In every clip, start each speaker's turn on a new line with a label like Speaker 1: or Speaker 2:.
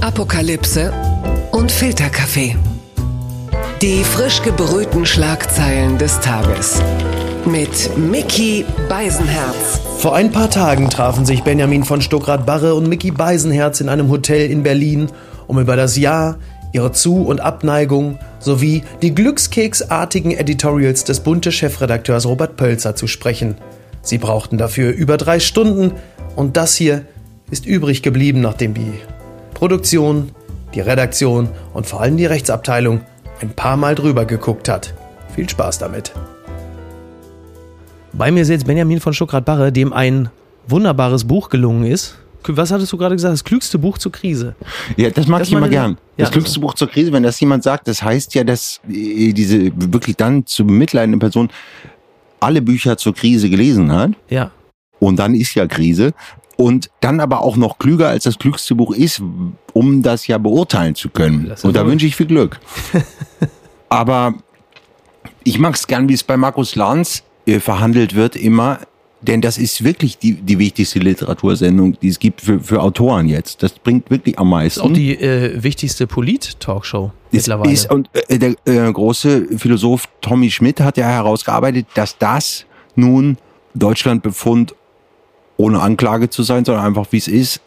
Speaker 1: Apokalypse und Filterkaffee. Die frisch gebrühten Schlagzeilen des Tages. Mit Mickey Beisenherz.
Speaker 2: Vor ein paar Tagen trafen sich Benjamin von Stuckrad-Barre und Mickey Beisenherz in einem Hotel in Berlin, um über das Jahr, ihre Zu- und Abneigung sowie die glückskeksartigen Editorials des Bunte-Chefredakteurs Robert Pölzer zu sprechen. Sie brauchten dafür über drei Stunden und das hier ist übrig geblieben, nachdem die Produktion, die Redaktion und vor allem die Rechtsabteilung ein paar Mal drüber geguckt hat. Viel Spaß damit. Bei mir sitzt Benjamin von Stuckrad-Barre, dem ein wunderbares Buch gelungen ist. Was hattest du gerade gesagt? Das klügste Buch zur Krise.
Speaker 3: Ja, das mag
Speaker 2: Das
Speaker 3: ich immer
Speaker 2: meine-
Speaker 3: gern.
Speaker 2: Ja, also.
Speaker 3: das klügste Buch zur Krise, wenn das jemand sagt, das heißt ja, dass äh, diese wirklich dann zu mitleidende Person alle Bücher zur Krise gelesen hat.
Speaker 2: Ja.
Speaker 3: Und dann ist ja Krise. Und dann aber auch noch klüger als das klügste Buch ist, um das ja beurteilen zu können.
Speaker 2: Das ist
Speaker 3: Und da
Speaker 2: wohl.
Speaker 3: wünsche ich viel Glück. aber ich mag es gern, wie es bei Markus Lanz äh, verhandelt wird, immer. Denn das ist wirklich die, die wichtigste Literatursendung, die es gibt für, für Autoren jetzt. Das bringt wirklich am meisten.
Speaker 2: Ist auch die äh, wichtigste Polit-Talkshow
Speaker 3: Hm? Ist,
Speaker 2: mittlerweile.
Speaker 3: ist, und äh, der äh, große Philosoph Tommy Schmidt hat ja herausgearbeitet, dass das nun Deutschlandbefund ohne Anklage zu sein, sondern einfach wie es ist,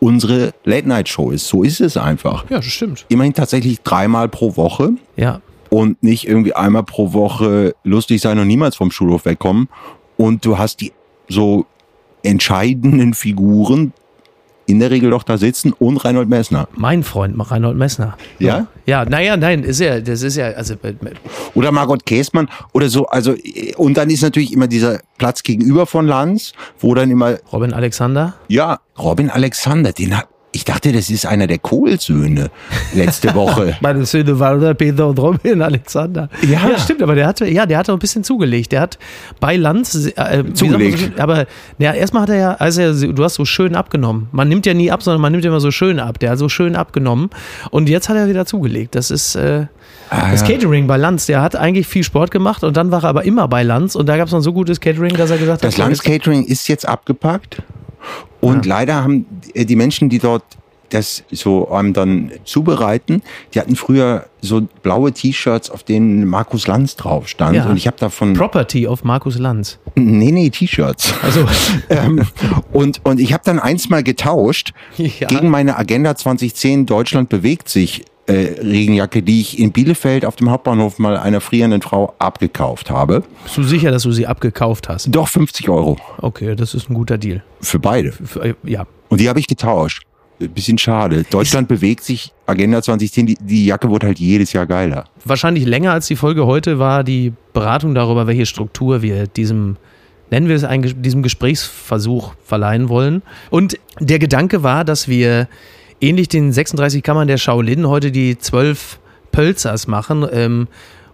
Speaker 3: unsere Late-Night-Show ist. So ist es einfach.
Speaker 2: ja, das stimmt.
Speaker 3: Immerhin tatsächlich dreimal pro Woche
Speaker 2: Ja.
Speaker 3: und nicht irgendwie einmal pro Woche lustig sein und niemals vom Schulhof wegkommen. Und du hast die so entscheidenden Figuren in der Regel doch da sitzen und Reinhold Messner.
Speaker 2: Mein Freund, Reinhold Messner.
Speaker 3: Ja?
Speaker 2: Ja, naja, nein, ist ja, das ist ja, also äh,
Speaker 3: oder Margot Käßmann oder so. Also äh, und dann ist natürlich immer dieser Platz gegenüber von Lanz, wo dann immer
Speaker 2: Robin Alexander.
Speaker 3: ja Robin Alexander, den hat, ich dachte, das ist einer der Kohl-Söhne letzte Woche.
Speaker 2: Meine Söhne waren Peter und Robin Alexander. Ja.
Speaker 3: Ja.
Speaker 2: stimmt, aber der hatte, ja, der hatte auch ein bisschen zugelegt. Der hat bei Lanz äh, äh, wie sagt man
Speaker 3: Zugelegt.
Speaker 2: So, schön? aber ja, erstmal hat er ja, also er, du hast so schön abgenommen. Man nimmt ja nie ab, sondern man nimmt immer so schön ab. Der hat so schön abgenommen. Und jetzt hat er wieder zugelegt. Das ist äh,
Speaker 3: Ah,
Speaker 2: das Catering bei Lanz. Der hat eigentlich viel Sport gemacht und dann war er aber immer bei Lanz und da gab es noch so gutes Catering, dass er gesagt
Speaker 3: Das
Speaker 2: hat, so,
Speaker 3: Lanz
Speaker 2: jetzt-
Speaker 3: Catering ist jetzt abgepackt und leider haben äh, die Menschen, die dort das so einem dann zubereiten. Die hatten früher so blaue T-Shirts, auf denen Markus Lanz drauf stand.
Speaker 2: Ja.
Speaker 3: Und ich habe davon...
Speaker 2: Property auf Markus Lanz.
Speaker 3: nee, nee, T-Shirts.
Speaker 2: Also
Speaker 3: ähm, und, und ich habe dann eins mal getauscht
Speaker 2: Ja.
Speaker 3: gegen meine Agenda 2010 Deutschland bewegt sich äh, Regenjacke, die ich in Bielefeld auf dem Hauptbahnhof mal einer frierenden Frau abgekauft habe.
Speaker 2: bist du sicher, dass du sie abgekauft hast?
Speaker 3: Doch 50 Euro
Speaker 2: Okay, das ist ein guter Deal.
Speaker 3: für beide.
Speaker 2: Für, äh, ja.
Speaker 3: Und die habe ich getauscht. Äh, Bisschen schade. Deutschland bewegt sich, Agenda 2010, die, die Jacke wurde halt jedes Jahr geiler.
Speaker 2: Wahrscheinlich länger als die Folge heute war die Beratung darüber, welche Struktur wir diesem, nennen wir es, ein, diesem Gesprächsversuch verleihen wollen. Und der Gedanke war, dass wir ähnlich den 36 Kammern der Shaolin heute die 12 Pölzers machen. Ähm,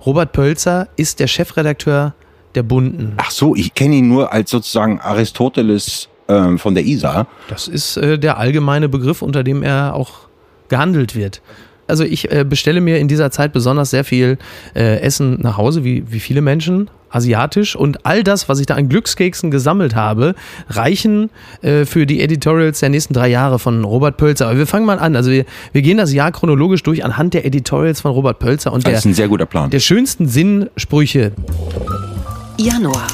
Speaker 2: Robert Pölzer ist der Chefredakteur der Bunden.
Speaker 3: Ach so, ich kenne ihn nur als sozusagen Aristoteles ähm, von der Isar.
Speaker 2: Das ist äh, der allgemeine Begriff, unter dem er auch gehandelt wird. Also ich äh, bestelle mir in dieser Zeit besonders sehr viel äh, Essen nach Hause, wie, wie viele Menschen, asiatisch. Und all das, was ich da an Glückskeksen gesammelt habe, reichen äh, für die Editorials der nächsten drei Jahre von Robert Pölzer. Aber wir fangen mal an. Also wir, wir gehen das Jahr chronologisch durch anhand der Editorials von Robert Pölzer und
Speaker 3: Das
Speaker 2: der,
Speaker 3: ist ein sehr guter Plan.
Speaker 2: der schönsten Sinnsprüche.
Speaker 1: Januar,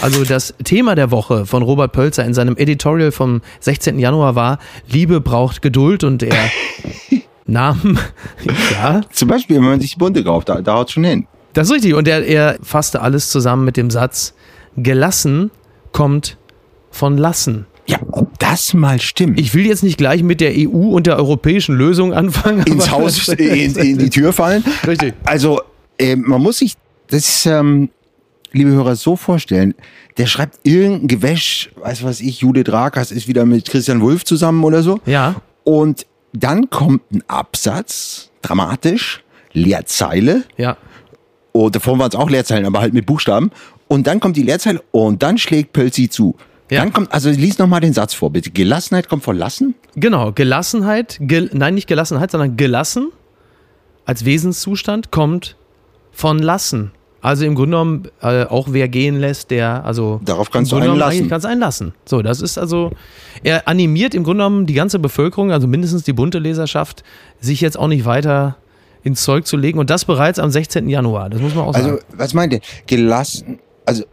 Speaker 2: Also das Thema der Woche von Robert Pölzer in seinem Editorial vom 16. Januar war, Liebe braucht Geduld und er nahm, ja,
Speaker 3: Zum Beispiel, wenn man sich die Bunte kauft, da, da haut schon hin.
Speaker 2: das ist richtig. Und er, er fasste alles zusammen mit dem Satz, gelassen kommt von lassen.
Speaker 3: Ja, ob das mal stimmt.
Speaker 2: Ich will jetzt nicht gleich mit der EU und der europäischen Lösung anfangen.
Speaker 3: ins
Speaker 2: aber-
Speaker 3: Haus, äh, in, in die Tür fallen.
Speaker 2: Richtig.
Speaker 3: Also, äh, man muss sich das, ähm, liebe Hörer, so vorstellen. Der schreibt irgendein Gewäsch, weiß was ich, Judith Rakers ist wieder mit Christian Wulff zusammen oder so.
Speaker 2: Ja,
Speaker 3: Und dann kommt ein Absatz, dramatisch, Leerzeile.
Speaker 2: ja.
Speaker 3: Und davor waren es auch Leerzeilen, aber halt mit Buchstaben. Und dann kommt die Leerzeile und dann schlägt Pölzi zu.
Speaker 2: Ja.
Speaker 3: Dann kommt, also lies nochmal den Satz vor, bitte. Gelassenheit kommt von Lassen?
Speaker 2: Genau, Gelassenheit, gel nein, nicht Gelassenheit, sondern gelassen als Wesenszustand kommt von lassen. Also im Grunde genommen, äh, auch wer gehen lässt, der, also.
Speaker 3: Darauf kannst
Speaker 2: im
Speaker 3: du
Speaker 2: Grunde
Speaker 3: einen
Speaker 2: genommen eigentlich
Speaker 3: lassen.
Speaker 2: Kannst du einen lassen. So, das ist also, er animiert im Grunde genommen die ganze Bevölkerung, also mindestens die bunte Leserschaft, sich jetzt auch nicht weiter ins Zeug zu legen und das bereits am 16. Januar. Das muss man auch
Speaker 3: Also,
Speaker 2: sagen.
Speaker 3: was meint ihr? Gelassen, also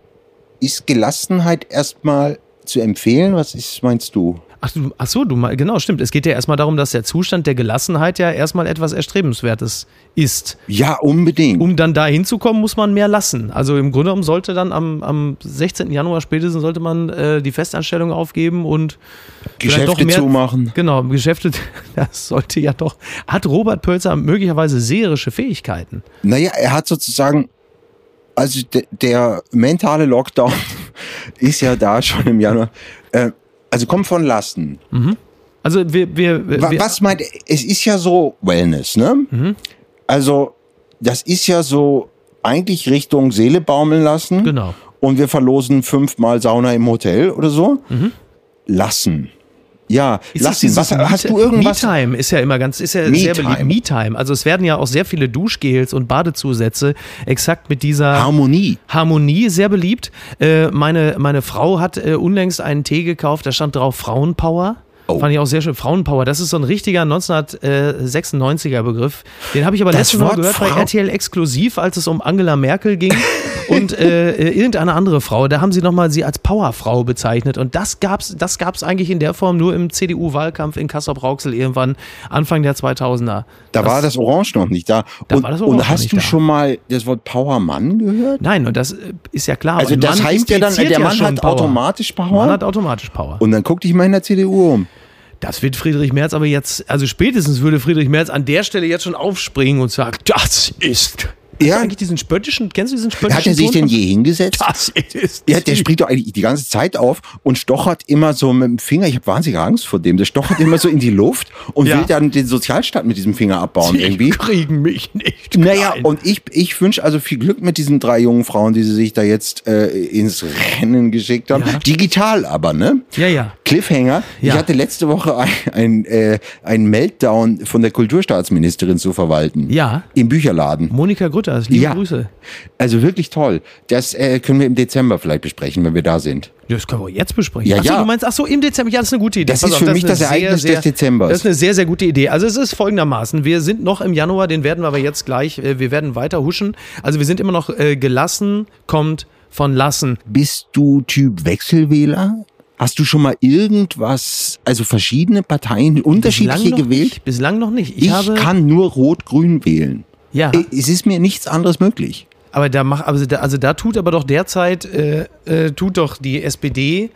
Speaker 3: ist Gelassenheit erstmal zu empfehlen? Was ist, meinst du?
Speaker 2: Ach, du, ach so, du mal, genau, stimmt. Es geht ja erstmal darum, dass der Zustand der Gelassenheit ja erstmal etwas Erstrebenswertes ist.
Speaker 3: Ja, unbedingt.
Speaker 2: um dann da hinzukommen, muss man mehr lassen. Also im Grunde genommen sollte dann am, am 16. Januar spätestens sollte man äh, die Festanstellung aufgeben und vielleicht
Speaker 3: Geschäfte
Speaker 2: doch mehr,
Speaker 3: zumachen.
Speaker 2: Genau, Geschäfte, das sollte ja doch. Hat Robert Pölzer möglicherweise seherische Fähigkeiten?
Speaker 3: Naja, er hat sozusagen, also de, der mentale Lockdown ist ja da schon im Januar. Äh, also kommt von Lasten.
Speaker 2: Also wir, wir, wir
Speaker 3: Wa-
Speaker 2: Mhm.
Speaker 3: was meint, es ist ja so Wellness, ne? Also, das ist ja so eigentlich Richtung Seele baumeln lassen.
Speaker 2: Genau.
Speaker 3: Und wir verlosen fünfmal Sauna im Hotel oder so. Lassen. Ja,
Speaker 2: Mhm. Ist es
Speaker 3: lassen.
Speaker 2: dieses
Speaker 3: Was, hast
Speaker 2: Me-
Speaker 3: du irgendwas?
Speaker 2: Me-Time ist ja immer ganz, ist ja sehr
Speaker 3: Me-Time.
Speaker 2: beliebt. Me-Time. Also es werden ja auch sehr viele Duschgels und Badezusätze exakt mit dieser
Speaker 3: Harmonie.
Speaker 2: Harmonie sehr beliebt. Äh, meine, meine Frau hat äh, unlängst einen Tee gekauft, da stand drauf Frauenpower.
Speaker 3: Oh.
Speaker 2: Fand ich auch sehr schön. Frauenpower, das ist so ein richtiger 1996er Begriff. Den habe ich aber
Speaker 3: Das
Speaker 2: letztes Mal
Speaker 3: Wort
Speaker 2: gehört bei
Speaker 3: Frau-
Speaker 2: RTL exklusiv, als es um Angela Merkel ging und äh, äh, irgendeine andere Frau. Da haben sie nochmal sie als Powerfrau bezeichnet. Und das gab's, das gab's eigentlich in der Form nur im CDU-Wahlkampf in Kassel-Brauxel irgendwann Anfang der 2000er.
Speaker 3: Da war das Orange noch nicht da.
Speaker 2: Da
Speaker 3: und,
Speaker 2: war das Orange
Speaker 3: und
Speaker 2: noch
Speaker 3: hast
Speaker 2: nicht
Speaker 3: du
Speaker 2: da.
Speaker 3: schon mal das Wort Powermann gehört?
Speaker 2: Nein, und das äh, ist ja klar.
Speaker 3: Also
Speaker 2: Und
Speaker 3: das
Speaker 2: Mann
Speaker 3: heißt ja dann,
Speaker 2: impliziert
Speaker 3: der Mann
Speaker 2: schon
Speaker 3: hat
Speaker 2: Power.
Speaker 3: automatisch Power.
Speaker 2: Mann hat automatisch Power.
Speaker 3: und dann guck dich mal in der CDU um.
Speaker 2: Das wird Friedrich Merz aber jetzt, also spätestens würde Friedrich Merz an der Stelle jetzt schon aufspringen und sagen, das ist.
Speaker 3: Ja.
Speaker 2: Hast du eigentlich diesen spöttischen, kennst du diesen spöttischen?
Speaker 3: Hat er sich
Speaker 2: Ton von-
Speaker 3: denn je hingesetzt?
Speaker 2: Das ist.
Speaker 3: Ja, der springt doch eigentlich die ganze Zeit auf und stochert immer so mit dem Finger. Ich habe wahnsinnige Angst vor dem. Der stochert immer so in die Luft und
Speaker 2: Ja.
Speaker 3: will dann den Sozialstaat mit diesem Finger abbauen
Speaker 2: Die
Speaker 3: irgendwie.
Speaker 2: kriegen mich nicht.
Speaker 3: Naja,
Speaker 2: klein.
Speaker 3: und ich, ich wünsche also viel Glück mit diesen drei jungen Frauen, die sie sich da jetzt äh, ins Rennen geschickt haben.
Speaker 2: Ja.
Speaker 3: Digital aber, ne?
Speaker 2: Ja, ja.
Speaker 3: Cliffhanger.
Speaker 2: Ja.
Speaker 3: Ich hatte letzte Woche ein, ein, äh, ein Meltdown von der Kulturstaatsministerin zu verwalten.
Speaker 2: Ja.
Speaker 3: Im Bücherladen.
Speaker 2: Monika Grütters, liebe
Speaker 3: Ja.
Speaker 2: Grüße.
Speaker 3: Also wirklich toll. Das äh, können wir im Dezember vielleicht besprechen, wenn wir da sind.
Speaker 2: Das können wir jetzt besprechen.
Speaker 3: Ja,
Speaker 2: Ach so,
Speaker 3: ja.
Speaker 2: du meinst, ach so, im Dezember, ja, das ist eine gute Idee.
Speaker 3: Das
Speaker 2: Pass
Speaker 3: ist
Speaker 2: auf,
Speaker 3: für mich
Speaker 2: eine
Speaker 3: das Ereignis des Dezembers.
Speaker 2: Das ist eine sehr, sehr gute Idee. Also es ist folgendermaßen, wir sind noch im Januar, den werden wir aber jetzt gleich, äh, wir werden weiter huschen. Also wir sind immer noch äh, gelassen, kommt von lassen.
Speaker 3: Bist du Typ Wechselwähler? Hast du schon mal irgendwas, also verschiedene Parteien, unterschiedliche
Speaker 2: noch
Speaker 3: gewählt?
Speaker 2: Nicht, bislang noch nicht. Ich,
Speaker 3: Ich,
Speaker 2: habe,
Speaker 3: kann nur rot-grün wählen.
Speaker 2: Ja,
Speaker 3: I- Äh, Es ist mir nichts anderes möglich.
Speaker 2: aber da mach, also da, also da tut aber doch derzeit äh, äh, tut doch die SPD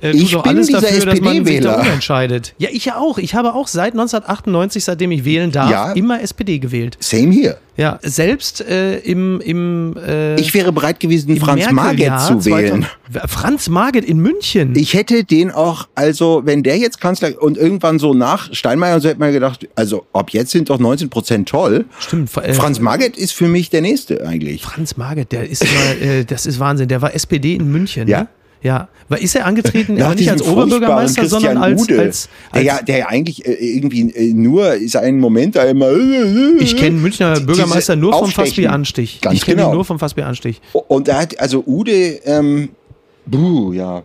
Speaker 2: äh,
Speaker 3: Ich
Speaker 2: tut doch
Speaker 3: bin
Speaker 2: alles
Speaker 3: dieser
Speaker 2: dafür, dass man sich da
Speaker 3: SPD-Wähler.
Speaker 2: umentscheidet. Ja, ich ja auch. Ich habe auch seit 1998, seitdem ich wählen darf,
Speaker 3: Ja.
Speaker 2: immer SPD gewählt.
Speaker 3: Same hier.
Speaker 2: Ja, selbst äh, im im äh,
Speaker 3: Ich wäre bereit gewesen, Franz Marget
Speaker 2: Merkel-Jahr
Speaker 3: zu
Speaker 2: 2000
Speaker 3: wählen.
Speaker 2: Franz Marget in München.
Speaker 3: Ich hätte den auch, also wenn der jetzt Kanzler und irgendwann so nach Steinmeier, und so hätte man gedacht, also ab jetzt sind doch 19 Prozent toll.
Speaker 2: Stimmt, äh,
Speaker 3: Franz Marget ist für mich der Nächste eigentlich.
Speaker 2: Franz Marget, der ist mal, äh, das ist Wahnsinn. Der war SPD in München.
Speaker 3: Ja?
Speaker 2: Ne? Ja. War- Ist er angetreten,
Speaker 3: Nach
Speaker 2: aber nicht als
Speaker 3: diesem
Speaker 2: Oberbürgermeister,
Speaker 3: furchtbaren
Speaker 2: sondern als,
Speaker 3: Christian Ude,
Speaker 2: als,
Speaker 3: der,
Speaker 2: als
Speaker 3: ja, der ja eigentlich äh, irgendwie äh, nur seinen Moment da immer.
Speaker 2: Ich kenne Münchner
Speaker 3: Diese
Speaker 2: Bürgermeister nur vom
Speaker 3: Aufstechen.
Speaker 2: Fassbier-Anstich.
Speaker 3: Ganz
Speaker 2: Ich kenne
Speaker 3: genau.
Speaker 2: ihn nur vom Fassbier-Anstich.
Speaker 3: Und er hat, also Ude, ähm, buh, ja.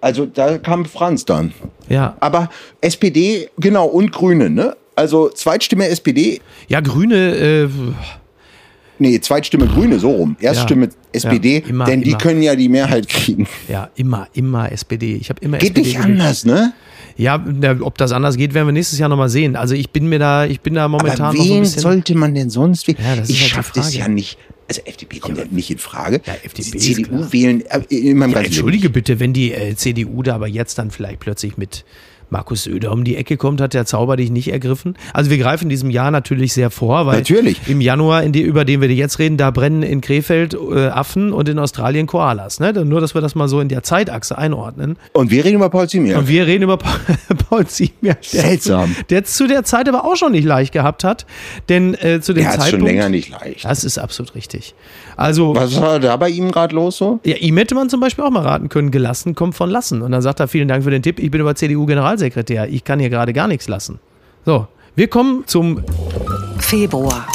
Speaker 3: Also da kam Franz dann.
Speaker 2: Ja.
Speaker 3: Aber SPD, genau, und Grüne, ne? Also Zweitstimme SPD,
Speaker 2: ja, Grüne, äh,
Speaker 3: nee, Zweitstimme Grüne, so rum. Erststimme SPD,
Speaker 2: ja, immer,
Speaker 3: denn die
Speaker 2: immer.
Speaker 3: können ja die Mehrheit kriegen.
Speaker 2: ja, immer, immer SPD. Ich habe immer
Speaker 3: Geht
Speaker 2: SPD.
Speaker 3: nicht
Speaker 2: gewählt.
Speaker 3: anders, ne?
Speaker 2: Ja, na, ob das anders geht, werden wir nächstes Jahr nochmal sehen. Also ich bin mir da, ich bin da momentan
Speaker 3: Aber
Speaker 2: noch so ein
Speaker 3: wen
Speaker 2: bisschen.
Speaker 3: sollte man denn sonst wählen?
Speaker 2: Ja, das ist
Speaker 3: ich
Speaker 2: halt die
Speaker 3: schaffe das
Speaker 2: Frage.
Speaker 3: ja nicht. Also FDP kommt ja, nicht in Frage.
Speaker 2: Ja, FDP
Speaker 3: Die
Speaker 2: ist
Speaker 3: CDU
Speaker 2: klar.
Speaker 3: wählen äh, in meinem ganzen
Speaker 2: Entschuldige bitte, wenn die äh, CDU da aber jetzt dann vielleicht plötzlich mit Markus Söder um die Ecke kommt, hat der Zauber dich nicht ergriffen. Also wir greifen diesem Jahr natürlich sehr vor, weil
Speaker 3: Natürlich.
Speaker 2: im Januar, in die, über den wir jetzt reden, da brennen in Krefeld äh, Affen und in Australien Koalas. Ne? Nur, dass wir das mal so in der Zeitachse einordnen.
Speaker 3: Leben. Und wir reden über Paul Ziemiak.
Speaker 2: Und wir reden über Paul Paul Ziemiak. der-
Speaker 3: Seltsam.
Speaker 2: Der es zu der Zeit aber auch schon nicht leicht gehabt hat, denn äh, zu dem
Speaker 3: Der hat
Speaker 2: Zeitpunkt...
Speaker 3: schon länger nicht leicht.
Speaker 2: Das ist absolut richtig. Also...
Speaker 3: Was war da bei ihm gerade los so?
Speaker 2: Ja, ihm hätte man zum Beispiel auch mal raten können, gelassen kommt von lassen. Und dann sagt er, vielen Dank für den Tipp, ich bin aber CDU-Generalsekretär, ich kann hier gerade gar nichts lassen. So, wir kommen zum
Speaker 4: Februar.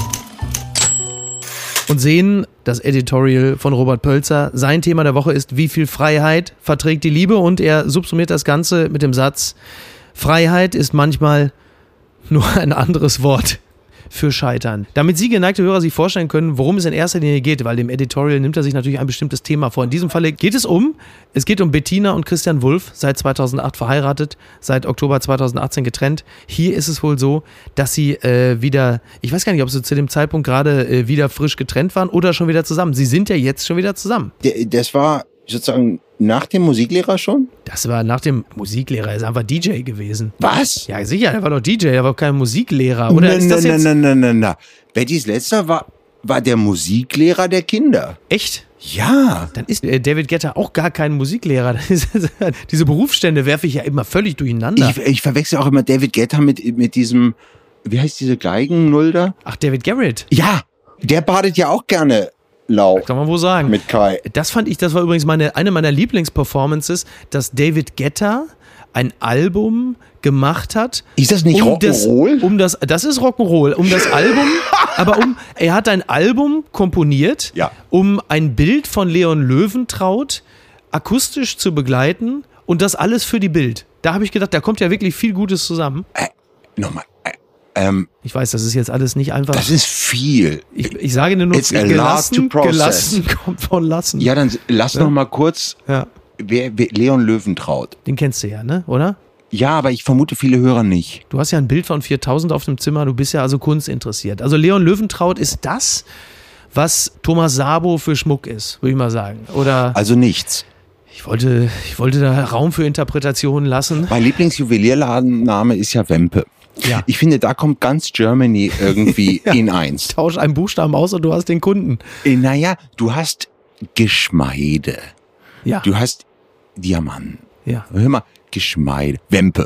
Speaker 2: und sehen das Editorial von Robert Pölzer. Sein Thema der Woche ist, wie viel Freiheit verträgt die Liebe? Und er subsumiert das Ganze mit dem Satz, Freiheit ist manchmal nur ein anderes Wort für Scheitern. Damit Sie, geneigte Hörer, sich vorstellen können, worum es in erster Linie geht, weil dem Editorial nimmt er sich natürlich ein bestimmtes Thema vor. In diesem Falle geht es um, es geht um Bettina und Christian Wulff, seit 2008 verheiratet, seit Oktober 2018 getrennt. Hier ist es wohl so, dass sie äh, wieder, ich weiß gar nicht, ob sie zu dem Zeitpunkt gerade äh, wieder frisch getrennt waren oder schon wieder zusammen. Sie sind ja jetzt schon wieder zusammen.
Speaker 3: D- Das war sozusagen nach dem Musiklehrer schon?
Speaker 2: Das war nach dem Musiklehrer, er ist einfach DJ gewesen.
Speaker 3: Was?
Speaker 2: Ja, sicher, er war doch DJ, er war kein Musiklehrer. Oder
Speaker 3: na,
Speaker 2: ist das
Speaker 3: na,
Speaker 2: jetzt
Speaker 3: na, na, na, na, na. Bettys letzter war, war der Musiklehrer der Kinder.
Speaker 2: echt?
Speaker 3: Ja.
Speaker 2: Dann ist äh, David Getter auch gar kein Musiklehrer. Das ist- Diese Berufsstände werfe ich ja immer völlig durcheinander.
Speaker 3: Ich, ich verwechsel auch immer David Guetta mit, mit diesem, wie heißt diese Geigenmulder?
Speaker 2: Ach, David Garrett.
Speaker 3: Ja, der badet ja auch gerne lau
Speaker 2: Kann man wohl sagen.
Speaker 3: mit Kai.
Speaker 2: Das fand ich, das war übrigens meine, eine meiner Lieblingsperformances, dass David Getter ein Album gemacht hat.
Speaker 3: Ist das nicht
Speaker 2: das,
Speaker 3: Rock'n'Roll?
Speaker 2: um das, das ist Rock'n'Roll, um das Album, aber um, er hat ein Album komponiert,
Speaker 3: Ja.
Speaker 2: um ein Bild von Leon Löwentraut akustisch zu begleiten und das alles für die Bild. Da habe ich gedacht, da kommt ja wirklich viel Gutes zusammen.
Speaker 3: Nochmal, äh, ähm,
Speaker 2: Ich weiß, das ist jetzt alles nicht einfach.
Speaker 3: das ist viel.
Speaker 2: ich, ich sage dir nur,
Speaker 3: It's a lot to
Speaker 2: gelassen,
Speaker 3: process.
Speaker 2: gelassen kommt von lassen.
Speaker 3: Ja, dann lass noch mal kurz,
Speaker 2: ja.
Speaker 3: wer, wer, Leon Löwentraut.
Speaker 2: Den kennst du ja, ne? Oder?
Speaker 3: Ja, aber ich vermute viele Hörer nicht.
Speaker 2: Du hast ja ein Bild von 4000 auf dem Zimmer, du bist ja also kunstinteressiert. Also Leon Löwentraut ist das, was Thomas Sabo für Schmuck ist, würde ich mal sagen. Oder
Speaker 3: Also nichts.
Speaker 2: ich wollte, ich wollte da Raum für Interpretationen lassen.
Speaker 3: Mein Lieblingsjuwelierladenname ist ja Wempe.
Speaker 2: Ja.
Speaker 3: Ich finde, da kommt ganz Germany irgendwie in eins.
Speaker 2: Tausch einen Buchstaben aus und du hast den Kunden.
Speaker 3: Äh, Naja, du hast Geschmeide.
Speaker 2: Ja.
Speaker 3: Du hast Diamanten.
Speaker 2: Ja,
Speaker 3: Hör mal, Geschmeide. Wempe.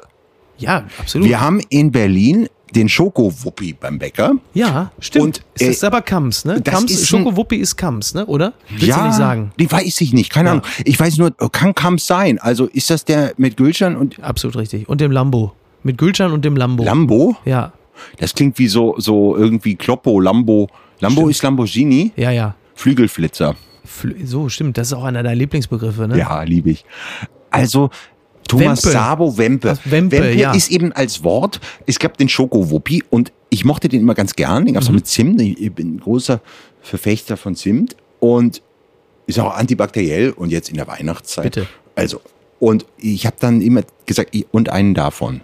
Speaker 2: ja absolut.
Speaker 3: Wir haben in Berlin den Schokowuppi beim Bäcker.
Speaker 2: ja, stimmt.
Speaker 3: Und,
Speaker 2: es ist
Speaker 3: äh,
Speaker 2: aber Kams, ne?
Speaker 3: das
Speaker 2: Kams,
Speaker 3: ist ein-
Speaker 2: Schokowuppi ist Kams, ne? Oder? Willst du nicht sagen?
Speaker 3: Die weiß ich nicht, keine Ahnung. Ich weiß nur, kann Kampf sein. Also ist das der mit Gülschan und
Speaker 2: Absolut richtig. Und dem Lambo. Mit Gülcan und dem Lambo.
Speaker 3: Lambo?
Speaker 2: ja,
Speaker 3: Das klingt wie so, so irgendwie Kloppo, Lambo. Lambo ist Lamborghini,
Speaker 2: ja, ja.
Speaker 3: Flügelflitzer.
Speaker 2: Fl- So, stimmt. Das ist auch einer deiner Lieblingsbegriffe, ne?
Speaker 3: Ja, liebe ich. Also Thomas
Speaker 2: Wempe.
Speaker 3: Sabo Wempe.
Speaker 2: Ach, Wempe, ja.
Speaker 3: ist eben als Wort, es gab den Schokowuppi und ich mochte den immer ganz gern. Den gab
Speaker 2: Mhm.
Speaker 3: es auch mit Zimt. Ich ich bin ein großer Verfechter von Zimt und ist auch antibakteriell und jetzt in der Weihnachtszeit.
Speaker 2: Bitte.
Speaker 3: Also, und ich habe dann immer gesagt, ich- und einen davon.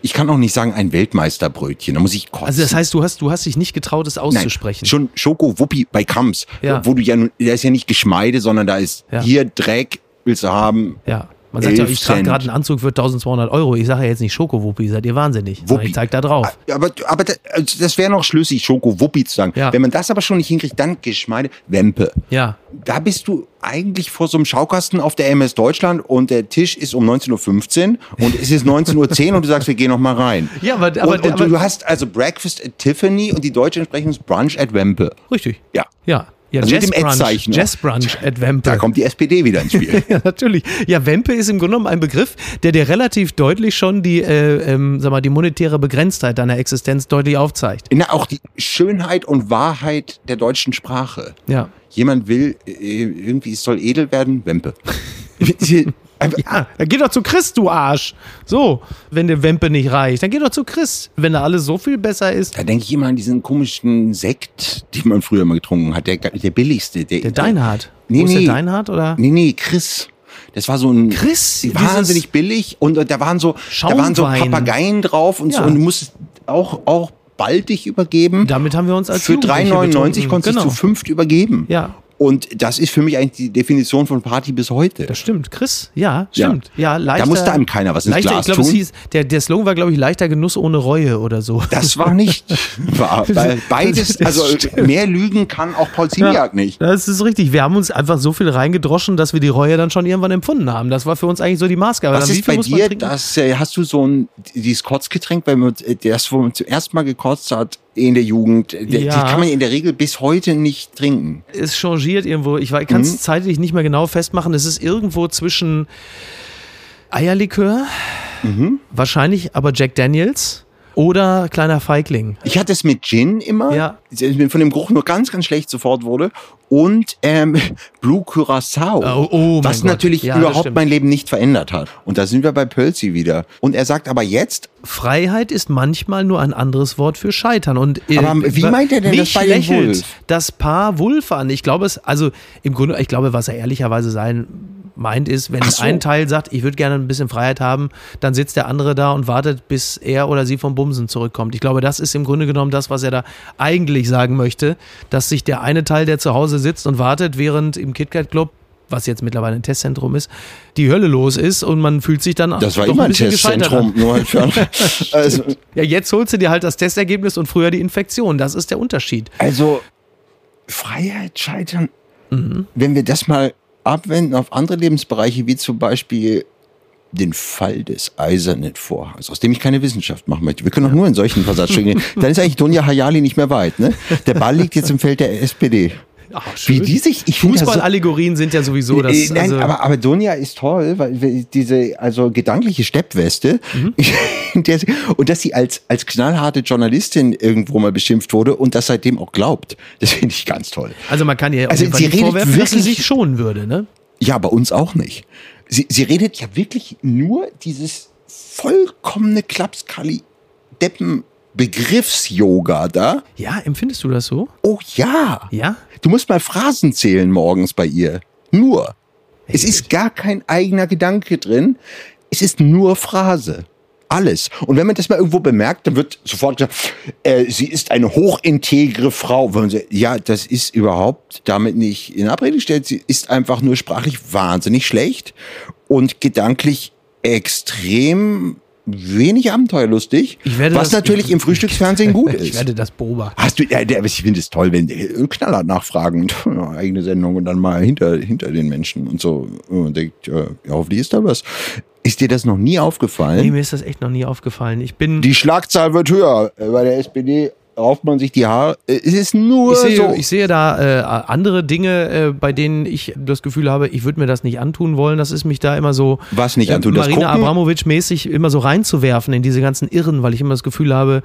Speaker 3: Ich kann auch nicht sagen, ein Weltmeisterbrötchen. Da muss ich kotzen.
Speaker 2: Mhm. Also das heißt, du hast, du hast dich nicht getraut, es
Speaker 3: Nein,
Speaker 2: auszusprechen.
Speaker 3: schon Schokowuppi bei Kamps,
Speaker 2: Ja.
Speaker 3: wo du ja nun, da ist ja nicht Geschmeide, sondern da ist
Speaker 2: Ja.
Speaker 3: hier Dreck, willst du haben,
Speaker 2: ja. Man sagt ja,
Speaker 3: 11
Speaker 2: ich trage
Speaker 3: Cent.
Speaker 2: gerade einen Anzug für 1200 Euro. Ich sage ja jetzt nicht Schokowuppi, seid ihr wahnsinnig. sondern
Speaker 3: Wuppi. Ah,
Speaker 2: Ich zeig da drauf.
Speaker 3: Aber, aber das, also das wäre noch schlüssig, Schoko-Wuppi zu sagen.
Speaker 2: Ja.
Speaker 3: Wenn man das aber schon nicht hinkriegt, dann Geschmeide, Wempe.
Speaker 2: Ja.
Speaker 3: Da bist du eigentlich vor so einem Schaukasten auf der MS Deutschland und der Tisch ist um 19.15 Uhr und es ist 19.10 Uhr und du sagst, wir gehen noch mal rein.
Speaker 2: Ja, aber- aber-
Speaker 3: und, und du,
Speaker 2: aber-
Speaker 3: du hast also Breakfast at Tiffany und die deutsche Entsprechung ist Brunch at Wempe.
Speaker 2: Richtig.
Speaker 3: Ja.
Speaker 2: Ja. Ja,
Speaker 3: Also mit dem
Speaker 2: Jazzbrunch.
Speaker 3: Ad-Zeichen.
Speaker 2: Jazzbrunch at Wempe.
Speaker 3: Da kommt die SPD wieder ins Spiel.
Speaker 2: Ja, natürlich. Ja, Wempe ist im Grunde genommen ein Begriff, der dir relativ deutlich schon die, äh, ähm, sag mal, die monetäre Begrenztheit deiner Existenz deutlich aufzeigt.
Speaker 3: Na, auch die Schönheit und Wahrheit der deutschen Sprache.
Speaker 2: Ja.
Speaker 3: Jemand will, äh, irgendwie, es soll edel werden, Wempe. Einfach-
Speaker 2: Ja, Ah, dann geh doch zu Chris, du Arsch. So, wenn dir Wempe nicht reicht, dann geh doch zu Chris. Wenn da alles so viel besser ist.
Speaker 3: Da denke ich immer an diesen komischen Sekt, den man früher mal getrunken hat, der, der billigste. Der,
Speaker 2: Der Deinhard.
Speaker 3: Nee,
Speaker 2: Wo ist
Speaker 3: nee.
Speaker 2: der Deinhard oder?
Speaker 3: Nee, nee, Chris. Das war so ein
Speaker 2: Chris,
Speaker 3: wahnsinnig
Speaker 2: dieses-
Speaker 3: billig und, und da waren so da waren so
Speaker 2: Schaumwein.
Speaker 3: Papageien drauf und
Speaker 2: Ja.
Speaker 3: so und du musstest auch auch baldig übergeben.
Speaker 2: Damit haben wir uns als
Speaker 3: Für
Speaker 2: Jugendliche
Speaker 3: 3,99
Speaker 2: betrunken.
Speaker 3: konntest
Speaker 2: genau.
Speaker 3: du zu fünft übergeben.
Speaker 2: Ja.
Speaker 3: Und das ist für mich eigentlich die Definition von Party bis heute.
Speaker 2: Das stimmt, Chris. Ja,
Speaker 3: Ja.
Speaker 2: stimmt. Ja, leichter.
Speaker 3: Da musste einem keiner was ins
Speaker 2: leichter,
Speaker 3: Glas
Speaker 2: ich glaube, es
Speaker 3: tun.
Speaker 2: hieß, der, der Slogan war, glaube ich, leichter Genuss ohne Reue oder so.
Speaker 3: Das war nicht wahr. Weil beides,
Speaker 2: Das
Speaker 3: also
Speaker 2: stimmt.
Speaker 3: mehr lügen kann auch Paul Ziemiak nicht.
Speaker 2: Das ist richtig. Wir haben uns einfach so viel reingedroschen, dass wir die Reue dann schon irgendwann empfunden haben. Das war für uns eigentlich so die Maßgabe.
Speaker 3: Was
Speaker 2: dann, wie
Speaker 3: ist
Speaker 2: viel
Speaker 3: bei
Speaker 2: muss man
Speaker 3: dir,
Speaker 2: trinken?
Speaker 3: das, äh, hast du so ein, dieses Kotzgetränk, weil man äh, das, wo man zum ersten Mal gekotzt hat in der Jugend, äh, die
Speaker 2: Ja.
Speaker 3: kann man in der Regel bis heute nicht trinken.
Speaker 2: es changiert irgendwo. Ich kann es zeitlich nicht mehr genau festmachen. Es ist irgendwo zwischen Eierlikör, wahrscheinlich aber Jack Daniels Oder kleiner Feigling.
Speaker 3: Ich hatte es mit Gin immer,
Speaker 2: Ja.
Speaker 3: Ich bin von dem Geruch nur ganz, ganz schlecht sofort wurde. Und ähm, Blue Curacao,
Speaker 2: Oh, oh mein
Speaker 3: was
Speaker 2: Gott.
Speaker 3: natürlich
Speaker 2: Ja, das
Speaker 3: überhaupt
Speaker 2: stimmt.
Speaker 3: mein Leben nicht verändert hat. Und da sind wir bei Pölzi wieder. Und er sagt aber jetzt,
Speaker 2: Freiheit ist manchmal nur ein anderes Wort für Scheitern. Und, äh,
Speaker 3: Aber wie
Speaker 2: wa-
Speaker 3: meint er denn das
Speaker 2: mich
Speaker 3: bei dem
Speaker 2: lächelt
Speaker 3: Wulff?
Speaker 2: das Paar Wulf an. Ich glaube es, also im Grunde, ich glaube, was er ehrlicherweise sein meint ist, wenn
Speaker 3: Ach so.
Speaker 2: ein Teil sagt, ich würde gerne ein bisschen Freiheit haben, dann sitzt der andere da und wartet, bis er oder sie vom Bumsen zurückkommt. Ich glaube, das ist im Grunde genommen das, was er da eigentlich sagen möchte, dass sich der eine Teil, der zu Hause sitzt und wartet, während im KitKat Club was jetzt mittlerweile ein Testzentrum ist, die Hölle los ist und man fühlt sich dann
Speaker 3: das war
Speaker 2: doch
Speaker 3: immer
Speaker 2: ein
Speaker 3: ein
Speaker 2: bisschen gescheitert an.
Speaker 3: Testzentrum. Nur halt für also,
Speaker 2: Ja, jetzt holst du dir halt das Testergebnis und früher die Infektion. Das ist der Unterschied.
Speaker 3: also Freiheit, Scheitern, wenn wir das mal abwenden auf andere Lebensbereiche, wie zum Beispiel den Fall des eisernen Vorhangs, aus dem ich keine Wissenschaft machen möchte. Wir können doch nur in solchen Versatzstücken gehen. Dann ist eigentlich Donja Hayali nicht mehr weit. Ne? Der Ball liegt jetzt im Feld der SPD.
Speaker 2: Ach, schön.
Speaker 3: Wie die sich... Ich finde das so-
Speaker 2: Fußballallegorien sind ja sowieso das.
Speaker 3: Äh, Nein,
Speaker 2: also,
Speaker 3: aber, aber Donja ist toll, weil wir- diese also gedankliche Steppweste, in der sie- und dass sie als, als knallharte Journalistin irgendwo mal beschimpft wurde und das seitdem auch glaubt. Das finde ich ganz toll.
Speaker 2: also man kann ihr
Speaker 3: Also
Speaker 2: also
Speaker 3: sie
Speaker 2: nicht
Speaker 3: redet
Speaker 2: vorwerfen, dass sie
Speaker 3: wirklich-
Speaker 2: sich schonen würde, ne?
Speaker 3: Ja, bei uns auch nicht. Sie, sie redet ja wirklich nur dieses vollkommene Klapskali-Deppen-Begriffs-Yoga da.
Speaker 2: Ja, empfindest du das so?
Speaker 3: Oh ja.
Speaker 2: Ja?
Speaker 3: Du musst mal Phrasen zählen morgens bei ihr. Nur. Es ist gar kein eigener Gedanke drin. Es ist nur Phrase. Alles. Und wenn man das mal irgendwo bemerkt, dann wird sofort gesagt, äh, sie ist eine hochintegre Frau. Wenn man sagt, ja, das ist überhaupt damit nicht in Abrede gestellt. Sie ist einfach nur sprachlich wahnsinnig schlecht und gedanklich extrem wenig abenteuerlustig.
Speaker 2: Ich werde
Speaker 3: was
Speaker 2: das-
Speaker 3: natürlich im Frühstücksfernsehen gut ist.
Speaker 2: Ich werde das beobachten.
Speaker 3: Hast du, ja, der- aber ich finde es toll, wenn äh, Knaller nachfragen und ja, eigene Sendung und dann mal hinter, hinter den Menschen und so. Und denkt, ja, ja, hoffentlich ist da was. Ist dir das noch nie
Speaker 2: Nee,
Speaker 3: aufgefallen?
Speaker 2: mir ist das echt noch nie aufgefallen. Ich bin.
Speaker 3: Die Schlagzahl wird höher. Äh, Bei der SPD rauft man sich die Haare. Äh, Es ist nur
Speaker 2: ich sehe,
Speaker 3: so.
Speaker 2: ich sehe da äh, andere Dinge, äh, bei denen ich das Gefühl habe, ich würde mir das nicht antun wollen. Das ist mich da immer so äh,
Speaker 3: Was nicht antun, das
Speaker 2: Marina
Speaker 3: gucken?
Speaker 2: Abramovic-mäßig immer so reinzuwerfen in diese ganzen Irren, weil ich immer das Gefühl habe,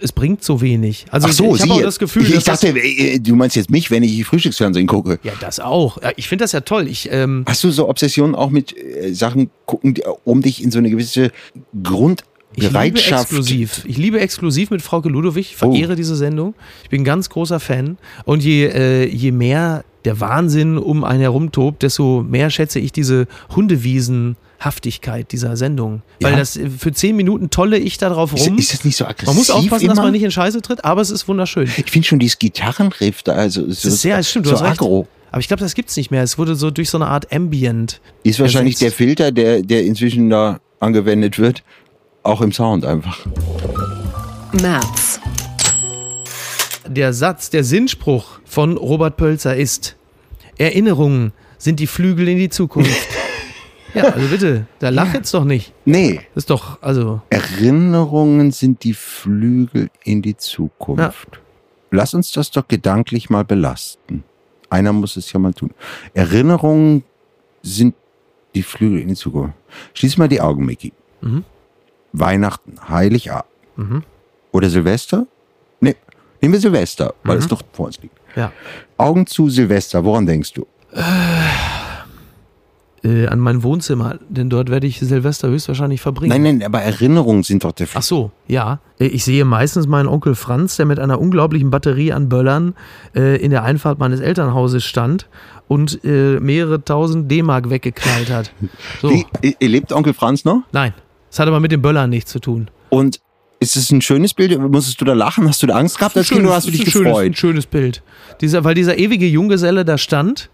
Speaker 2: es bringt so wenig. Also
Speaker 3: Ach so,
Speaker 2: ich, ich habe auch
Speaker 3: siehe.
Speaker 2: das Gefühl,
Speaker 3: ich, ich
Speaker 2: dass das-
Speaker 3: dachte, äh, äh, du meinst jetzt mich, wenn ich Frühstücksfernsehen gucke.
Speaker 2: Ja, das auch. Ja, Ich finde das ja toll. Ich, ähm,
Speaker 3: Hast du so Obsessionen auch mit äh, Sachen gucken, die, um dich in so eine gewisse
Speaker 2: ich liebe
Speaker 3: Grundbereitschaft
Speaker 2: exklusiv. Ich liebe exklusiv mit Frauke Ludowig. Ich
Speaker 3: Oh.
Speaker 2: verehre diese Sendung. Ich bin ein ganz großer Fan. Und je, äh, je mehr der Wahnsinn um einen herum tobt, desto mehr schätze ich diese Hundewiesenhaftigkeit dieser Sendung. Weil
Speaker 3: Ja.
Speaker 2: das äh, für zehn Minuten tolle ich da drauf
Speaker 3: Ist,
Speaker 2: rum.
Speaker 3: ist das nicht so aggressiv?
Speaker 2: man muss aufpassen,
Speaker 3: immer?
Speaker 2: dass man nicht in Scheiße tritt, aber es ist wunderschön.
Speaker 3: Ich finde schon dieses Gitarrenriff da, also so,
Speaker 2: Das ist sehr, stimmt, du
Speaker 3: so
Speaker 2: hast recht.
Speaker 3: aggro.
Speaker 2: Aber ich glaube, das gibt's nicht mehr. Es wurde so durch so eine Art Ambient.
Speaker 3: Ist wahrscheinlich der
Speaker 2: ersetzt.
Speaker 3: Filter, der, der inzwischen da angewendet wird, auch im Sound einfach.
Speaker 4: März.
Speaker 2: Der Satz, der Sinnspruch von Robert Pölzer ist: Erinnerungen sind die Flügel in die Zukunft. ja, also bitte, da lach jetzt doch nicht.
Speaker 3: Nee,
Speaker 2: Das ist doch, also,
Speaker 3: Erinnerungen sind die Flügel in die Zukunft. Lass uns das doch gedanklich mal belasten. Einer muss es ja mal tun. Erinnerungen sind die Flügel in die Zukunft. Schließ mal die Augen, Micky.
Speaker 2: Mhm.
Speaker 3: Weihnachten, Heiligabend.
Speaker 2: Mhm.
Speaker 3: Oder Silvester? Nee, nehmen wir Silvester, weil
Speaker 2: Mhm.
Speaker 3: es doch vor uns liegt.
Speaker 2: ja.
Speaker 3: Augen zu, Silvester, woran denkst du?
Speaker 2: Äh, an mein Wohnzimmer, denn dort werde ich Silvester höchstwahrscheinlich verbringen.
Speaker 3: Nein, nein, aber Erinnerungen sind doch der Flügel.
Speaker 2: Ach so, ja. Äh, Ich sehe meistens meinen Onkel Franz, der mit einer unglaublichen Batterie an Böllern äh, in der Einfahrt meines Elternhauses stand und äh, mehrere tausend D-Mark weggeknallt hat. So.
Speaker 3: Wie, äh, lebt Onkel Franz noch?
Speaker 2: Nein, das hat aber mit den Böllern nichts zu tun.
Speaker 3: Und ist es ein schönes Bild? Musstest du da lachen? Hast du da Angst gehabt als Kind oder hast du dich
Speaker 2: ein schönes, ein
Speaker 3: gefreut?
Speaker 2: schönes Bild. Dieser, weil dieser ewige Junggeselle da stand,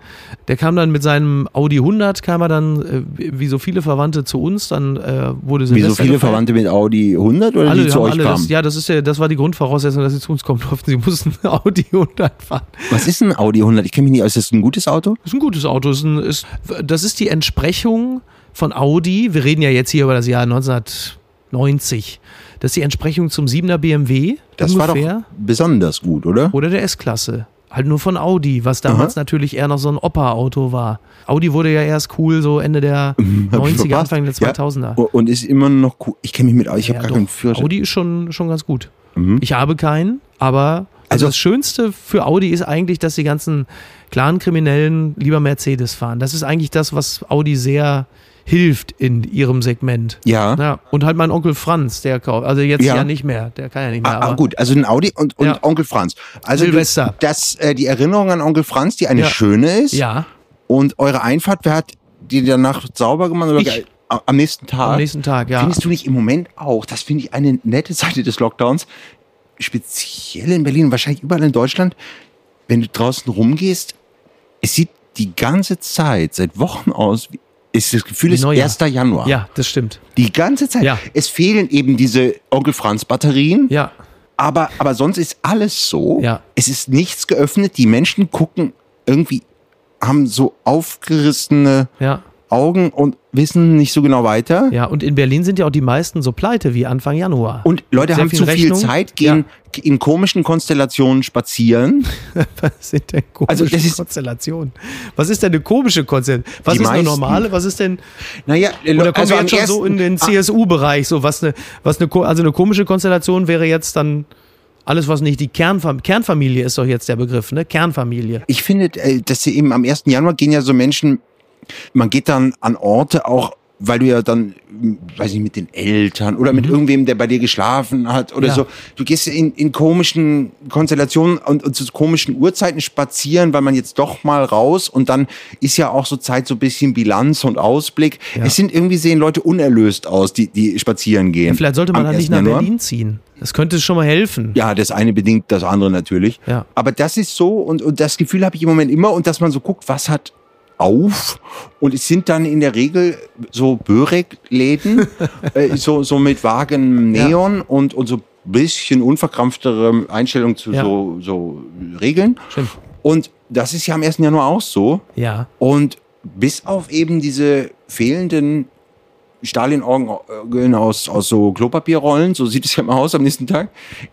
Speaker 2: der kam dann mit seinem Audi 100, kam er dann, äh, wie so viele Verwandte zu uns, dann äh, wurde
Speaker 3: Wie so
Speaker 2: Silvester
Speaker 3: viele
Speaker 2: gefeiert.
Speaker 3: Verwandte mit Audi 100 oder
Speaker 2: Alle
Speaker 3: die zu
Speaker 2: haben
Speaker 3: euch
Speaker 2: alle
Speaker 3: kamen?
Speaker 2: das, ja, das ist ja, das war die Grundvoraussetzung, dass sie zu uns kommen durften. Sie mussten Audi 100 fahren.
Speaker 3: Was ist ein Audi 100? Ich kenne mich nicht aus. Ist das ein gutes Auto?
Speaker 2: Ist ein gutes Auto. Ist ein, ist, das ist die Entsprechung von Audi. Wir reden ja jetzt hier über das Jahr 1990. Das ist die Entsprechung zum 7er BMW
Speaker 3: Das
Speaker 2: ungefähr
Speaker 3: war doch besonders gut, oder?
Speaker 2: oder der S-Klasse. Halt nur von Audi, was damals natürlich eher noch so ein Opa-Auto war. Audi wurde ja erst cool so Ende der
Speaker 3: Hab ich
Speaker 2: 90er,
Speaker 3: verpasst.
Speaker 2: Anfang der
Speaker 3: Ja.
Speaker 2: 2000er.
Speaker 3: Und- Und ist immer noch cool. Ich kenne mich mit Audi, ich habe
Speaker 2: Ja,
Speaker 3: gar
Speaker 2: doch.
Speaker 3: keinen Führerschein. Mhm.
Speaker 2: Audi ist schon, schon ganz gut. Ich habe keinen, aber also
Speaker 3: Also-
Speaker 2: das Schönste für Audi ist eigentlich, dass die ganzen klaren Kriminellen lieber Mercedes fahren. Das ist eigentlich das, was Audi sehr hilft in ihrem Segment.
Speaker 3: Ja.
Speaker 2: Ja, und halt mein Onkel Franz, der kauft. Also jetzt ja,
Speaker 3: Ja.
Speaker 2: nicht mehr, der kann ja nicht mehr.
Speaker 3: Ah, ah,
Speaker 2: aber-
Speaker 3: gut, also ein Audi und, und
Speaker 2: Ja.
Speaker 3: Onkel Franz. Also du-
Speaker 2: Silvester.
Speaker 3: Das, äh, die Erinnerung an Onkel Franz, die eine
Speaker 2: Ja.
Speaker 3: schöne ist.
Speaker 2: Ja,
Speaker 3: Und eure Einfahrt, wer hat die danach sauber gemacht? Oder
Speaker 2: Ich.
Speaker 3: ge- a- am nächsten Tag.
Speaker 2: am nächsten Tag, ja.
Speaker 3: Ah, Findest du nicht im Moment auch, das finde ich eine nette Seite des Lockdowns, speziell in Berlin und wahrscheinlich überall in Deutschland, wenn du draußen rumgehst, es sieht die ganze Zeit, seit Wochen aus, wie- ist das Gefühl, es ist
Speaker 2: Neujahr.
Speaker 3: 1. Januar.
Speaker 2: Ja, das stimmt.
Speaker 3: Die ganze Zeit.
Speaker 2: Ja.
Speaker 3: Es fehlen eben diese Onkel Franz Batterien.
Speaker 2: Ja,
Speaker 3: Aber, aber sonst ist alles so.
Speaker 2: Ja.
Speaker 3: Es ist nichts geöffnet. Die Menschen gucken irgendwie, haben so aufgerissene
Speaker 2: ja.
Speaker 3: Augen und wissen nicht so genau weiter.
Speaker 2: Ja, und in Berlin sind ja auch die meisten so pleite wie Anfang Januar.
Speaker 3: Und Leute
Speaker 2: Sehr
Speaker 3: haben
Speaker 2: viel
Speaker 3: zu viel
Speaker 2: Rechnung.
Speaker 3: Zeit, gehen in komischen Konstellationen spazieren.
Speaker 2: Was sind denn komische
Speaker 3: Also, das ist-
Speaker 2: Konstellationen? Was ist denn eine komische Konstellation? Was
Speaker 3: Die
Speaker 2: ist eine
Speaker 3: meisten.
Speaker 2: normale? Was ist denn.
Speaker 3: Naja,
Speaker 2: Oder kommen wir
Speaker 3: am
Speaker 2: jetzt schon so
Speaker 3: ersten- Ah.
Speaker 2: in den CSU-Bereich? So was eine, was eine, ko- also eine komische Konstellation wäre jetzt dann alles, was nicht die Kernfam Kernfamilie ist doch jetzt der Begriff, ne? Kernfamilie.
Speaker 3: ich finde, äh, dass sie eben am 1. Januar gehen ja so Menschen, man geht dann an Orte auch, weil du ja dann, mh, weiß nicht, mit den Eltern oder mit irgendwem, der bei dir geschlafen hat oder
Speaker 2: Mhm. Ja.
Speaker 3: so. Du gehst ja in, in komischen Konstellationen und, und zu komischen Uhrzeiten spazieren, weil man jetzt doch mal raus und dann ist ja auch so Zeit so ein bisschen Bilanz und Ausblick. Es sind irgendwie sehen Leute unerlöst aus, die, die spazieren gehen.
Speaker 2: Vielleicht sollte man
Speaker 3: am
Speaker 2: dann
Speaker 3: 1.
Speaker 2: nicht nach
Speaker 3: Januar.
Speaker 2: Berlin ziehen. Das könnte schon mal helfen.
Speaker 3: Ja, das eine bedingt das andere natürlich.
Speaker 2: Ja.
Speaker 3: Aber das ist so und, und das Gefühl habe ich im Moment immer und dass man so guckt, was hat auf und es sind dann in der Regel so Börek-Läden, äh, so, so mit vagen Neon und, und so bisschen unverkrampftere Einstellung zu
Speaker 2: Ja.
Speaker 3: so, so Regeln.
Speaker 2: Stimmt.
Speaker 3: Und das ist ja am 1. Januar auch so.
Speaker 2: Ja.
Speaker 3: Und bis auf eben diese fehlenden Stalinorgeln aus, aus so Klopapierrollen, so sieht es ja mal aus am nächsten Tag,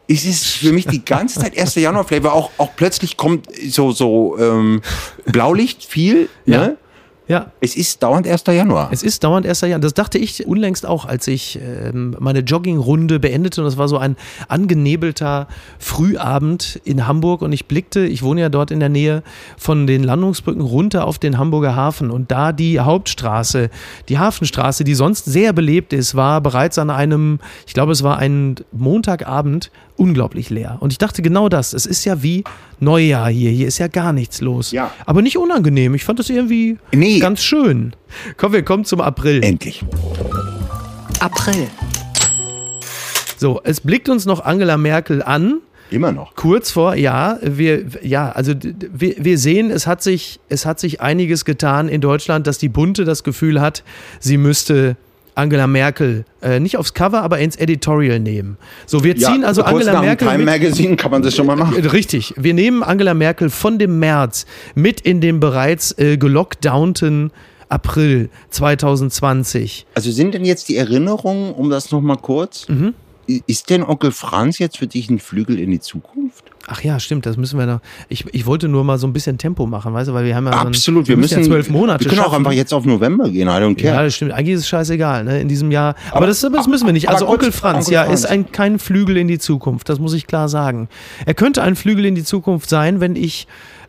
Speaker 3: ist es für mich die ganze Zeit 1. Januar-Flavor. Auch, auch plötzlich kommt so, so ähm, Blaulicht viel.
Speaker 2: Ja.
Speaker 3: Ne?
Speaker 2: Ja.
Speaker 3: Es ist dauernd 1. Januar.
Speaker 2: Es ist dauernd 1. Januar. Das dachte ich unlängst auch, als ich ähm, meine Joggingrunde beendete. Und es war so ein angenebelter Frühabend in Hamburg. Und ich blickte, ich wohne ja dort in der Nähe von den Landungsbrücken runter auf den Hamburger Hafen. Und da die Hauptstraße, die Hafenstraße, die sonst sehr belebt ist, war bereits an einem, ich glaube, es war ein Montagabend, unglaublich leer. Und ich dachte genau das. Es ist ja wie Neujahr hier. Hier ist ja gar nichts los.
Speaker 3: Ja.
Speaker 2: Aber nicht unangenehm. Ich fand es irgendwie
Speaker 3: Nee.
Speaker 2: ganz schön. Komm, wir kommen zum April.
Speaker 3: Endlich.
Speaker 4: April.
Speaker 2: So, es blickt uns noch Angela Merkel an.
Speaker 3: Immer noch.
Speaker 2: Kurz vor, ja, wir, ja, also d- d- wir, wir sehen, es hat, sich, es hat sich einiges getan in Deutschland, dass die Bunte das Gefühl hat, sie müsste Angela Merkel äh, nicht aufs Cover, aber ins Editorial nehmen. So, wir ziehen also
Speaker 3: kurz
Speaker 2: Angela
Speaker 3: nach dem
Speaker 2: Merkel.
Speaker 3: Time
Speaker 2: mit-
Speaker 3: Magazine kann man das schon mal machen.
Speaker 2: Richtig. Wir nehmen Angela Merkel von dem März mit in den bereits äh, gelockdownten April 2020.
Speaker 3: Also sind denn jetzt die Erinnerungen, um das nochmal kurz,
Speaker 2: Mhm.
Speaker 3: i- ist denn Onkel Franz jetzt für dich ein Flügel in die Zukunft?
Speaker 2: Ach ja, stimmt, das müssen wir noch. Ich, ich wollte nur mal so ein bisschen Tempo machen, weißt du, weil wir haben ja. so ein-
Speaker 3: Absolut, wir müssen
Speaker 2: Also ja zwölf Monate.
Speaker 3: Wir können auch
Speaker 2: schaffen.
Speaker 3: einfach jetzt auf November gehen, I don't
Speaker 2: Ja,
Speaker 3: care.
Speaker 2: das stimmt. Eigentlich ist es scheißegal, ne? In diesem Jahr. Aber,
Speaker 3: Aber-
Speaker 2: das, das müssen wir nicht.
Speaker 3: aber
Speaker 2: Also
Speaker 3: kurz,
Speaker 2: Onkel Franz,
Speaker 3: Onkel
Speaker 2: ja,
Speaker 3: Franz.
Speaker 2: ist ein, kein Flügel in die Zukunft. Das muss ich klar sagen. Er könnte ein Flügel in die Zukunft sein, wenn ich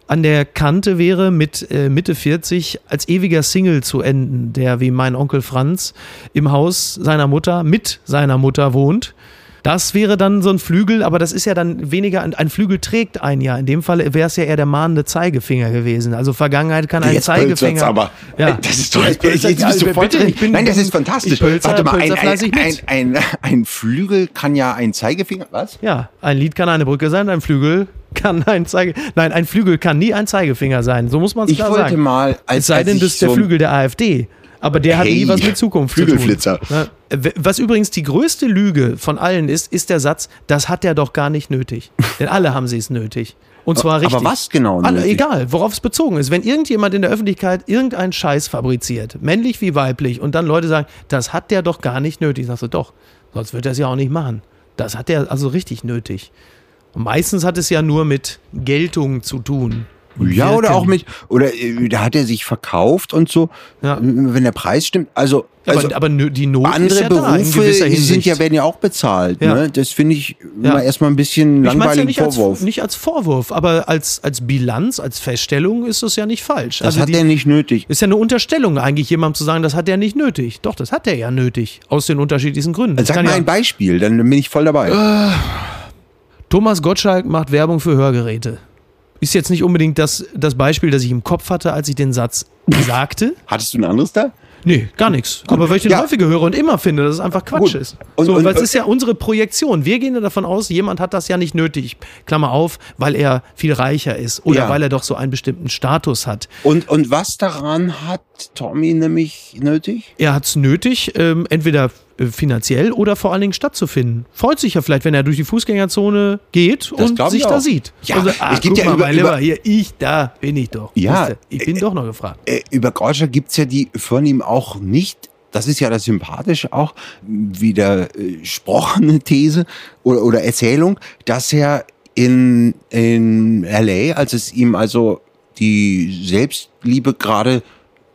Speaker 2: an der Kante wäre, mit äh, Mitte 40 als ewiger Single zu enden, der wie mein Onkel Franz im Haus seiner Mutter mit seiner Mutter wohnt. Das wäre dann so ein Flügel, aber das ist ja dann weniger, ein, ein Flügel trägt ein Jahr. In dem Fall wäre es ja eher der mahnende Zeigefinger gewesen. Also Vergangenheit kann ein
Speaker 3: pölzert's
Speaker 2: Zeigefinger.
Speaker 3: aber.
Speaker 2: Ja.
Speaker 3: Das ist doch
Speaker 2: Jetzt pölzert's.
Speaker 3: jetzt bist
Speaker 2: Also,
Speaker 3: du voll
Speaker 2: bitte,
Speaker 3: drin.
Speaker 2: ich bin-
Speaker 3: Nein, das
Speaker 2: ich
Speaker 3: ist fantastisch.
Speaker 2: pölzer-
Speaker 3: Warte mal, ein,
Speaker 2: pölzer
Speaker 3: ein,
Speaker 2: fleißig
Speaker 3: ein,
Speaker 2: mit.
Speaker 3: ein, ein Flügel kann ja ein Zeigefinger. Was?
Speaker 2: Ja, ein Lied kann eine Brücke sein, ein Flügel kann ein Zeige. Nein, ein Flügel kann nie ein Zeigefinger sein. So muss man es
Speaker 3: Ich
Speaker 2: klar
Speaker 3: wollte
Speaker 2: sagen.
Speaker 3: mal, als,
Speaker 2: es sei
Speaker 3: als
Speaker 2: denn,
Speaker 3: ich
Speaker 2: das ist der
Speaker 3: so ein-
Speaker 2: Flügel der AfD. Aber der hat
Speaker 3: Hey,
Speaker 2: nie was mit Zukunft zu tun.
Speaker 3: Flügelflitzer.
Speaker 2: Na, w- Was übrigens die größte Lüge von allen ist, ist der Satz, das hat er doch gar nicht nötig. Denn alle haben sie es nötig. Und zwar
Speaker 3: Aber
Speaker 2: richtig.
Speaker 3: was genau
Speaker 2: Alle,
Speaker 3: nötig?
Speaker 2: Egal, worauf es bezogen ist. Wenn irgendjemand in der Öffentlichkeit irgendeinen Scheiß fabriziert, männlich wie weiblich, und dann Leute sagen, das hat der doch gar nicht nötig, sagst du doch, sonst wird er es ja auch nicht machen. Das hat der also richtig nötig. Meistens hat es ja nur mit Geltung zu tun.
Speaker 3: Ja,
Speaker 2: Wirken.
Speaker 3: oder auch mit, oder äh, da hat er sich verkauft und so,
Speaker 2: Ja.
Speaker 3: wenn der Preis stimmt. Also, also
Speaker 2: aber, aber nö- die Not ist
Speaker 3: andere
Speaker 2: ja da in
Speaker 3: Berufe
Speaker 2: gewisser Hinsicht.
Speaker 3: sind ja, werden ja auch bezahlt.
Speaker 2: Ja.
Speaker 3: Ne? Das finde ich
Speaker 2: Ja.
Speaker 3: mal erstmal ein
Speaker 2: ich
Speaker 3: bisschen
Speaker 2: meine ja
Speaker 3: langweiligen
Speaker 2: nicht als,
Speaker 3: Vorwurf.
Speaker 2: nicht als Vorwurf, aber als, als Bilanz, als Feststellung ist das ja nicht falsch.
Speaker 3: das
Speaker 2: also
Speaker 3: hat
Speaker 2: die,
Speaker 3: er nicht nötig.
Speaker 2: ist ja eine Unterstellung, eigentlich jemandem zu sagen, das hat er nicht nötig. Doch, das hat er ja nötig. Aus den unterschiedlichsten Gründen. Das
Speaker 3: Also Sag
Speaker 2: kann
Speaker 3: mal
Speaker 2: ja,
Speaker 3: ein Beispiel, dann bin ich voll dabei.
Speaker 2: Thomas Gottschalk macht Werbung für Hörgeräte. Ist jetzt nicht unbedingt das, das Beispiel, das ich im Kopf hatte, als ich den Satz sagte.
Speaker 3: Hattest du ein anderes da?
Speaker 2: Nee, gar nichts. Aber weil ich den
Speaker 3: Ja.
Speaker 2: häufiger höre und immer finde, dass es einfach Quatsch
Speaker 3: Gut.
Speaker 2: ist.
Speaker 3: Und-
Speaker 2: so,
Speaker 3: und-
Speaker 2: weil es ist ja unsere Projektion. Wir gehen ja davon aus, jemand hat das ja nicht nötig. Klammer auf, weil er viel reicher ist oder
Speaker 3: Ja.
Speaker 2: weil er doch so einen bestimmten Status hat.
Speaker 3: Und, und was daran hat Tommy nämlich nötig?
Speaker 2: Er hat es nötig, ähm, entweder äh, finanziell oder vor allen Dingen stattzufinden. Freut sich ja vielleicht, wenn er durch die Fußgängerzone geht und
Speaker 3: glaub ich
Speaker 2: sich da
Speaker 3: auch.
Speaker 2: sieht.
Speaker 3: Ja,
Speaker 2: Also,
Speaker 3: es
Speaker 2: ah,
Speaker 3: gibt
Speaker 2: guck
Speaker 3: ja
Speaker 2: mal,
Speaker 3: über-
Speaker 2: mein Lieber,
Speaker 3: über-
Speaker 2: hier, ich, da bin ich doch.
Speaker 3: Ja,
Speaker 2: Siehste, ich bin doch noch gefragt.
Speaker 3: Äh, über Gorscher gibt es ja die von ihm auch nicht, das ist ja das Sympathische auch, widersprochene These oder, oder Erzählung, dass er in, in L.A., als es ihm also die Selbstliebe gerade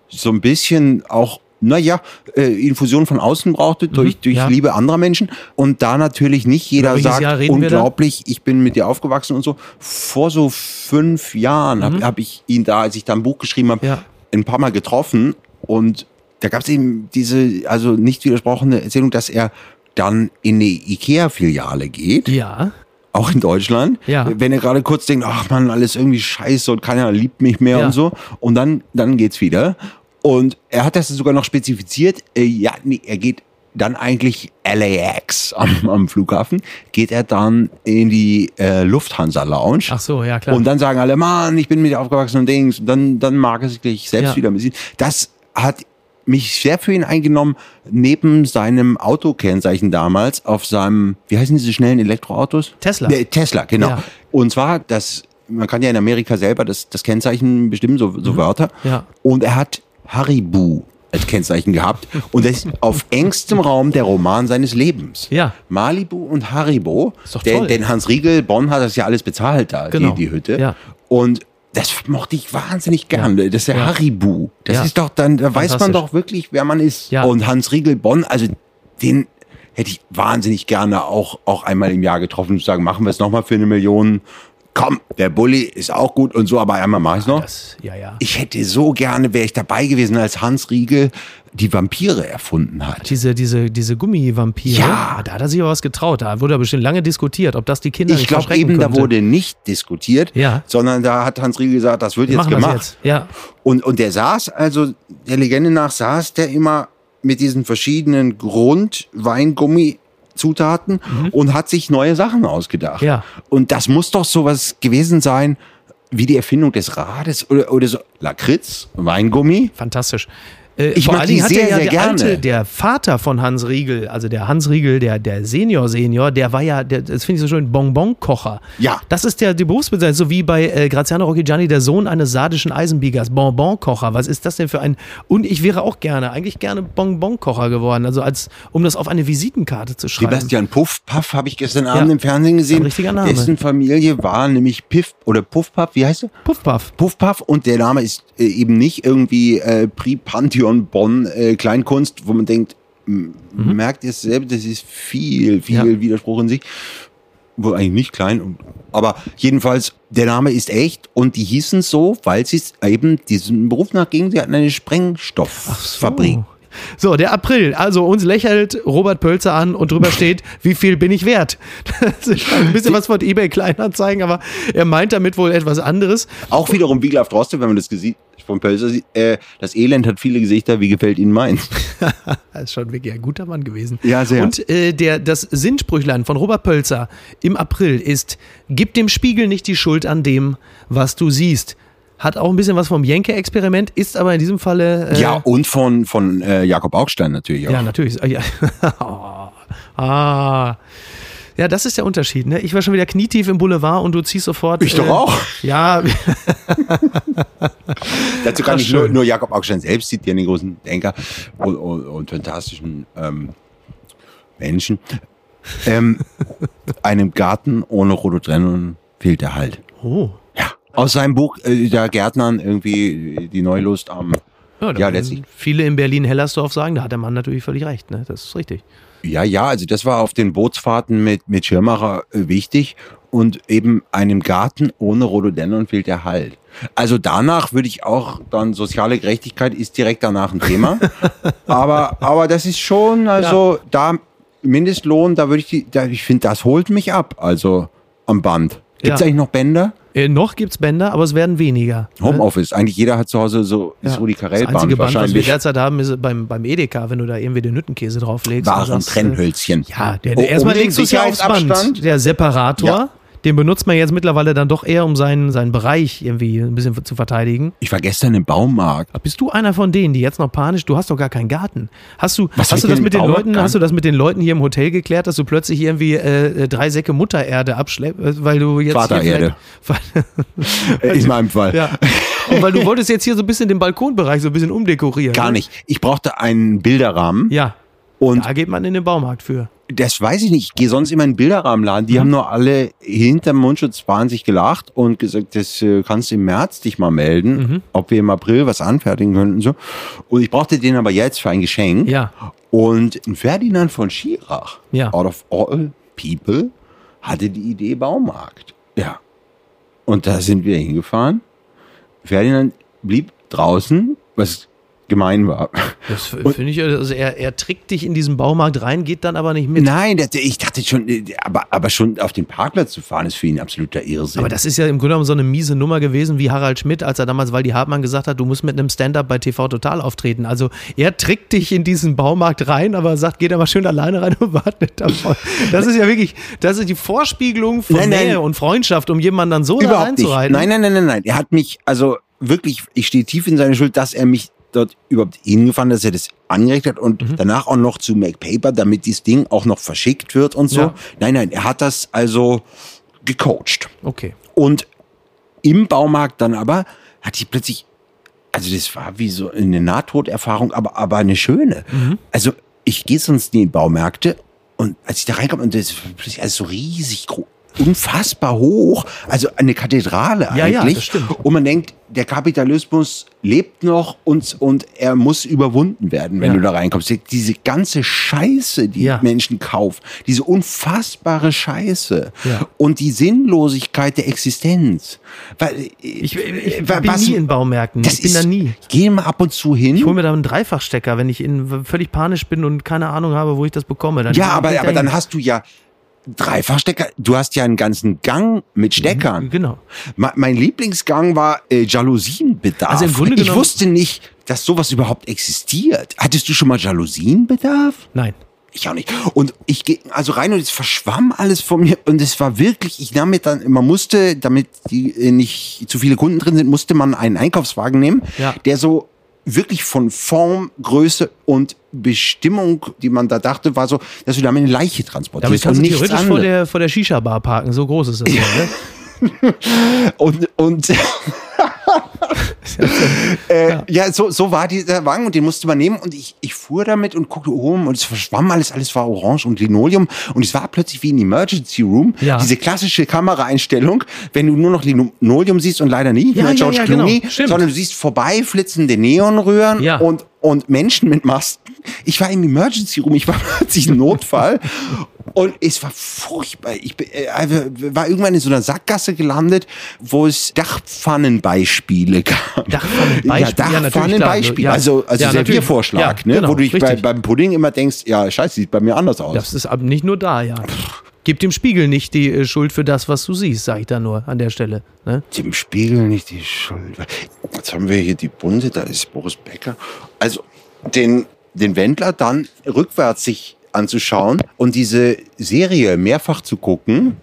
Speaker 3: so ein bisschen auch, naja, äh, Infusion von außen brauchte durch, durch
Speaker 2: Mhm, ja.
Speaker 3: Liebe anderer Menschen und da natürlich nicht jeder
Speaker 2: welches
Speaker 3: sagt,
Speaker 2: Jahr reden wir da?
Speaker 3: unglaublich, ich bin mit dir aufgewachsen und so. Vor so fünf Jahren habe hab ich ihn da, als ich da ein Buch geschrieben habe,
Speaker 2: Mhm. Ja.
Speaker 3: ein paar Mal getroffen und da gab es eben diese, also nicht widersprochene Erzählung, dass er dann in eine Ikea-Filiale geht,
Speaker 2: Ja,
Speaker 3: auch in Deutschland,
Speaker 2: Ja.
Speaker 3: wenn er gerade kurz denkt, ach man, alles irgendwie scheiße und keiner liebt mich mehr
Speaker 2: Ja.
Speaker 3: und so und dann, dann geht's wieder und er hat das sogar noch spezifiziert, äh, ja, nee, er geht dann eigentlich LAX am, am Flughafen, geht er dann in die äh, Lufthansa Lounge
Speaker 2: ach so, ja klar.
Speaker 3: und dann sagen alle, Mann, ich bin mit dir aufgewachsen und Dings. Und dann, dann mag er sich gleich selbst
Speaker 2: Ja.
Speaker 3: wieder ein bisschen. Das hat mich sehr für ihn eingenommen, neben seinem Autokennzeichen damals, auf seinem, wie heißen diese schnellen Elektroautos?
Speaker 2: Tesla.
Speaker 3: Nee, Tesla, genau.
Speaker 2: Ja.
Speaker 3: Und zwar, das, man kann ja in Amerika selber das, das Kennzeichen bestimmen, so, so Wörter.
Speaker 2: Mhm. Ja.
Speaker 3: Und er hat Haribu als Kennzeichen gehabt. Und das ist auf engstem Raum der Roman seines Lebens.
Speaker 2: Ja.
Speaker 3: Malibu und Haribo.
Speaker 2: Ist doch toll.
Speaker 3: denn, denn Hans Riegel, Bonn hat das ja alles bezahlt da,
Speaker 2: Genau.
Speaker 3: die, die Hütte.
Speaker 2: Ja.
Speaker 3: Und das mochte ich wahnsinnig gern.
Speaker 2: Ja.
Speaker 3: Das ist der
Speaker 2: Ja.
Speaker 3: Haribu. Das
Speaker 2: Ja.
Speaker 3: ist doch dann, da weiß man
Speaker 2: Fantastisch.
Speaker 3: doch wirklich, wer man ist.
Speaker 2: Ja.
Speaker 3: Und Hans Riegel Bonn, also den hätte ich wahnsinnig gerne auch, auch einmal im Jahr getroffen und zu sagen, machen wir es nochmal für eine Million. Komm, der Bulli ist auch gut und so, aber einmal mache ich noch.
Speaker 2: das, ja, ja.
Speaker 3: Ich hätte so gerne, wäre ich dabei gewesen, als Hans Riegel die Vampire erfunden hat.
Speaker 2: Diese, diese, diese Gummivampire.
Speaker 3: Ja.
Speaker 2: Ah, Da hat er sich aber was getraut. Da wurde er bestimmt lange diskutiert, ob das die Kinder
Speaker 3: Ich
Speaker 2: nicht
Speaker 3: glaube
Speaker 2: verschrecken
Speaker 3: eben, da
Speaker 2: könnte.
Speaker 3: wurde nicht diskutiert,
Speaker 2: Ja.
Speaker 3: sondern da hat Hans Riegel gesagt, das wird
Speaker 2: Wir
Speaker 3: jetzt
Speaker 2: machen
Speaker 3: gemacht.
Speaker 2: Das jetzt. Ja,
Speaker 3: Und, und der saß, also der Legende nach saß der immer mit diesen verschiedenen Grundweingummi-Zutaten und hat sich neue Sachen ausgedacht.
Speaker 2: Mhm. Ja.
Speaker 3: Und das muss doch sowas gewesen sein, wie die Erfindung des Rades oder, oder so. Lakritz, Weingummi.
Speaker 2: fantastisch. Äh,
Speaker 3: Ich mag die
Speaker 2: hatte
Speaker 3: sehr,
Speaker 2: ja
Speaker 3: sehr
Speaker 2: der
Speaker 3: gerne.
Speaker 2: alte, der Vater von Hans Riegel, also der Hans Riegel, der, der Senior Senior, der war ja, der, das finde ich so schön, Bonbonkocher.
Speaker 3: Ja.
Speaker 2: Das ist der die Berufsbezeichnung, so wie bei äh, Graziano Rocchigiani, der Sohn eines sardischen Eisenbiegers, Bonbonkocher. Was ist das denn für ein... Und ich wäre auch gerne, eigentlich gerne Bonbonkocher geworden, also als, um das auf eine Visitenkarte zu schreiben.
Speaker 3: Sebastian Puff, Puff habe ich gestern Abend
Speaker 2: Ja.
Speaker 3: im Fernsehen gesehen.
Speaker 2: Ein richtiger Name.
Speaker 3: Dessen Familie war nämlich Piff oder Puff Puff, wie heißt er?
Speaker 2: Puffpuff.
Speaker 3: Puffpuff und der Name ist äh, eben nicht irgendwie äh, Pri-Pantheon Bonn äh, Kleinkunst, wo man denkt, m- merkt ihr es selbst, das ist viel, viel
Speaker 2: Mhm. Ja.
Speaker 3: Widerspruch in sich. Wohl eigentlich nicht klein, und- aber jedenfalls, der Name ist echt und die hießen so, weil sie es eben diesem Beruf nachgingen. Sie hatten eine Sprengstofffabrik.
Speaker 2: So, der April. Also uns lächelt Robert Pölzer an und drüber steht, wie viel bin ich wert? Das ist ein bisschen was von eBay Kleinanzeigen, aber er meint damit wohl etwas anderes.
Speaker 3: Auch wiederum Wiglaf Droste, wenn man das Gesicht von Pölzer sieht, äh, das Elend hat viele Gesichter, wie gefällt Ihnen meins?
Speaker 2: Das ist schon wirklich ein guter Mann gewesen.
Speaker 3: Ja, sehr.
Speaker 2: Und äh, der, das Sinnsprüchlein von Robert Pölzer im April ist, gib dem Spiegel nicht die Schuld an dem, was du siehst. Hat auch ein bisschen was vom Jenke-Experiment, ist aber in diesem Falle... Äh,
Speaker 3: Ja, und von, von äh, Jakob Augstein natürlich auch.
Speaker 2: Ja, natürlich. Ah, Ja. Oh. Ah. Ja, das ist der Unterschied. Ne? Ich war schon wieder knietief im Boulevard und du ziehst sofort. äh,
Speaker 3: Ich doch auch.
Speaker 2: Ja,
Speaker 3: Dazu kann
Speaker 2: Ach,
Speaker 3: ich nur,
Speaker 2: schön.
Speaker 3: nur Jakob Augstein selbst sieht ja den großen Denker und, und, und fantastischen ähm, Menschen. Ähm, einem Garten ohne Rhododendron fehlt der Halt.
Speaker 2: Oh.
Speaker 3: Ja. Aus seinem Buch, äh, der Gärtnern irgendwie die Neulust am.
Speaker 2: Ja,
Speaker 3: Ja,
Speaker 2: ja
Speaker 3: letztlich.
Speaker 2: Viele in Berlin-Hellersdorf sagen, da hat der Mann natürlich völlig recht. Ne? Das ist richtig.
Speaker 3: Ja, ja, also das war auf den Bootsfahrten mit, mit Schirmacher äh, wichtig. Und eben einem Garten ohne Rhododendron fehlt der Halt. Also danach würde ich auch dann soziale Gerechtigkeit ist direkt danach ein Thema. aber, aber das ist schon, also da Mindestlohn, da würde ich die, da, ich finde, das holt mich ab. Also am Band. Gibt's
Speaker 2: Ja.
Speaker 3: eigentlich noch Bänder?
Speaker 2: Äh, noch gibt's Bänder, aber es werden weniger.
Speaker 3: Homeoffice. Eigentlich jeder hat zu Hause so
Speaker 2: Ja.
Speaker 3: ist Rudi Carell
Speaker 2: Das einzige Band, was
Speaker 3: Band
Speaker 2: wir
Speaker 3: wahrscheinlich.
Speaker 2: derzeit haben, ist beim, beim Edeka, wenn du da irgendwie den Hüttenkäse drauflegst. und
Speaker 3: Waren
Speaker 2: sagst, äh,
Speaker 3: Trennhölzchen.
Speaker 2: Ja, der,
Speaker 3: Oh,
Speaker 2: der erstmal legst
Speaker 3: unbedingt
Speaker 2: du es ja aufs Band.
Speaker 3: Sicherheitsabstand.
Speaker 2: Der Separator,
Speaker 3: Ja.
Speaker 2: den benutzt man jetzt mittlerweile dann doch eher, um seinen, seinen Bereich irgendwie ein bisschen zu verteidigen.
Speaker 3: Ich war gestern im Baumarkt.
Speaker 2: Aber Bist du einer von denen, die jetzt noch panisch, du hast doch gar keinen Garten. Hast du,
Speaker 3: Was
Speaker 2: hast
Speaker 3: hab
Speaker 2: du
Speaker 3: ich
Speaker 2: das
Speaker 3: denn
Speaker 2: mit den
Speaker 3: im
Speaker 2: Leuten,
Speaker 3: Baumarkt?
Speaker 2: hast du das mit den Leuten hier im Hotel geklärt, dass du plötzlich irgendwie äh, äh, drei Säcke Muttererde abschleppst, äh, weil du jetzt
Speaker 3: Vatererde.
Speaker 2: Hier vielleicht-
Speaker 3: In meinem Fall.
Speaker 2: ja. Und weil du wolltest jetzt hier so ein bisschen den Balkonbereich so ein bisschen umdekorieren.
Speaker 3: Gar
Speaker 2: ne?
Speaker 3: nicht. Ich brauchte einen Bilderrahmen
Speaker 2: Ja,
Speaker 3: und
Speaker 2: da geht man in den Baumarkt für.
Speaker 3: das weiß ich nicht. Ich gehe sonst immer in den Bilderrahmenladen.
Speaker 2: Mhm.
Speaker 3: Die haben nur alle hinterm Mundschutz wahnsinnig gelacht und gesagt, das äh, kannst du im März dich mal melden,
Speaker 2: Mhm.
Speaker 3: ob wir im April was anfertigen können und so. Und ich brauchte den aber jetzt für ein Geschenk.
Speaker 2: Ja.
Speaker 3: Und Ferdinand von Schirach,
Speaker 2: Ja.
Speaker 3: out of all people, hatte die Idee Baumarkt. Ja. Und da sind wir hingefahren. Ferdinand blieb draußen, was gemein war.
Speaker 2: Das finde ich, also er, er trickt dich in diesen Baumarkt rein, geht dann aber nicht mit.
Speaker 3: Nein, das, ich dachte schon, äh, aber, aber schon auf den Parkplatz zu fahren, ist für ihn absoluter Irrsinn.
Speaker 2: Aber das ist ja im Grunde genommen so eine miese Nummer gewesen wie Harald Schmidt, als er damals Waldi Hartmann gesagt hat, du musst mit einem Stand-up bei TV Total auftreten. Also er trickt dich in diesen Baumarkt rein, aber sagt, geht da mal schön alleine rein und wartet davon. Das ist ja wirklich, das ist die Vorspiegelung von
Speaker 3: Nein, nein.
Speaker 2: Nähe und Freundschaft, um jemanden dann so da
Speaker 3: überhaupt nicht.
Speaker 2: reinzureiten.
Speaker 3: Nein, nein, nein, nein, nein. Er hat mich, also wirklich, ich stehe tief in seine Schuld, dass er mich dort überhaupt hingefahren, dass er das angeregt hat und
Speaker 2: Mhm.
Speaker 3: danach auch noch zu Make Paper, damit dieses Ding auch noch verschickt wird und so.
Speaker 2: Ja.
Speaker 3: Nein, nein, er hat das also gecoacht.
Speaker 2: Okay.
Speaker 3: Und im Baumarkt dann aber hatte ich plötzlich, also das war wie so eine Nahtoderfahrung, aber, aber eine schöne.
Speaker 2: Mhm.
Speaker 3: Also ich gehe sonst nie in Baumärkte und als ich da reinkam und das war plötzlich alles so riesig groß. Unfassbar hoch, also eine Kathedrale
Speaker 2: Ja,
Speaker 3: eigentlich.
Speaker 2: ja, das stimmt.
Speaker 3: Und man denkt, der Kapitalismus lebt noch und, und er muss überwunden werden, wenn
Speaker 2: Ja.
Speaker 3: du da reinkommst. Diese ganze Scheiße, die
Speaker 2: Ja.
Speaker 3: Menschen kaufen, diese unfassbare Scheiße
Speaker 2: Ja.
Speaker 3: und die Sinnlosigkeit der Existenz. Weil, äh,
Speaker 2: Ich, ich, ich bin nie in Baumärkten.
Speaker 3: das
Speaker 2: ich bin
Speaker 3: ist,
Speaker 2: da nie.
Speaker 3: Ich gehe mal ab und zu hin.
Speaker 2: Ich hole mir da einen Dreifachstecker, wenn ich in, völlig panisch bin und keine Ahnung habe, wo ich das bekomme. Dann
Speaker 3: ja, aber,
Speaker 2: geht
Speaker 3: aber
Speaker 2: dahin.
Speaker 3: dann hast du ja Dreifachstecker. Du hast ja einen ganzen Gang mit Steckern.
Speaker 2: Genau.
Speaker 3: Me- Mein Lieblingsgang war äh, Jalousienbedarf.
Speaker 2: Also im Grunde
Speaker 3: ich
Speaker 2: genommen-
Speaker 3: wusste nicht, dass sowas überhaupt existiert. Hattest du schon mal Jalousienbedarf?
Speaker 2: Nein.
Speaker 3: Ich auch nicht. Und ich gehe also rein und es verschwamm alles von mir und es war wirklich, ich nahm mir dann, man musste, damit die äh, nicht zu viele Kunden drin sind, musste man einen Einkaufswagen nehmen,
Speaker 2: Ja.
Speaker 3: der so wirklich von Form, Größe und Bestimmung, die man da dachte, war so, dass du damit eine Leiche transportierst
Speaker 2: Damit kannst du
Speaker 3: und um nichts
Speaker 2: theoretisch vor
Speaker 3: anderes.
Speaker 2: der, vor der Shisha-Bar parken, so groß ist das. Ja. Ne?
Speaker 3: Und, und äh, ja. so, so war dieser Wagen und den musste man nehmen und ich, ich fuhr damit und guckte um und es verschwamm alles, alles war orange und Linoleum und es war plötzlich wie in Emergency Room,
Speaker 2: Ja.
Speaker 3: diese klassische Kameraeinstellung, wenn du nur noch Linoleum siehst und leider nicht
Speaker 2: Ja,
Speaker 3: mehr
Speaker 2: ja,
Speaker 3: George
Speaker 2: ja, genau.
Speaker 3: Clooney,
Speaker 2: Stimmt.
Speaker 3: sondern du siehst vorbei flitzende Neonröhren
Speaker 2: Ja.
Speaker 3: und und Menschen mit Masken. Ich war im Emergency Room, ich war plötzlich ein Notfall und es war furchtbar. Ich bin, äh, war irgendwann in so einer Sackgasse gelandet, wo es Dachpfannenbeispiele gab.
Speaker 2: Dachpfannenbeispiele, ja,
Speaker 3: ja,
Speaker 2: natürlich,
Speaker 3: Dachpfannenbeispiele.
Speaker 2: klar,
Speaker 3: also also
Speaker 2: ja, natürlich.
Speaker 3: Serviervorschlag,
Speaker 2: Ja,
Speaker 3: ne?
Speaker 2: genau,
Speaker 3: wo du dich bei,
Speaker 2: richtig.
Speaker 3: beim Pudding immer denkst, ja, scheiße, sieht bei mir anders aus.
Speaker 2: Das ist ab- nicht nur da, ja. Gib dem Spiegel nicht die äh, Schuld für das, was du siehst, sage ich da nur an der Stelle. Ne?
Speaker 3: Dem Spiegel nicht die Schuld. Jetzt haben wir hier die Bunte, da ist Boris Becker. Also den, den Wendler dann rückwärts sich anzuschauen und diese Serie mehrfach zu gucken,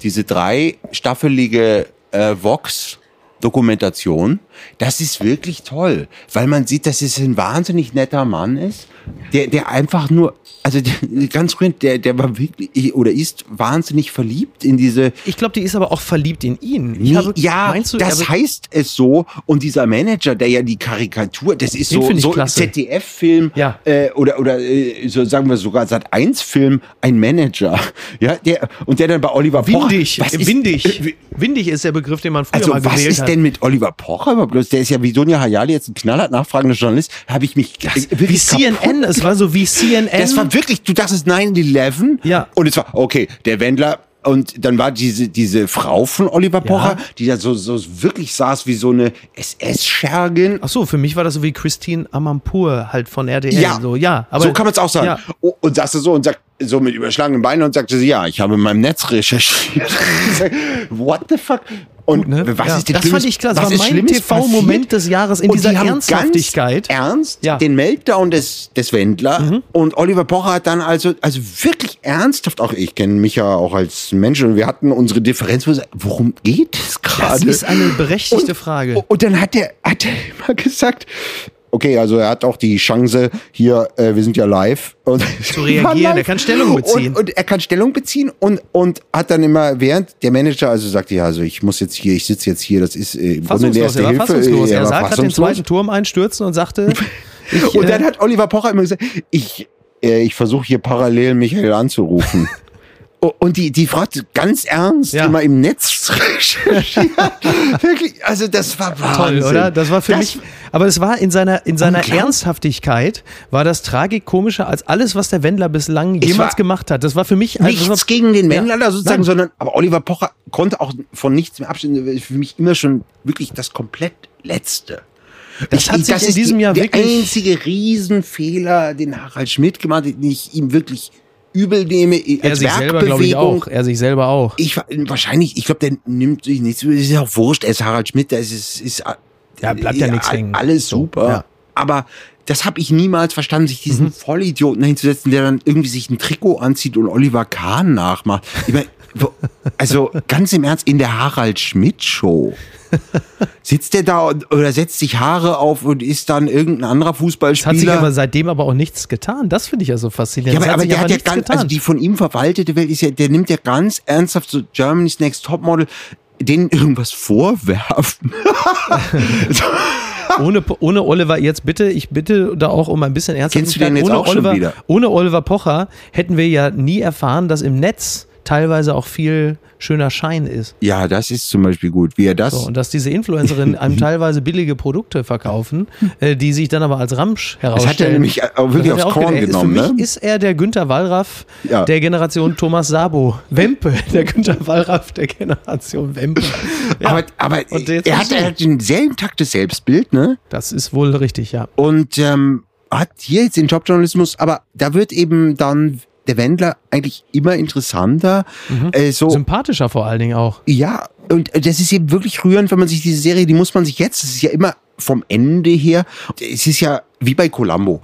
Speaker 3: diese drei staffelige äh, Vox-Dokumentation, Das ist wirklich toll, weil man sieht, dass es ein wahnsinnig netter Mann ist, der, der einfach nur, also der, ganz grün, der, der war wirklich oder ist wahnsinnig verliebt in diese.
Speaker 2: Ich glaube, die ist aber auch verliebt in ihn. Ich
Speaker 3: Nee,
Speaker 2: habe-
Speaker 3: ja,
Speaker 2: meinst du,
Speaker 3: das
Speaker 2: aber-
Speaker 3: heißt es so. Und dieser Manager, der ja die Karikatur, das ist
Speaker 2: Den
Speaker 3: so,
Speaker 2: find ich
Speaker 3: so
Speaker 2: klasse.
Speaker 3: ZDF-Film
Speaker 2: Ja.
Speaker 3: äh, oder, oder äh, so sagen wir sogar seit 1 film ein Manager. Ja, der, und der dann bei Oliver Pocher.
Speaker 2: Windig, äh,
Speaker 3: was ist- äh,
Speaker 2: windig. windig ist der Begriff, den man früher
Speaker 3: Also
Speaker 2: mal
Speaker 3: was
Speaker 2: gewählt
Speaker 3: ist
Speaker 2: hat.
Speaker 3: denn mit Oliver Pocher überhaupt los? Der ist ja wie Sonja Hayali jetzt ein knallhart nachfragender Journalist. Habe ich mich das,
Speaker 2: wie CNN, es war so wie CNN.
Speaker 3: Das war wirklich, du dachtest 9-11
Speaker 2: Ja.
Speaker 3: und es war, okay, der Wendler und dann war diese, diese Frau von Oliver Pocher, die da so, so wirklich saß wie so eine SS-Schergin.
Speaker 2: Ach so, für mich war das so wie Christine Amanpour halt von RTL. so, ja aber,
Speaker 3: so kann man es auch sagen.
Speaker 2: Ja.
Speaker 3: O- Und saß da so und sagt, so mit überschlagenen Beinen und sagte sie, ja, ich habe in meinem Netz recherchiert. What the fuck? Und
Speaker 2: ne?
Speaker 3: was
Speaker 2: Ja.
Speaker 3: ist denn
Speaker 2: Das
Speaker 3: Schlimmes-
Speaker 2: fand ich klasse.
Speaker 3: Was
Speaker 2: War
Speaker 3: ist
Speaker 2: mein
Speaker 3: Schlimmes
Speaker 2: TV-Moment
Speaker 3: passiert?
Speaker 2: des Jahres in
Speaker 3: und
Speaker 2: dieser
Speaker 3: die haben
Speaker 2: Ernsthaftigkeit.
Speaker 3: Ganz ernst
Speaker 2: Ja. Mhm.
Speaker 3: den Meltdown des, des Wendler. Und Oliver Pocher hat dann also, also wirklich ernsthaft, auch ich kenne mich ja auch als Mensch und wir hatten unsere Differenz. wo wir sagen, Worum geht es gerade?
Speaker 2: das ist eine berechtigte Frage.
Speaker 3: Und, und dann hat er hat der immer gesagt, okay, also er hat auch die Chance hier, äh, wir sind ja live. Und zu
Speaker 2: reagieren, er kann Stellung beziehen.
Speaker 3: Und, und er kann Stellung beziehen und, und hat dann immer, während der Manager also sagte, ja, also ich muss jetzt hier, ich sitze jetzt hier, das ist äh, im Grunde eine
Speaker 2: fassungslos,
Speaker 3: erste
Speaker 2: er war
Speaker 3: Hilfe.
Speaker 2: fassungslos.
Speaker 3: äh,
Speaker 2: Er
Speaker 3: war
Speaker 2: sah gerade den
Speaker 3: fassungslos.
Speaker 2: zweiten Turm einstürzen und sagte, ich,
Speaker 3: Und
Speaker 2: äh,
Speaker 3: dann hat Oliver Pocher immer gesagt, ich, äh, ich versuche hier parallel Michael anzurufen. O- Und die, die fragte ganz ernst,
Speaker 2: Ja.
Speaker 3: immer im Netz recherchiert. Wirklich, also das war Wahnsinn.
Speaker 2: toll, oder? Das war für mich. Aber es war in seiner, in seiner
Speaker 3: Unglaublich.
Speaker 2: Ernsthaftigkeit, war das tragikomischer als alles, was der Wendler bislang
Speaker 3: Es
Speaker 2: jemals
Speaker 3: war
Speaker 2: gemacht hat. Das war für mich also das
Speaker 3: nichts
Speaker 2: war,
Speaker 3: gegen den Wendler da sozusagen,
Speaker 2: Nein.
Speaker 3: sondern aber Oliver Pocher konnte auch von nichts mehr abstehen. Für mich immer schon wirklich das komplett Letzte.
Speaker 2: Das hat sich in
Speaker 3: ist
Speaker 2: diesem
Speaker 3: die-
Speaker 2: Jahr
Speaker 3: der
Speaker 2: wirklich-
Speaker 3: einzige Riesenfehler, den Harald Schmidt gemacht hat, den ich ihm wirklich übel nehme
Speaker 2: er
Speaker 3: als
Speaker 2: sich selber, glaube ich,
Speaker 3: Werkbewegung.
Speaker 2: auch. Er sich selber auch.
Speaker 3: Ich wa- wahrscheinlich, ich glaube, der nimmt sich nichts. Es ist ja auch wurscht, er ist Harald Schmidt, da ist es ist a-
Speaker 2: Ja, bleibt ja nichts
Speaker 3: a-
Speaker 2: hängen.
Speaker 3: Alles super.
Speaker 2: ja. Mhm.
Speaker 3: Aber das habe ich niemals verstanden, sich diesen Vollidioten dahinzusetzen, der dann irgendwie sich ein Trikot anzieht und Oliver Kahn nachmacht. Ich mein, wo- also ganz im Ernst, in der Harald Schmidt Show. Sitzt der da und, oder setzt sich Haare auf und ist dann irgendein anderer
Speaker 2: Es hat sich
Speaker 3: Fußballspieler?
Speaker 2: aber seitdem aber auch nichts getan. Das finde ich ja so faszinierend.
Speaker 3: Ja, aber,
Speaker 2: es hat
Speaker 3: aber
Speaker 2: sich
Speaker 3: der hat ja
Speaker 2: nichts
Speaker 3: ganz, also die von ihm verwaltete Welt ist ja, der nimmt ja ganz ernsthaft so Germany's Next Topmodel, denen irgendwas vorwerfen.
Speaker 2: ohne, ohne Oliver, jetzt bitte, ich bitte da auch um ein bisschen Ernst.
Speaker 3: Kennst du den jetzt
Speaker 2: ohne
Speaker 3: auch schon
Speaker 2: Oliver,
Speaker 3: wieder?
Speaker 2: Ohne Oliver Pocher hätten wir ja nie erfahren, dass im Netz teilweise auch viel schöner Schein ist.
Speaker 3: Ja, das ist zum Beispiel gut, wie er das.
Speaker 2: So, und dass diese Influencerinnen
Speaker 3: Mhm.
Speaker 2: einem teilweise billige Produkte verkaufen, äh, die sich dann aber als Ramsch
Speaker 3: das
Speaker 2: herausstellen.
Speaker 3: Hm. hat er nämlich äh, auch
Speaker 2: Das
Speaker 3: wirklich
Speaker 2: hat er
Speaker 3: aufs
Speaker 2: auch
Speaker 3: Korn
Speaker 2: gedacht. Er ist-
Speaker 3: genommen,
Speaker 2: Für mich
Speaker 3: ne?
Speaker 2: ist er der Günther Wallraff
Speaker 3: Ja.
Speaker 2: der Generation Thomas Sabo. Wempe, der Günther Wallraff der Generation Wempe. Ja,
Speaker 3: Aber, aber
Speaker 2: Und jetzt
Speaker 3: er,
Speaker 2: ist
Speaker 3: hat, er
Speaker 2: so.
Speaker 3: hat denselben Takt des Selbstbild, ne?
Speaker 2: das ist wohl richtig, ja.
Speaker 3: Und ähm, hat hier jetzt den Jobjournalismus, aber da wird eben dann der Wendler eigentlich immer interessanter.
Speaker 2: Mhm.
Speaker 3: Äh, so,
Speaker 2: Also Sympathischer vor allen Dingen auch.
Speaker 3: Ja, und das ist eben wirklich rührend, wenn man sich diese Serie, die muss man sich jetzt, das ist ja immer vom Ende her, es ist ja wie bei Columbo.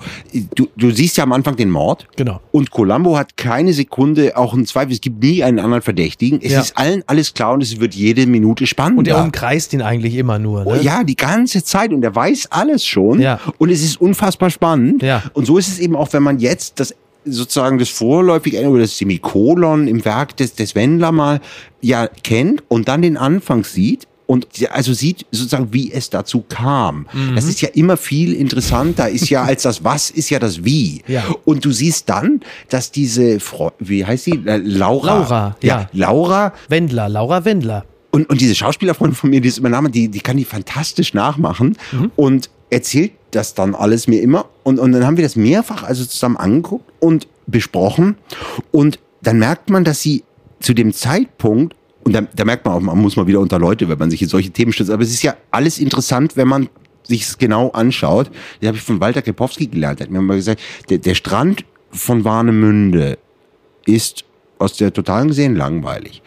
Speaker 3: Du, du siehst ja am Anfang den Mord.
Speaker 2: Genau.
Speaker 3: Und Columbo hat keine Sekunde auch einen Zweifel. Es gibt nie einen anderen Verdächtigen. Es
Speaker 2: Ja.
Speaker 3: ist allen alles klar und es wird jede Minute spannender.
Speaker 2: Und er umkreist ihn eigentlich immer nur. Ne?
Speaker 3: Oh, ja, die ganze Zeit und er weiß alles schon
Speaker 2: Ja.
Speaker 3: und es ist unfassbar spannend.
Speaker 2: Ja.
Speaker 3: Und so ist es eben auch, wenn man jetzt das sozusagen das vorläufige Ende oder das Semikolon im Werk des, des Wendler mal ja kennt und dann den Anfang sieht und ja, also sieht sozusagen, wie es dazu kam.
Speaker 2: Mhm.
Speaker 3: Das ist ja immer viel interessanter, ist ja als das Was, ist ja das Wie.
Speaker 2: Ja.
Speaker 3: Und du siehst dann, dass diese, Frau, wie heißt sie? Äh, Laura.
Speaker 2: Laura, ja.
Speaker 3: Laura
Speaker 2: Wendler, Laura Wendler.
Speaker 3: und, und diese Schauspielerfreundin von mir, die ist übernommen, die, die kann die fantastisch nachmachen und erzählt das dann alles mir immer. Und, und dann haben wir das mehrfach also zusammen angeguckt und besprochen. Und dann merkt man, dass sie zu dem Zeitpunkt, und da, da merkt man auch, man muss mal wieder unter Leute, wenn man sich in solche Themen stützt, aber es ist ja alles interessant, wenn man sich es genau anschaut. Das habe ich von Walter Kepowski gelernt. Er hat mir mal gesagt, der, der Strand von Warnemünde ist aus der totalen gesehen langweilig.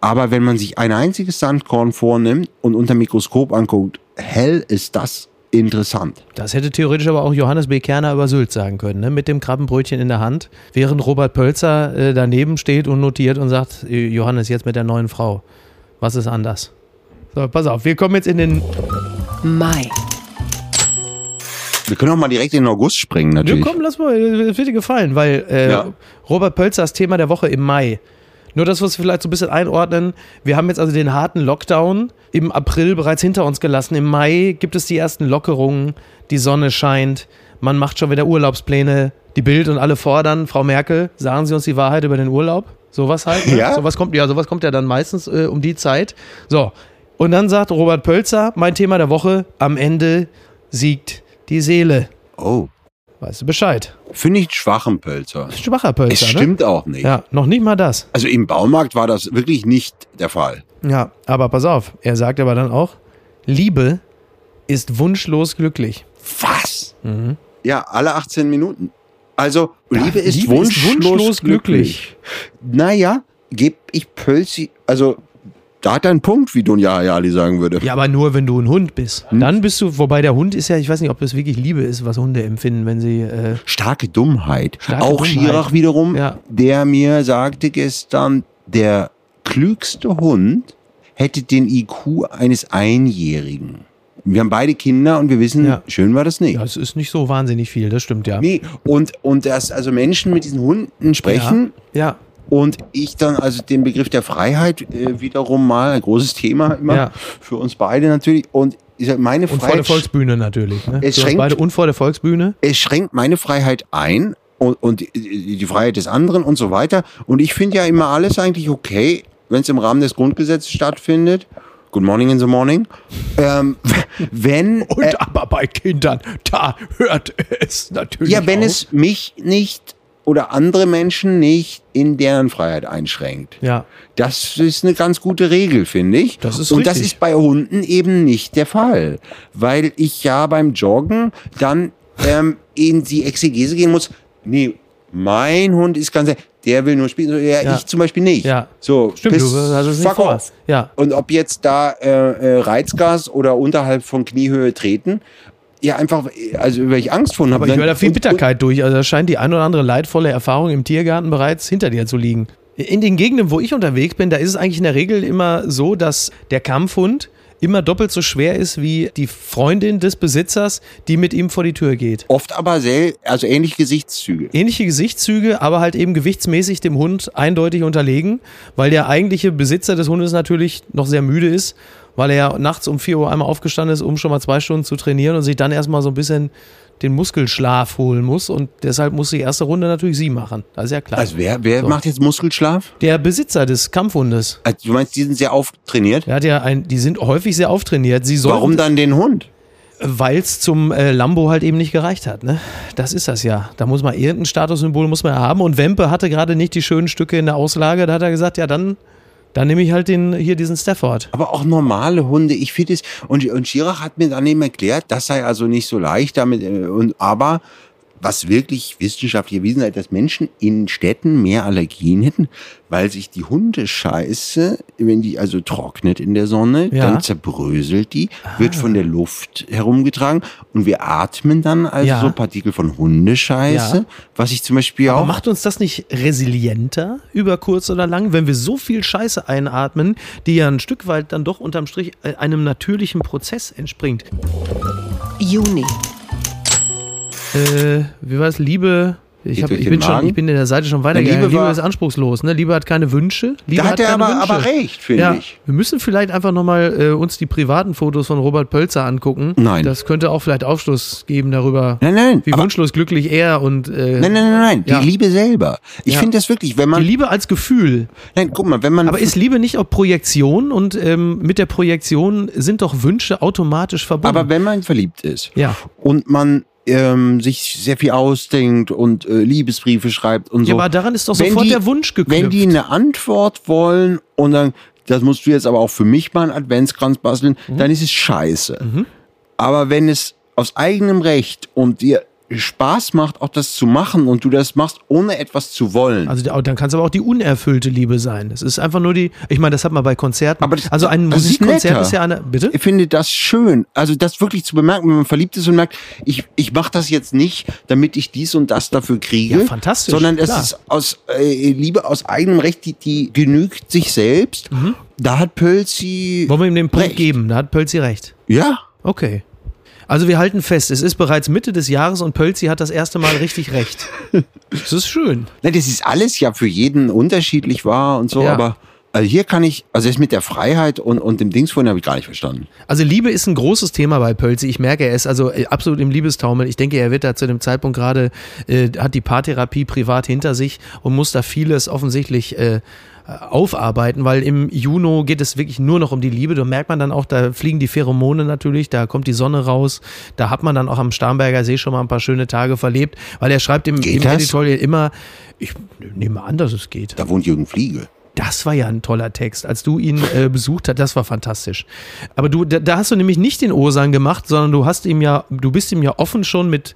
Speaker 3: Aber wenn man sich ein einziges Sandkorn vornimmt und unter Mikroskop anguckt, hell ist das interessant.
Speaker 2: Das hätte theoretisch aber auch Johannes B. Kerner über Sylt sagen können, ne? mit dem Krabbenbrötchen in der Hand, während Robert Pölzer äh, daneben steht und notiert und sagt, äh, Johannes, jetzt mit der neuen Frau. Was ist anders? So, pass auf, wir kommen jetzt in den
Speaker 4: Mai.
Speaker 3: Wir können auch mal direkt in den August springen,
Speaker 2: Ja,
Speaker 3: natürlich.
Speaker 2: komm, lass mal, das wird dir gefallen, weil äh,
Speaker 3: Ja.
Speaker 2: Robert Pölzers Thema der Woche im Mai. Nur das, was wir vielleicht so ein bisschen einordnen. Wir haben jetzt also den harten Lockdown im April bereits hinter uns gelassen. Im Mai gibt es die ersten Lockerungen, die Sonne scheint, man macht schon wieder Urlaubspläne. Die Bild und alle fordern, Frau Merkel, sagen Sie uns die Wahrheit über den Urlaub. Sowas halt. Ne?
Speaker 3: Ja.
Speaker 2: Sowas kommt ja, sowas kommt ja dann meistens äh, um die Zeit. So. Und dann sagt Robert Pölzer, mein Thema der Woche, am Ende siegt die Seele.
Speaker 3: Oh,
Speaker 2: Weißt du Bescheid?
Speaker 3: finde ich einen schwachen Pölzer.
Speaker 2: schwacher Pölzer,
Speaker 3: Es
Speaker 2: ne?
Speaker 3: stimmt auch nicht.
Speaker 2: Ja, noch nicht mal das.
Speaker 3: Also im Baumarkt war das wirklich nicht der Fall.
Speaker 2: Ja, aber pass auf, er sagt aber dann auch, Liebe ist wunschlos glücklich.
Speaker 3: Was?
Speaker 2: Mhm.
Speaker 3: Ja, alle 18 Minuten. Also, Liebe ist,
Speaker 2: Liebe ist
Speaker 3: wunschlos,
Speaker 2: wunschlos glücklich.
Speaker 3: glücklich. Naja, geb ich Pölzi, also, da hat er einen Punkt, wie Dunja Hayali sagen würde.
Speaker 2: Ja, aber nur, wenn du ein Hund bist.
Speaker 3: Hm.
Speaker 2: Dann bist du, wobei der Hund ist ja, ich weiß nicht, ob das wirklich Liebe ist, was Hunde empfinden, wenn sie, äh,
Speaker 3: Starke Dummheit.
Speaker 2: Starke
Speaker 3: Auch
Speaker 2: Dummheit.
Speaker 3: Schirach wiederum,
Speaker 2: Ja.
Speaker 3: der mir sagte gestern, der klügste Hund hätte den IQ eines Einjährigen. Wir haben beide Kinder und wir wissen,
Speaker 2: Ja.
Speaker 3: schön war das nicht.
Speaker 2: ja, es ist nicht so wahnsinnig viel, das stimmt ja.
Speaker 3: Nee, und, und dass also Menschen mit diesen Hunden sprechen
Speaker 2: Ja,
Speaker 3: und ich dann also den Begriff der Freiheit äh, wiederum mal ein großes Thema immer
Speaker 2: Ja.
Speaker 3: für uns beide natürlich und ich sag, meine
Speaker 2: und vor der
Speaker 3: Freiheit sch-
Speaker 2: Volksbühne natürlich. Ne?
Speaker 3: Es
Speaker 2: Für uns
Speaker 3: schränkt-
Speaker 2: beide und vor der Volksbühne.
Speaker 3: es schränkt meine Freiheit ein und, und die die Freiheit des anderen und so weiter. Und ich finde ja immer alles eigentlich okay, wenn es im Rahmen des Grundgesetzes stattfindet. Good morning in the morning. Ähm, wenn, äh,
Speaker 2: Und aber bei Kindern, da hört es natürlich
Speaker 3: ja, wenn
Speaker 2: auf.
Speaker 3: es mich nicht oder andere Menschen nicht in deren Freiheit einschränkt.
Speaker 2: Ja,
Speaker 3: Das ist eine ganz gute Regel, finde ich.
Speaker 2: Das ist
Speaker 3: Und das
Speaker 2: richtig.
Speaker 3: ist bei Hunden eben nicht der Fall, weil ich ja beim Joggen dann ähm, in die Exegese gehen muss. Nee, mein Hund ist ganz, der will nur spielen, so, ja,
Speaker 2: Ja.
Speaker 3: ich zum Beispiel nicht.
Speaker 2: ja.
Speaker 3: So,
Speaker 2: Stimmt,
Speaker 3: piss,
Speaker 2: du hast es nicht
Speaker 3: fuck
Speaker 2: vor.
Speaker 3: off.
Speaker 2: Ja,
Speaker 3: Und ob jetzt da äh, äh, Reizgas oder unterhalb von Kniehöhe treten, ja einfach, äh, also weil ich Angst vor habe.
Speaker 2: Aber ich höre da viel
Speaker 3: Und-
Speaker 2: Bitterkeit durch. Also da scheint die ein oder andere leidvolle Erfahrung im Tiergarten bereits hinter dir zu liegen. In den Gegenden, wo ich unterwegs bin, da ist es eigentlich in der Regel immer so, dass der Kampfhund immer doppelt so schwer ist wie die Freundin des Besitzers, die mit ihm vor die Tür geht.
Speaker 3: Oft aber sehr, also ähnliche Gesichtszüge.
Speaker 2: Ähnliche Gesichtszüge, aber halt eben gewichtsmäßig dem Hund eindeutig unterlegen, weil der eigentliche Besitzer des Hundes natürlich noch sehr müde ist, weil er ja nachts um 4 Uhr einmal aufgestanden ist, um schon mal zwei Stunden zu trainieren und sich dann erstmal so ein bisschen den Muskelschlaf holen muss. Und deshalb muss die erste Runde natürlich sie machen. Das ist ja klar.
Speaker 3: Also wer, wer
Speaker 2: So.
Speaker 3: macht jetzt Muskelschlaf?
Speaker 2: der Besitzer des Kampfhundes,
Speaker 3: Also, du meinst, die sind sehr auftrainiert?
Speaker 2: der hat ja ein, die sind häufig sehr auftrainiert. Sie sollten
Speaker 3: Warum dann den Hund?
Speaker 2: Weil es zum äh, Lambo halt eben nicht gereicht hat. Ne? Das ist das ja. Da muss man irgendein Statussymbol muss man haben. Und Wempe hatte gerade nicht die schönen Stücke in der Auslage. Da hat er gesagt, ja dann, dann nehme ich halt den, hier diesen Stafford.
Speaker 3: Aber auch normale Hunde, ich finde es. Und, und Schirach hat mir dann eben erklärt, das sei also nicht so leicht damit. äh, Und, aber was wirklich wissenschaftlich erwiesen sei, dass Menschen in Städten mehr Allergien hätten, weil sich die Hundescheiße, wenn die also trocknet in der Sonne,
Speaker 2: Ja.
Speaker 3: dann zerbröselt die, wird von der Luft herumgetragen und wir atmen dann also
Speaker 2: Ja.
Speaker 3: so Partikel von Hundescheiße,
Speaker 2: Ja.
Speaker 3: was ich zum Beispiel
Speaker 2: Aber
Speaker 3: auch.
Speaker 2: macht uns das nicht resilienter über kurz oder lang, wenn wir so viel Scheiße einatmen, die ja ein Stück weit dann doch unterm Strich äh, einem natürlichen Prozess entspringt?
Speaker 4: Juni.
Speaker 2: Äh, wie war es? Liebe. Ich,
Speaker 3: Geht
Speaker 2: hab,
Speaker 3: durch
Speaker 2: ich,
Speaker 3: den
Speaker 2: bin schon,
Speaker 3: Magen?
Speaker 2: ich bin in der Seite schon weitergegangen.
Speaker 3: Liebe
Speaker 2: Liebe,
Speaker 3: war-
Speaker 2: ist anspruchslos. Ne? Liebe hat keine Wünsche. Liebe
Speaker 3: da hat er
Speaker 2: keine
Speaker 3: aber,
Speaker 2: Wünsche.
Speaker 3: aber recht, finde
Speaker 2: ja,
Speaker 3: ich.
Speaker 2: wir müssen vielleicht einfach nochmal äh, uns die privaten Fotos von Robert Pölzer angucken.
Speaker 3: Nein.
Speaker 2: Das könnte auch vielleicht Aufschluss geben darüber,
Speaker 3: Nein, nein,
Speaker 2: wie
Speaker 3: aber-
Speaker 2: wunschlos glücklich er und äh,
Speaker 3: Nein, nein, nein, nein.
Speaker 2: Ja.
Speaker 3: Die Liebe selber. Ich
Speaker 2: Ja.
Speaker 3: finde das wirklich, wenn
Speaker 2: die
Speaker 3: man.
Speaker 2: Liebe als Gefühl.
Speaker 3: Nein, guck mal, wenn man.
Speaker 2: Aber ist Liebe nicht auch Projektion und ähm, mit der Projektion sind doch Wünsche automatisch verbunden.
Speaker 3: aber wenn man verliebt ist
Speaker 2: ja.
Speaker 3: und man ähm, sich sehr viel ausdenkt und äh, Liebesbriefe schreibt und so.
Speaker 2: ja, aber daran ist doch
Speaker 3: Wenn
Speaker 2: sofort
Speaker 3: die-
Speaker 2: der Wunsch geknüpft.
Speaker 3: Wenn die eine Antwort wollen und dann, das musst du jetzt aber auch für mich mal einen Adventskranz basteln,
Speaker 2: Mhm.
Speaker 3: dann ist es scheiße. Aber wenn es aus eigenem Recht und dir Spaß macht, auch das zu machen und du das machst, ohne etwas zu wollen.
Speaker 2: Also die- dann kann es aber auch die unerfüllte Liebe sein. Es ist einfach nur die, ich meine, das hat man bei Konzerten.
Speaker 3: Aber das-
Speaker 2: also ein
Speaker 3: das ist
Speaker 2: Musikkonzert
Speaker 3: netter.
Speaker 2: ist, ja eine. Bitte?
Speaker 3: Ich finde das schön. Also das wirklich zu bemerken, wenn man verliebt ist und merkt, ich, ich mache das jetzt nicht, damit ich dies und das dafür kriege.
Speaker 2: Ja, fantastisch,
Speaker 3: Sondern es
Speaker 2: klar.
Speaker 3: ist aus äh, Liebe, aus eigenem Recht, die, die genügt sich selbst. Da hat Pölzi.
Speaker 2: Mhm. Wollen wir ihm den Punkt
Speaker 3: recht.
Speaker 2: geben? Da hat Pölzi recht.
Speaker 3: Ja.
Speaker 2: Okay. Also wir halten fest, es ist bereits Mitte des Jahres und Pölzi hat das erste Mal richtig recht. Das ist schön.
Speaker 3: Ne, das ist alles ja für jeden unterschiedlich war und so,
Speaker 2: Ja.
Speaker 3: aber also hier kann ich, also das mit der Freiheit und, und dem Dings vorhin habe ich gar nicht verstanden.
Speaker 2: Also Liebe ist ein großes Thema bei Pölzi. Ich merke, er ist also äh, absolut im Liebestaumel. Ich denke, er wird da zu dem Zeitpunkt gerade, äh, hat die Paartherapie privat hinter sich und muss da vieles offensichtlich äh, aufarbeiten, weil im Juno geht es wirklich nur noch um die Liebe. Da merkt man dann auch, da fliegen die Pheromone natürlich, da kommt die Sonne raus. Da hat man dann auch am Starnberger See schon mal ein paar schöne Tage verlebt, weil er schreibt im,
Speaker 3: Geht
Speaker 2: im
Speaker 3: das?
Speaker 2: Editorial immer, ich nehme an, dass es geht.
Speaker 3: Da wohnt Jürgen Fliege.
Speaker 2: Das war ja ein toller Text, als du ihn äh, besucht hast. Das war fantastisch. Aber du, da, da hast du nämlich nicht den Osan gemacht, sondern du hast ihm ja, du bist ihm ja offen schon mit,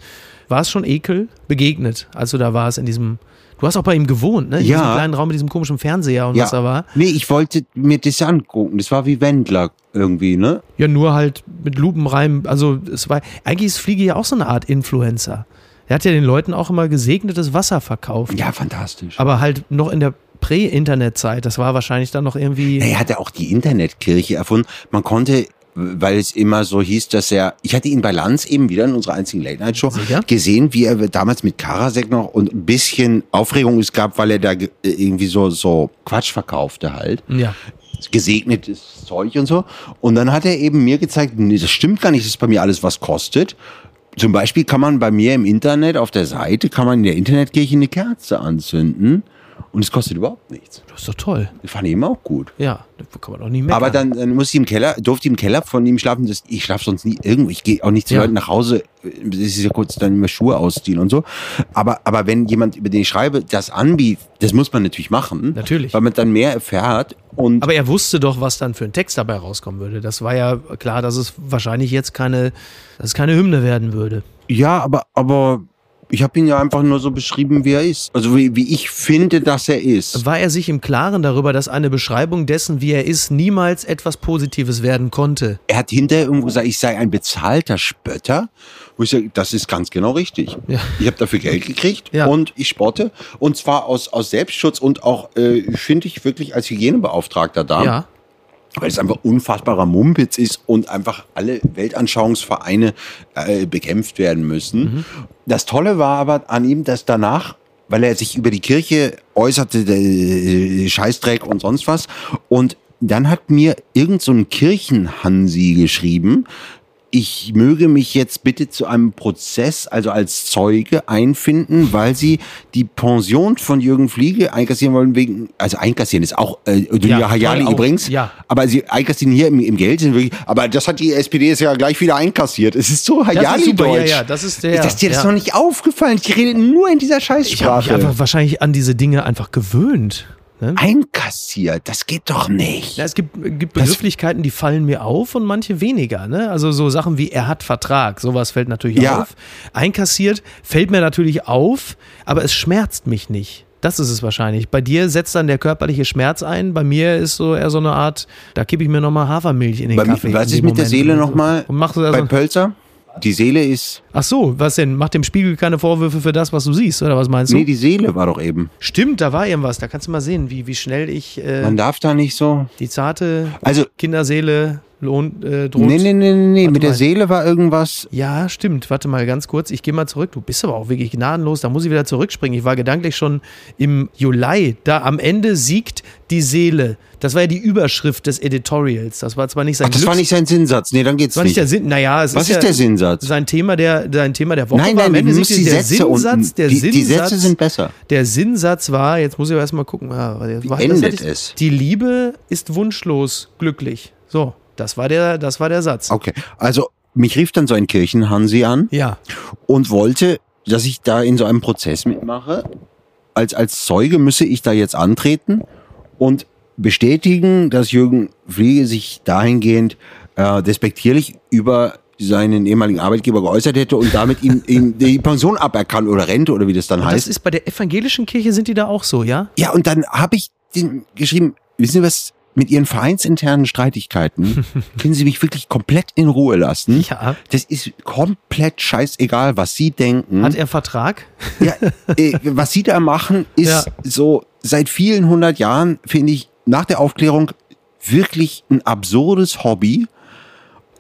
Speaker 2: war es schon Ekel begegnet, als du da warst in diesem. Du hast auch bei ihm gewohnt, ne? In
Speaker 3: Ja.
Speaker 2: diesem kleinen Raum mit diesem komischen Fernseher und was da war.
Speaker 3: Nee, ich wollte mir das angucken. Das war wie Wendler irgendwie, ne?
Speaker 2: Ja, nur halt mit Lupenreim. Also es war eigentlich ist Fliege ja auch so eine Art Influencer. Er hat ja den Leuten auch immer gesegnetes Wasser verkauft.
Speaker 3: Ja, fantastisch.
Speaker 2: Aber halt noch in der Prä-Internet-Zeit. Das war wahrscheinlich dann noch irgendwie.
Speaker 3: Er hat ja auch die Internetkirche erfunden. Man konnte, weil es immer so hieß, dass er, ich hatte ihn bei Lanz eben wieder in unserer einzigen Late Night Show
Speaker 2: Sicher?
Speaker 3: gesehen, wie er damals mit Karasek noch und ein bisschen Aufregung es gab, weil er da ge- äh, irgendwie so, so Quatsch verkaufte halt.
Speaker 2: Ja.
Speaker 3: gesegnetes Zeug und so. Und dann hat er eben mir gezeigt, nee, das stimmt gar nicht, das ist bei mir alles, was kostet. Zum Beispiel kann man bei mir im Internet auf der Seite, kann man in der Internetkirche eine Kerze anzünden und es kostet überhaupt nichts.
Speaker 2: Das ist doch toll.
Speaker 3: Das fand ich immer auch gut.
Speaker 2: Ja, da kann man auch nicht mehr.
Speaker 3: Aber dann, dann musste ich im Keller, durfte ich im Keller von ihm schlafen. Das, ich schlafe sonst nie irgendwo. Ich gehe auch nicht zu
Speaker 2: Ja.
Speaker 3: Leuten nach Hause. Das ist ja kurz dann immer Schuhe ausziehen und so. Aber, aber wenn jemand, über den ich schreibe, das anbietet, das muss man natürlich machen.
Speaker 2: Natürlich.
Speaker 3: Weil man dann mehr erfährt. Und
Speaker 2: Aber er wusste doch, was dann für ein Text dabei rauskommen würde. Das war ja klar, dass es wahrscheinlich jetzt keine, dass es keine Hymne werden würde.
Speaker 3: Ja, aber, aber ich habe ihn ja einfach nur so beschrieben, wie er ist. Also wie, wie ich finde, dass er ist.
Speaker 2: War er sich im Klaren darüber, dass eine Beschreibung dessen, wie er ist, niemals etwas Positives werden konnte?
Speaker 3: Er hat hinterher irgendwo gesagt, ich sei ein bezahlter Spötter. Wo ich sage, das ist ganz genau richtig.
Speaker 2: Ja.
Speaker 3: Ich habe dafür Geld gekriegt
Speaker 2: Ja.
Speaker 3: und ich sporte. Und zwar aus, aus Selbstschutz und auch, äh, finde ich, wirklich als Hygienebeauftragter da.
Speaker 2: Ja.
Speaker 3: Weil es einfach unfassbarer Mumpitz ist und einfach alle Weltanschauungsvereine äh, bekämpft werden müssen.
Speaker 2: Mhm.
Speaker 3: Das Tolle war aber an ihm, dass danach, weil er sich über die Kirche äußerte, äh, Scheißdreck und sonst was, und dann hat mir irgend so ein Kirchenhansi geschrieben, ich möge mich jetzt bitte zu einem Prozess, also als Zeuge einfinden, weil sie die Pension von Jürgen Fliege einkassieren wollen wegen, also einkassieren ist auch äh, Dunja
Speaker 2: Ja,
Speaker 3: Hayali
Speaker 2: voll auch,
Speaker 3: übrigens,
Speaker 2: ja.
Speaker 3: aber sie einkassieren hier im, im Geld sind wirklich, aber das hat die SPD jetzt ja gleich wieder einkassiert. Es ist so
Speaker 2: ist
Speaker 3: Hayali
Speaker 2: super, ja,
Speaker 3: Deutsch.
Speaker 2: ja, das ist der-
Speaker 3: Ist das dir das
Speaker 2: ja.
Speaker 3: noch nicht aufgefallen? Die reden nur in dieser
Speaker 2: Ich habe mich
Speaker 3: Scheißsprache.
Speaker 2: einfach wahrscheinlich an diese Dinge einfach gewöhnt. Ne?
Speaker 3: Einkassiert, das geht doch nicht.
Speaker 2: Ja, es gibt, äh, gibt Begrifflichkeiten, die fallen mir auf und manche weniger. Ne? Also so Sachen wie er hat Vertrag, sowas fällt natürlich
Speaker 3: Ja.
Speaker 2: auf. Einkassiert fällt mir natürlich auf, aber es schmerzt mich nicht. Das ist es wahrscheinlich. Bei dir setzt dann der körperliche Schmerz ein. Bei mir ist so eher so eine Art, da kippe ich mir nochmal Hafermilch in den
Speaker 3: Bei mir-
Speaker 2: Kaffee.
Speaker 3: was
Speaker 2: in
Speaker 3: ist
Speaker 2: dem
Speaker 3: mit der
Speaker 2: Moment.
Speaker 3: Seele nochmal?
Speaker 2: Und machst du
Speaker 3: Bei
Speaker 2: also,
Speaker 3: Pölzer? Die Seele ist.
Speaker 2: ach so, was denn? Mach dem Spiegel keine Vorwürfe für das, was du siehst, oder was meinst du?
Speaker 3: Nee, die Seele war doch eben.
Speaker 2: Stimmt, da war irgendwas. Da kannst du mal sehen, wie, wie schnell ich äh,
Speaker 3: Man darf da nicht so.
Speaker 2: die zarte
Speaker 3: Also,
Speaker 2: Kinderseele lohnt, äh, droht.
Speaker 3: nee, nee, nee, nee, nee. mit der
Speaker 2: mal.
Speaker 3: Seele war irgendwas.
Speaker 2: Ja, stimmt. Warte mal ganz kurz. Ich gehe mal zurück. Du bist aber auch wirklich gnadenlos. Da muss ich wieder zurückspringen. Ich war gedanklich schon im Juli. Da am Ende siegt die Seele. Das war ja die Überschrift des Editorials. Das war zwar nicht sein
Speaker 3: Ach, das
Speaker 2: Glücks-
Speaker 3: war nicht sein Sinnsatz. Nee, dann geht's
Speaker 2: das war
Speaker 3: nicht.
Speaker 2: nicht der Sinn. Naja, es
Speaker 3: Was
Speaker 2: ist
Speaker 3: ist
Speaker 2: ja
Speaker 3: der Sinnsatz?
Speaker 2: Sein Thema der, sein Thema der Woche
Speaker 3: nein,
Speaker 2: war
Speaker 3: nein,
Speaker 2: am
Speaker 3: du
Speaker 2: Ende
Speaker 3: musst
Speaker 2: siegt
Speaker 3: die
Speaker 2: der
Speaker 3: Sätze
Speaker 2: Sinnsatz.
Speaker 3: unten.
Speaker 2: Der
Speaker 3: die,
Speaker 2: Sinnsatz
Speaker 3: die Sätze sind besser.
Speaker 2: der Sinnsatz war, jetzt muss ich aber erstmal gucken, ah, was- was
Speaker 3: endet
Speaker 2: hatte ich?
Speaker 3: es?
Speaker 2: Die Liebe ist wunschlos glücklich. So, das war der, das war der Satz.
Speaker 3: Okay, also mich rief dann so ein Kirchenhansi an
Speaker 2: Ja,
Speaker 3: und wollte, dass ich da in so einem Prozess mitmache. Als, als Zeuge müsse ich da jetzt antreten und bestätigen, dass Jürgen Fliege sich dahingehend äh, despektierlich über seinen ehemaligen Arbeitgeber geäußert hätte und damit ihm, ihm die Pension aberkannt oder Rente oder wie das dann heißt.
Speaker 2: das ist bei der evangelischen Kirche sind die da auch so, ja?
Speaker 3: Ja, und dann habe ich den geschrieben, wissen Sie was, mit Ihren vereinsinternen Streitigkeiten können Sie mich wirklich komplett in Ruhe lassen.
Speaker 2: Ja.
Speaker 3: Das ist komplett scheißegal, was Sie denken.
Speaker 2: Hat er Vertrag?
Speaker 3: ja, äh, was Sie da machen, ist
Speaker 2: Ja.
Speaker 3: so seit vielen hundert Jahren, finde ich, nach der Aufklärung wirklich ein absurdes Hobby.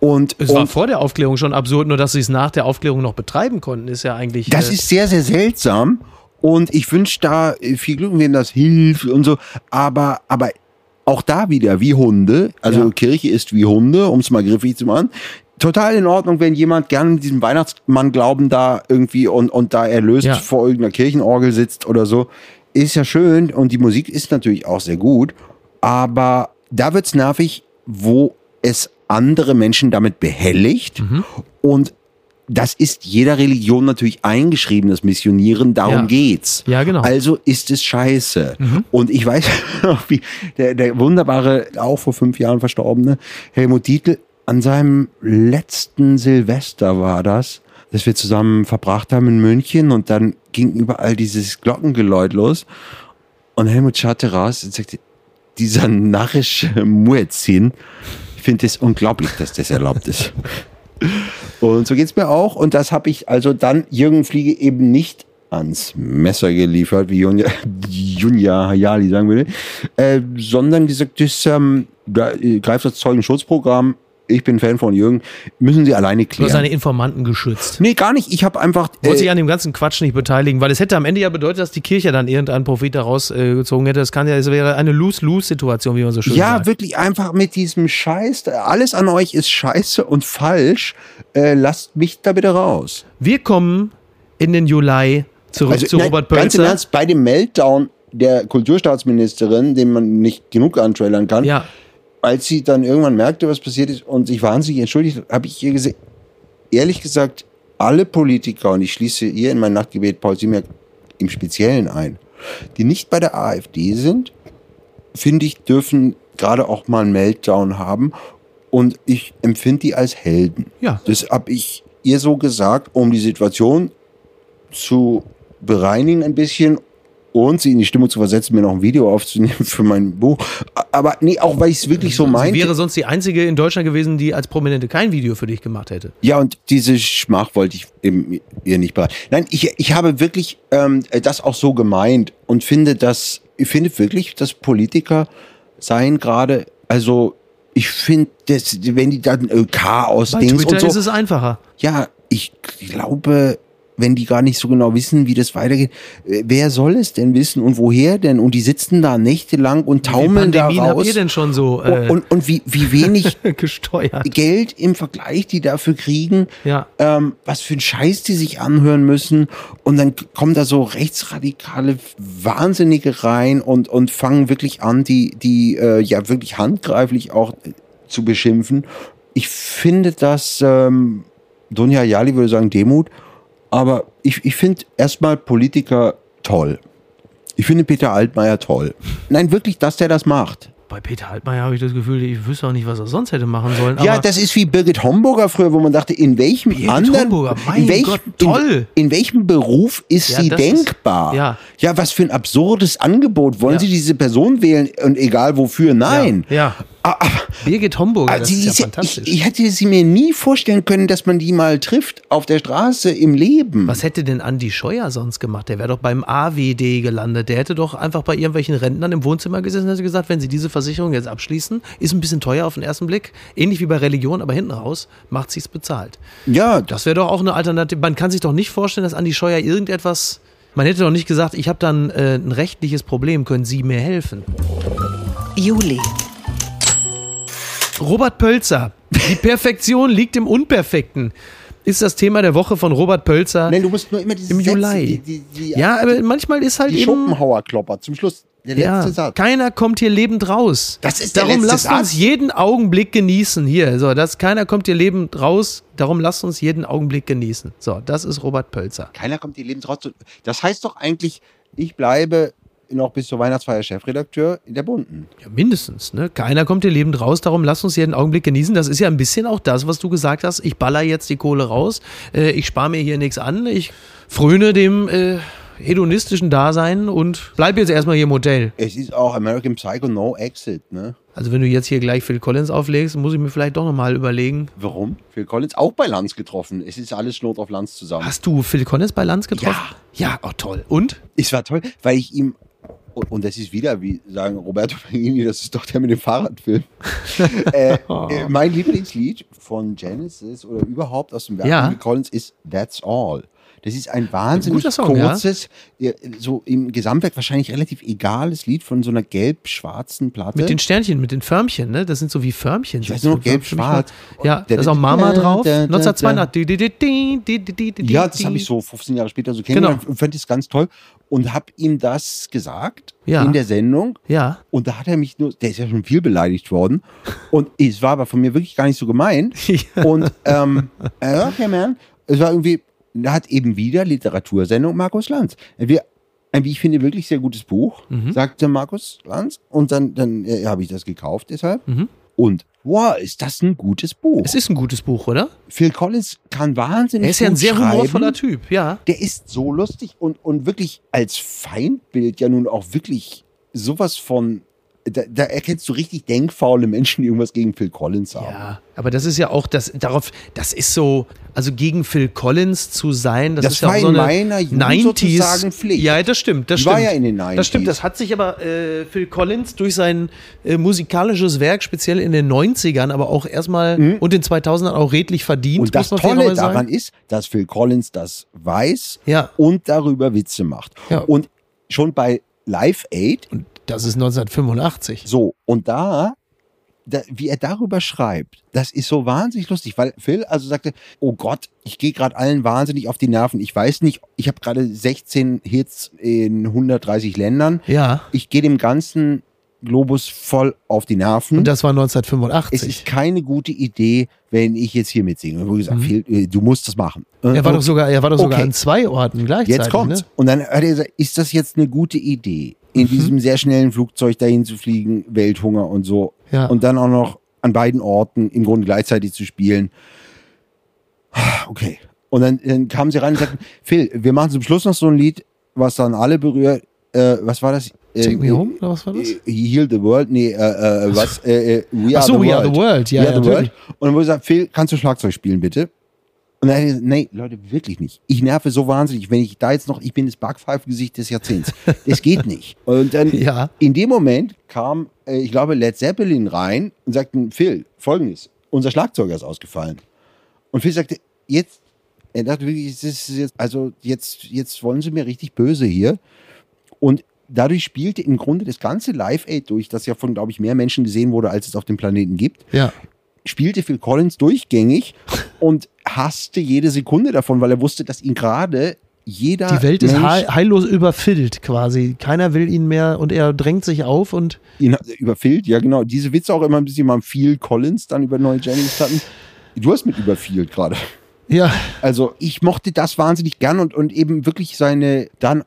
Speaker 3: Und,
Speaker 2: Es war
Speaker 3: und
Speaker 2: vor der Aufklärung schon absurd, nur dass sie es nach der Aufklärung noch betreiben konnten, ist ja eigentlich.
Speaker 3: das
Speaker 2: äh,
Speaker 3: ist sehr, sehr seltsam. Und ich wünsche da äh, viel Glück, wem das hilft und so. Aber, aber auch da wieder wie Hunde. Also
Speaker 2: Ja.
Speaker 3: Kirche ist wie Hunde, um es mal griffig zu machen. Total in Ordnung, wenn jemand gerne diesem Weihnachtsmann glauben da irgendwie und, und da erlöst
Speaker 2: Ja.
Speaker 3: vor irgendeiner Kirchenorgel sitzt oder so. Ist ja schön und die Musik ist natürlich auch sehr gut. Aber da wird's nervig, wo es andere Menschen damit behelligt.
Speaker 2: Mhm.
Speaker 3: Und das ist jeder Religion natürlich eingeschrieben, das Missionieren, darum
Speaker 2: Ja.
Speaker 3: geht's.
Speaker 2: Ja, genau. Mhm.
Speaker 3: Also ist es scheiße. Und ich weiß noch, wie der, der wunderbare, auch vor fünf Jahren verstorbene Helmut Dietl an seinem letzten Silvester war das, das wir zusammen verbracht haben in München und dann ging überall dieses Glockengeläut los und Helmut schaute raus und sagte, dieser narrische Muezzin, ich finde es unglaublich, dass das erlaubt ist. Und so geht's mir auch. Und das habe ich also dann Jürgen Fliege eben nicht ans Messer geliefert, wie Junja, Junja Hayali sagen würde, äh, sondern gesagt, das, ähm, da äh, greift das Zeugenschutzprogramm. Ich bin Fan von Jürgen. Müssen Sie alleine
Speaker 2: Du hast
Speaker 3: klären.
Speaker 2: seine Informanten geschützt.
Speaker 3: Nee, gar nicht. Ich habe einfach. äh,
Speaker 2: Wollte sich an dem ganzen Quatsch nicht beteiligen, weil es hätte am Ende ja bedeutet, dass die Kirche dann irgendeinen Profit daraus äh, gezogen hätte. Das kann ja, es wäre eine Lose-Lose-Situation, wie man so schön
Speaker 3: ja,
Speaker 2: sagt.
Speaker 3: wirklich einfach mit diesem Scheiß. Alles an euch ist scheiße und falsch. Äh, lasst mich da bitte raus.
Speaker 2: Wir kommen in den Juli zurück zu
Speaker 3: Also, nein,
Speaker 2: Robert
Speaker 3: ganz im
Speaker 2: Pölzer.
Speaker 3: Ernst, bei dem Meltdown der Kulturstaatsministerin, den man nicht genug antrailern kann,
Speaker 2: Ja,
Speaker 3: als sie dann irgendwann merkte, was passiert ist und sich wahnsinnig entschuldigt, hat, habe ich ihr gesagt, ehrlich gesagt, alle Politiker, und ich schließe hier in mein Nachtgebet Paul Siemerk im Speziellen ein, die nicht bei der AfD sind, finde ich, dürfen gerade auch mal einen Meltdown haben und ich empfinde die als Helden.
Speaker 2: ja.
Speaker 3: Das habe ich ihr so gesagt, um die Situation zu bereinigen ein bisschen und sie in die Stimmung zu versetzen, mir noch ein Video aufzunehmen für mein Buch. Aber nee, auch weil ich es wirklich so
Speaker 2: Sie
Speaker 3: meinte.
Speaker 2: wäre sonst die einzige in Deutschland gewesen, die als Prominente kein Video für dich gemacht hätte.
Speaker 3: Ja, und diese Schmach wollte ich eben ihr nicht bereiten. Nein, ich, ich habe wirklich ähm, das auch so gemeint und finde, dass, ich finde wirklich, dass Politiker sein gerade, also ich finde, dass, wenn die dann äh,
Speaker 2: Bei
Speaker 3: Chaos-Dings
Speaker 2: Twitter
Speaker 3: und so.
Speaker 2: ist es einfacher.
Speaker 3: Ja, ich glaube, wenn die gar nicht so genau wissen, wie das weitergeht, äh, wer soll es denn wissen und woher denn? Und die sitzen da nächtelang und taumeln da
Speaker 2: Pandemien habt
Speaker 3: raus.
Speaker 2: ihr denn schon so äh,
Speaker 3: und, und wie, wie wenig
Speaker 2: gesteuert?
Speaker 3: Geld im Vergleich die dafür kriegen,
Speaker 2: Ja.
Speaker 3: ähm, was für ein Scheiß die sich anhören müssen. Und dann k- kommen da so rechtsradikale Wahnsinnige rein und, und fangen wirklich an, die, die äh, ja wirklich handgreiflich auch äh, zu beschimpfen. Ich finde das, ähm, Dunja Jali würde sagen, Demut, aber ich, ich finde erstmal Politiker toll. Ich finde Peter Altmaier toll. Nein, wirklich, dass der das macht.
Speaker 2: Bei Peter Altmaier habe ich das Gefühl, ich wüsste auch nicht, was er sonst hätte machen sollen.
Speaker 3: Ja,
Speaker 2: aber
Speaker 3: das ist wie Birgit Homburger früher, wo man dachte, in welchem
Speaker 2: Birgit
Speaker 3: anderen,
Speaker 2: Homburger, mein
Speaker 3: in, welchem,
Speaker 2: Gott, toll.
Speaker 3: In, in welchem Beruf ist
Speaker 2: Ja,
Speaker 3: sie
Speaker 2: das ist-
Speaker 3: denkbar?
Speaker 2: ja.
Speaker 3: ja, was für ein absurdes Angebot. Wollen
Speaker 2: Ja.
Speaker 3: Sie diese Person wählen und egal wofür? Nein.
Speaker 2: Ja.
Speaker 3: Ah, ah,
Speaker 2: Birgit Homburger,
Speaker 3: ah,
Speaker 2: das
Speaker 3: sie
Speaker 2: ist ja
Speaker 3: ist ja-
Speaker 2: fantastisch.
Speaker 3: ich, ich hätte sie mir nie vorstellen können, dass man die mal trifft auf der Straße im Leben.
Speaker 2: was hätte denn Andi Scheuer sonst gemacht? Der wäre doch beim AWD gelandet. Der hätte doch einfach bei irgendwelchen Rentnern im Wohnzimmer gesessen und hätte gesagt, wenn Sie diese Versicherung jetzt abschließen, ist ein bisschen teuer auf den ersten Blick. Ähnlich wie bei Religion, aber hinten raus macht sich's bezahlt.
Speaker 3: Ja,
Speaker 2: Das wäre doch auch eine Alternative. Man kann sich doch nicht vorstellen, dass Andi Scheuer irgendetwas. Man hätte doch nicht gesagt, ich habe dann äh, ein rechtliches Problem, können Sie mir helfen?
Speaker 4: Juli.
Speaker 2: Robert Pölzer. Die Perfektion liegt im Unperfekten. Ist das Thema der Woche von Robert Pölzer.
Speaker 3: nein, du musst nur immer diese
Speaker 2: Im
Speaker 3: Sätze,
Speaker 2: Juli.
Speaker 3: die, die, die,
Speaker 2: ja, aber manchmal ist halt
Speaker 3: die
Speaker 2: eben.
Speaker 3: Schopenhauer-Klopper zum Schluss. Der
Speaker 2: Ja,
Speaker 3: letzte Satz.
Speaker 2: keiner kommt hier lebend raus.
Speaker 3: Das ist der
Speaker 2: Darum
Speaker 3: letzte
Speaker 2: lasst uns
Speaker 3: Satz.
Speaker 2: jeden Augenblick genießen. Hier, so, das, keiner kommt hier lebend raus. Darum lasst uns jeden Augenblick genießen. So, das ist Robert Pölzer.
Speaker 3: keiner kommt die Lebensrat zu. Das heißt doch eigentlich, ich bleibe noch bis zur Weihnachtsfeier Chefredakteur in der Bunden.
Speaker 2: Ja, mindestens, ne? Keiner kommt hier lebend raus, darum lass uns jeden Augenblick genießen. Das ist ja ein bisschen auch das, was du gesagt hast. Ich baller jetzt die Kohle raus, äh, ich spare mir hier nichts an, ich fröne dem äh, hedonistischen Dasein und bleib jetzt erstmal hier im Hotel.
Speaker 3: Es ist auch American Psycho No Exit, ne?
Speaker 2: Also wenn du jetzt hier gleich Phil Collins auflegst, muss ich mir vielleicht doch nochmal überlegen.
Speaker 3: Warum? Phil Collins auch bei Lanz getroffen. Es ist alles Schnurrt auf Lanz zusammen.
Speaker 2: Hast du Phil Collins bei Lanz getroffen? Ja. Ja, oh toll. Und?
Speaker 3: Es war toll, weil ich ihm Und, und das ist wieder, wie sagen Roberto Benigni, das ist doch der mit dem Fahrradfilm. äh,
Speaker 2: Oh.
Speaker 3: äh, mein Lieblingslied von Genesis oder überhaupt aus dem Werk
Speaker 2: Ja.
Speaker 3: von Phil Collins ist That's All. Das ist ein wahnsinnig
Speaker 2: Guter Song, ja.
Speaker 3: kurzes, ja, so im Gesamtwerk wahrscheinlich relativ egales Lied von so einer gelb-schwarzen Platte.
Speaker 2: Mit den Sternchen, mit den Förmchen, ne? Das sind so wie Förmchen.
Speaker 3: Ich weiß nur noch gelb-schwarz.
Speaker 2: Ja,
Speaker 3: Der-
Speaker 2: da ist auch Mama
Speaker 3: Da,
Speaker 2: drauf.
Speaker 3: da, da,
Speaker 2: 1982. Di, di, di, di, di, di, di,
Speaker 3: Ja, das habe
Speaker 2: di.
Speaker 3: ich so 15 Jahre später so
Speaker 2: Genau.
Speaker 3: kennengelernt und fand es ganz toll und habe ihm das gesagt
Speaker 2: Ja.
Speaker 3: in der Sendung.
Speaker 2: Ja.
Speaker 3: Und da hat er mich nur, der ist ja schon viel beleidigt worden. Und es war aber von mir wirklich gar nicht so gemeint. Und ähm, äh, okay, man, es war irgendwie, da hat eben wieder Literatursendung Markus Lanz. Wir, ein, wie ich finde, wirklich sehr gutes Buch,
Speaker 2: Mhm.
Speaker 3: sagte Markus Lanz. Und dann, dann äh, habe ich das gekauft deshalb. Und wow, ist das ein gutes Buch.
Speaker 2: Mhm. Es ist ein gutes Buch, oder?
Speaker 3: Phil Collins kann wahnsinnig
Speaker 2: Er ist ja ein
Speaker 3: gut
Speaker 2: sehr
Speaker 3: schreiben
Speaker 2: humorvoller Typ, ja.
Speaker 3: der ist so lustig und, und wirklich als Feindbild ja nun auch wirklich sowas von. Da, da erkennst du richtig denkfaule Menschen, die irgendwas gegen Phil Collins haben.
Speaker 2: Ja, aber das ist ja auch das darauf, das ist so, also gegen Phil Collins zu sein, das,
Speaker 3: Das
Speaker 2: ist ja
Speaker 3: war
Speaker 2: auch so
Speaker 3: in
Speaker 2: eine
Speaker 3: meiner Jugend
Speaker 2: 90s.
Speaker 3: sozusagen Pflicht.
Speaker 2: Ja, das stimmt, das
Speaker 3: Die
Speaker 2: stimmt.
Speaker 3: war ja in den 90s.
Speaker 2: Das stimmt, das hat sich aber äh, Phil Collins durch sein äh, musikalisches Werk speziell in den 90ern, aber auch erstmal und in 2000ern auch redlich verdient,
Speaker 3: Mhm. Und das
Speaker 2: muss man
Speaker 3: Tolle
Speaker 2: fairerweise
Speaker 3: daran
Speaker 2: sagen.
Speaker 3: ist, dass Phil Collins das weiß
Speaker 2: Ja.
Speaker 3: und darüber Witze macht.
Speaker 2: Ja.
Speaker 3: Und schon bei Live Aid,
Speaker 2: Das ist 1985.
Speaker 3: so, und da, da, wie er darüber schreibt, das ist so wahnsinnig lustig, weil Phil also sagte, oh Gott, ich gehe gerade allen wahnsinnig auf die Nerven. Ich weiß nicht, ich habe gerade 16 Hits in 130 Ländern.
Speaker 2: Ja,
Speaker 3: ich gehe dem ganzen Globus voll auf die Nerven.
Speaker 2: und das war
Speaker 3: Hm? es ist
Speaker 2: 1985.
Speaker 3: keine gute Idee, wenn ich jetzt hier mitsinge. Und wo gesagt, Phil, äh, du musst das machen. Äh,
Speaker 2: Er Mhm. war doch sogar, er war doch sogar
Speaker 3: Okay.
Speaker 2: an zwei Orten gleichzeitig.
Speaker 3: jetzt kommt's.
Speaker 2: Ne?
Speaker 3: Und dann hat er gesagt, ist das jetzt eine gute Idee,
Speaker 2: Mhm.
Speaker 3: in diesem sehr schnellen Flugzeug dahin zu fliegen, Welthunger und so.
Speaker 2: Ja.
Speaker 3: Und dann auch noch an beiden Orten im Grunde gleichzeitig zu spielen. Okay. Und dann, dann kamen sie rein und sagten, Phil, wir machen zum Schluss noch so ein Lied, was dann alle berührt. Äh, was war das?
Speaker 2: Take
Speaker 3: Ähm,
Speaker 2: me home, oder was war das?
Speaker 3: He Heal the World, nee, äh, äh, was? Äh, äh, we
Speaker 2: Ach
Speaker 3: are
Speaker 2: so,
Speaker 3: the
Speaker 2: We
Speaker 3: World.
Speaker 2: Are the World, ja,
Speaker 3: We are
Speaker 2: ja,
Speaker 3: the world. Und dann wurde gesagt, Phil, kannst du Schlagzeug spielen, bitte? Und dann hat er gesagt, nee, Leute, wirklich nicht. Ich nerve so wahnsinnig, wenn ich da jetzt noch, ich bin das Backpfeifengesicht des Jahrzehnts. Das geht nicht. Und dann,
Speaker 2: Ja.
Speaker 3: in dem Moment kam, äh, ich glaube, Led Zeppelin rein und sagten, Phil, folgendes, unser Schlagzeuger ist ausgefallen. Und Phil sagte, jetzt, er dachte wirklich, es ist jetzt, also jetzt, jetzt wollen sie mir richtig böse hier. Und dadurch spielte im Grunde das ganze Live-Aid durch, das ja von, glaube ich, mehr Menschen gesehen wurde, als es auf dem Planeten gibt,
Speaker 2: Ja.
Speaker 3: spielte Phil Collins durchgängig und hasste jede Sekunde davon, weil er wusste, dass ihn gerade jeder
Speaker 2: Die Welt ist
Speaker 3: Mensch
Speaker 2: heil heillos überfüllt quasi. Keiner will ihn mehr und er drängt sich auf und
Speaker 3: ihn über Phil, ja genau, diese Witze auch immer ein bisschen mal viel Collins dann über neue Jennings hatten. Du hast mit über Phil gerade.
Speaker 2: ja,
Speaker 3: Also ich mochte das wahnsinnig gern und, und eben wirklich seine dann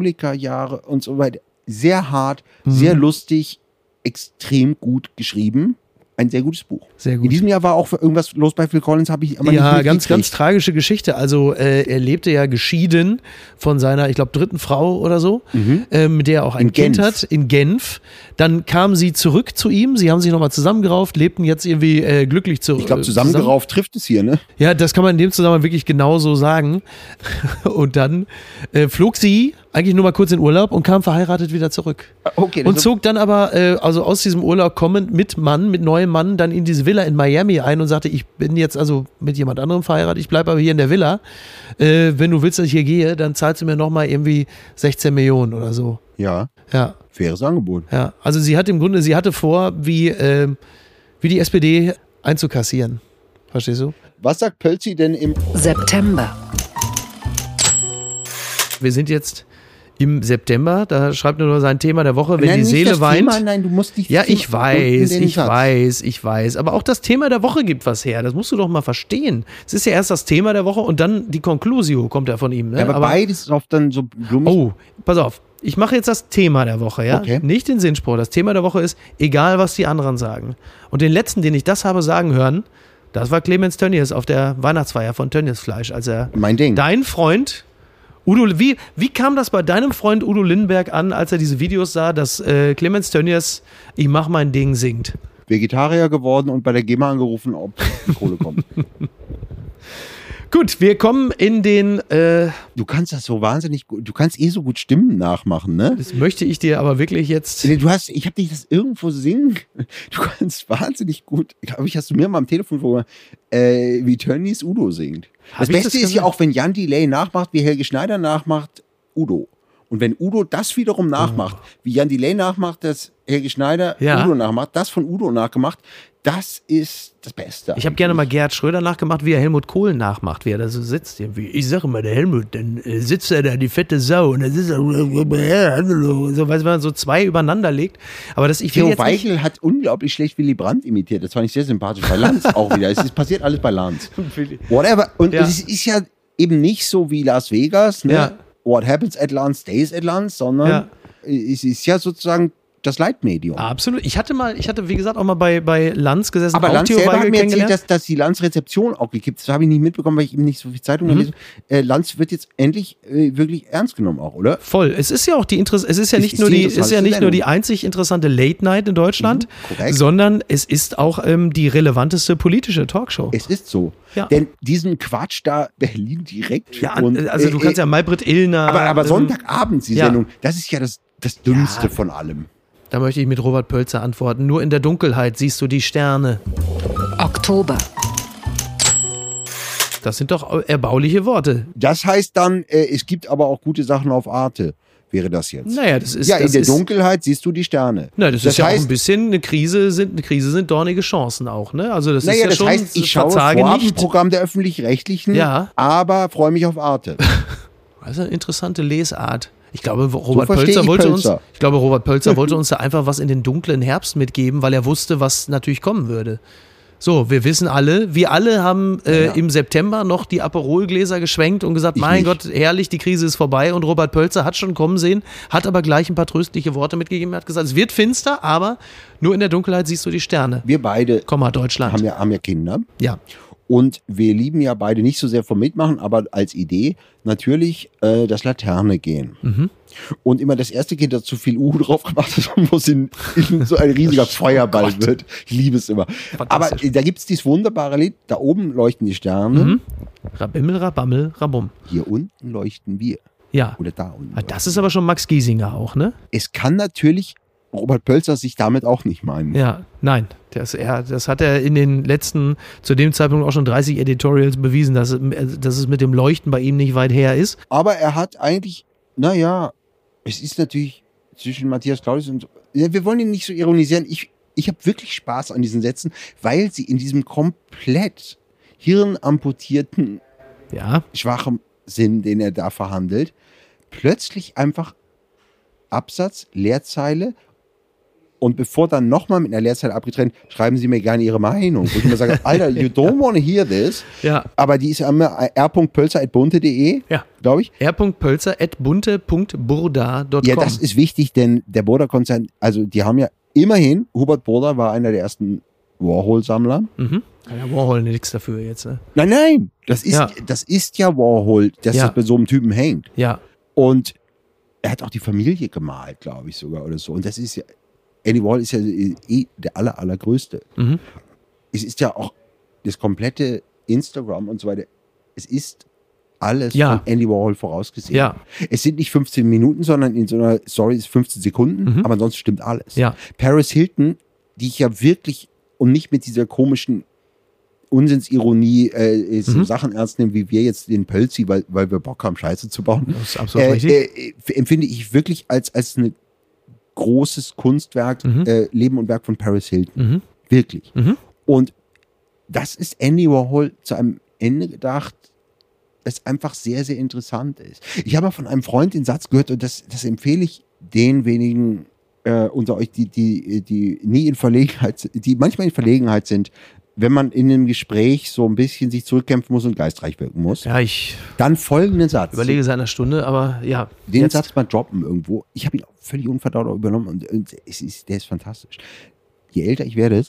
Speaker 3: Alkoholikerjahre und so weiter. Sehr hart,
Speaker 2: Mhm.
Speaker 3: sehr lustig, extrem gut geschrieben. Ein sehr gutes Buch.
Speaker 2: Sehr gut.
Speaker 3: In diesem Jahr war auch irgendwas los bei Phil Collins, habe ich aber nicht
Speaker 2: ja,
Speaker 3: mitgekriegt.
Speaker 2: ganz, ganz tragische Geschichte. Also äh, er lebte ja geschieden von seiner, ich glaube, dritten Frau oder so, äh, mit der er auch ein
Speaker 3: Mhm. In
Speaker 2: Kind
Speaker 3: Genf.
Speaker 2: hat, in Genf. Dann kam sie zurück zu ihm, sie haben sich nochmal zusammengerauft, lebten jetzt irgendwie äh, glücklich zu,
Speaker 3: Ich glaube,
Speaker 2: äh, zusammen.
Speaker 3: zusammengerauft trifft es hier, ne?
Speaker 2: Ja, das kann man in dem Zusammenhang wirklich genauso sagen. Und dann äh, flog sie eigentlich nur mal kurz in Urlaub und kam verheiratet wieder zurück.
Speaker 3: Okay, das
Speaker 2: Und
Speaker 3: ist-
Speaker 2: zog Ah, dann aber, äh, also aus diesem Urlaub kommend mit Mann, mit neuem Mann, dann in diese Villa in Miami ein und sagte, ich bin jetzt also mit jemand anderem verheiratet, ich bleibe aber hier in der Villa. Äh, wenn du willst, dass ich hier gehe, dann zahlst du mir nochmal irgendwie 16 Millionen oder so.
Speaker 3: Ja,
Speaker 2: Ja,
Speaker 3: faires Angebot.
Speaker 2: ja. Also sie hat im Grunde, sie hatte vor, wie, ähm, wie die SPD einzukassieren. Verstehst du?
Speaker 3: Was sagt Pölzi denn im
Speaker 4: September.
Speaker 2: Wir sind jetzt im September, da schreibt er nur sein Thema der Woche, wenn
Speaker 3: Nein,
Speaker 2: die
Speaker 3: nicht
Speaker 2: Seele
Speaker 3: das
Speaker 2: weint.
Speaker 3: Thema, nein, du musst nicht
Speaker 2: Ja,
Speaker 3: das
Speaker 2: ich
Speaker 3: Thema- unten
Speaker 2: weiß,
Speaker 3: den
Speaker 2: ich
Speaker 3: Satz.
Speaker 2: weiß, ich weiß. Aber auch das Thema der Woche gibt was her. Das musst du doch mal verstehen. Es ist ja erst das Thema der Woche und dann die Conclusio kommt ja von ihm. Ne?
Speaker 3: Ja, aber, beides ist oft dann so blumig.
Speaker 2: oh, pass auf. Ich mache jetzt das Thema der Woche, ja?
Speaker 3: Okay.
Speaker 2: Nicht den Sinnspruch. Das Thema der Woche ist, egal was die anderen sagen. Und den letzten, den ich das habe sagen hören, das war Clemens Tönnies auf der Weihnachtsfeier von Tönnies Fleisch, als er
Speaker 3: Mein Ding.
Speaker 2: Dein Freund Udo, wie, wie kam das bei deinem Freund Udo Lindenberg an, als er diese Videos sah, dass äh, Clemens Tönnies Ich mach mein Ding singt?
Speaker 3: Vegetarier geworden und bei der GEMA angerufen, ob die Kohle kommt.
Speaker 2: Gut, wir kommen in den, äh,
Speaker 3: Du kannst das so wahnsinnig gut, du kannst eh so gut Stimmen nachmachen, ne?
Speaker 2: das möchte ich dir aber wirklich jetzt.
Speaker 3: Du hast, ich habe dich das irgendwo singen. Du kannst wahnsinnig gut, glaube ich, hast du mir mal am Telefon vorgemacht, äh, wie Tönnies Udo singt.
Speaker 2: Hab
Speaker 3: das
Speaker 2: ich das
Speaker 3: Beste ist ja
Speaker 2: gesagt?
Speaker 3: auch, wenn Jan Delay nachmacht, wie Helge Schneider nachmacht, Udo. Und wenn Udo das wiederum nachmacht, wie Jan Delay nachmacht, dass Helge Schneider
Speaker 2: Oh. Ja.
Speaker 3: Udo nachmacht, das von Udo nachgemacht, das ist das Beste.
Speaker 2: Ich habe gerne mal Gerhard Schröder nachgemacht, wie er Helmut Kohl nachmacht, wie er da so sitzt. Irgendwie. Ich sage mal, der Helmut, dann äh, sitzt er da, die fette Sau, und dann sitzt er. So, weißt du, wenn man so zwei übereinander legt. Aber das, ich will
Speaker 3: Theo
Speaker 2: jetzt nicht,
Speaker 3: Weichel hat unglaublich schlecht Willy Brandt imitiert. Das fand ich sehr sympathisch. Bei Lanz auch wieder. Es ist passiert alles bei Lanz. Whatever. Und
Speaker 2: Ja.
Speaker 3: es ist ja eben nicht so wie Las Vegas. Ne?
Speaker 2: Ja.
Speaker 3: What happens at Lanz stays at Lanz, sondern
Speaker 2: Ja. Ah.
Speaker 3: es ist ja sozusagen das Leitmedium.
Speaker 2: Absolut. Ich hatte mal, ich hatte, wie gesagt, auch mal bei, bei Lanz gesessen.
Speaker 3: Aber
Speaker 2: auch
Speaker 3: Lanz
Speaker 2: Theo
Speaker 3: selber
Speaker 2: Weigel
Speaker 3: hat mir erzählt,
Speaker 2: kennengelernt.
Speaker 3: dass, dass die Lanz-Rezeption auch gekippt ist. Das habe ich nicht mitbekommen, weil ich eben nicht so viel
Speaker 2: Mhm.
Speaker 3: Zeitung gelesen habe. Äh, Lanz wird jetzt endlich äh, wirklich ernst genommen auch, oder?
Speaker 2: Voll. Es ist ja auch die Interess es ist ja
Speaker 3: Es
Speaker 2: nicht
Speaker 3: ist
Speaker 2: nur
Speaker 3: die
Speaker 2: die ist ja
Speaker 3: interessanteste
Speaker 2: nicht nur die
Speaker 3: Sendung.
Speaker 2: einzig interessante Late Night in Deutschland,
Speaker 3: Mhm, korrekt.
Speaker 2: sondern es ist auch ähm, die relevanteste politische Talkshow.
Speaker 3: Es ist so.
Speaker 2: Ja.
Speaker 3: Denn diesen Quatsch da Berlin direkt.
Speaker 2: ja,
Speaker 3: und,
Speaker 2: also du
Speaker 3: äh,
Speaker 2: kannst ja Maybrit Illner.
Speaker 3: Aber, aber
Speaker 2: ähm,
Speaker 3: Sonntagabend, die
Speaker 2: ja.
Speaker 3: Sendung, das ist ja das, das
Speaker 2: Ja.
Speaker 3: Dünnste von allem.
Speaker 2: Da möchte ich mit Robert Pölzer antworten. Nur in der Dunkelheit siehst du die Sterne.
Speaker 4: Oktober,
Speaker 2: Das sind doch erbauliche Worte.
Speaker 3: Das heißt dann, äh, es gibt aber auch gute Sachen auf Arte, wäre das jetzt.
Speaker 2: Naja, das ist
Speaker 3: ja, in
Speaker 2: das
Speaker 3: der
Speaker 2: ist,
Speaker 3: Dunkelheit siehst du die Sterne.
Speaker 2: Na, das, ist ja auch ein
Speaker 3: heißt,
Speaker 2: bisschen eine Krise sind eine Krise sind dornige Chancen auch, ne? Also das ist
Speaker 3: naja,
Speaker 2: ja
Speaker 3: das
Speaker 2: schon
Speaker 3: heißt, ich schaue
Speaker 2: verzage nicht.
Speaker 3: Programm der Öffentlich-Rechtlichen,
Speaker 2: Ja.
Speaker 3: aber freue mich auf Arte.
Speaker 2: Das ist eine interessante Lesart. Ich glaube, Robert
Speaker 3: verstehe
Speaker 2: Pölzer
Speaker 3: ich
Speaker 2: wollte
Speaker 3: Pölzer.
Speaker 2: uns, ich glaube, Robert Pölzer wollte uns da einfach was in den dunklen Herbst mitgeben, weil er wusste, was natürlich kommen würde. So, wir wissen alle, wir alle haben äh, im September noch die Aperolgläser geschwenkt und gesagt, mein
Speaker 3: nicht.
Speaker 2: Gott, herrlich, die Krise ist vorbei. Und Robert Pölzer hat schon kommen sehen, hat aber gleich ein paar tröstliche Worte mitgegeben. Er hat gesagt, es wird finster, aber nur in der Dunkelheit siehst du die Sterne.
Speaker 3: Wir beide
Speaker 2: Komma, Deutschland.
Speaker 3: haben ja, haben ja Kinder.
Speaker 2: ja.
Speaker 3: Und wir lieben ja beide nicht so sehr vom Mitmachen, aber als Idee natürlich äh, das Laterne gehen. Und immer das erste Kind, das zu viel Uhu drauf gemacht hat, wo es in, in so ein riesiger Feuerball wird. Ich liebe es immer. Aber
Speaker 2: Fantastisch.
Speaker 3: äh, da gibt's dieses wunderbare Lied, da oben leuchten die Sterne,
Speaker 2: Mhm. Rabimmel, rabammel, rabum.
Speaker 3: hier unten leuchten wir.
Speaker 2: Ja.
Speaker 3: Oder da unten.
Speaker 2: Ah, Das ist aber schon Max Giesinger auch, ne?
Speaker 3: es kann natürlich Robert Pölzer sich damit auch nicht meinen.
Speaker 2: Ja, nein. Das, er, das hat er in den letzten, zu dem Zeitpunkt auch schon 30 Editorials bewiesen, dass, es- dass es mit dem Leuchten bei ihm nicht weit her ist.
Speaker 3: Aber er hat eigentlich, naja, es ist natürlich zwischen Matthias Claudius und. Ja, wir wollen ihn nicht so ironisieren. Ich, ich habe wirklich Spaß an diesen Sätzen, weil sie in diesem komplett hirnamputierten,
Speaker 2: Ja,
Speaker 3: schwachen Sinn, den er da verhandelt, plötzlich einfach Absatz, Leerzeile. Und bevor dann nochmal mit einer Leerzeile abgetrennt, schreiben Sie mir gerne Ihre Meinung. Wo ich immer sage, Alter, you don't want to hear this.
Speaker 2: ja.
Speaker 3: Aber die ist ja immer äh, r.pölzer.bunte.de,
Speaker 2: Ja.
Speaker 3: glaube ich.
Speaker 2: r.pölzer.bunte.burda.com.
Speaker 3: Ja, das ist wichtig, denn der Burda-Konzern, also die haben ja immerhin, Hubert Burda war einer der ersten Warhol-Sammler.
Speaker 2: Mhm. Ja, Warhol nichts dafür jetzt, ne?
Speaker 3: Nein, nein, das ist
Speaker 2: Ja.
Speaker 3: ja, das ist ja Warhol, dass
Speaker 2: Ja.
Speaker 3: das bei so einem Typen hängt.
Speaker 2: Ja.
Speaker 3: Und er hat auch die Familie gemalt, glaube ich sogar oder so. Und das ist ja, Andy Warhol ist ja eh der aller, allergrößte.
Speaker 2: Mhm.
Speaker 3: Es ist ja auch das komplette Instagram und so weiter. Es ist alles
Speaker 2: Ja.
Speaker 3: von Andy Warhol vorausgesehen.
Speaker 2: Ja.
Speaker 3: Es sind nicht 15 Minuten, sondern in so einer Story ist 15 Sekunden, aber ansonsten stimmt alles.
Speaker 2: Mhm. Ja.
Speaker 3: Paris Hilton, die ich ja wirklich und nicht mit dieser komischen Unsinnsironie äh, so
Speaker 2: Mhm.
Speaker 3: Sachen ernst nehme, wie wir jetzt den Pölzi, weil, weil wir Bock haben, Scheiße zu bauen,
Speaker 2: Das ist absolut
Speaker 3: äh,
Speaker 2: richtig.
Speaker 3: äh, empfinde ich wirklich als, als ein großes Kunstwerk, äh, Leben und Werk von Paris Hilton.
Speaker 2: Mhm.
Speaker 3: Wirklich.
Speaker 2: Mhm.
Speaker 3: Und das ist Andy Warhol zu einem Ende gedacht, das einfach sehr, sehr interessant ist. Ich habe mal von einem Freund den Satz gehört und das, das empfehle ich den wenigen äh, unter euch, die, die, die nie in Verlegenheit, die manchmal in Verlegenheit sind, wenn man in einem Gespräch so ein bisschen sich zurückkämpfen muss und geistreich wirken muss,
Speaker 2: Ja, ich
Speaker 3: dann folgenden Satz.
Speaker 2: überlege seit einer Stunde, aber ja.
Speaker 3: Den
Speaker 2: Jetzt-
Speaker 3: Satz mal droppen irgendwo. Ich habe ihn auch völlig unverdaut übernommen und, und es ist, der ist fantastisch. Je älter ich werde,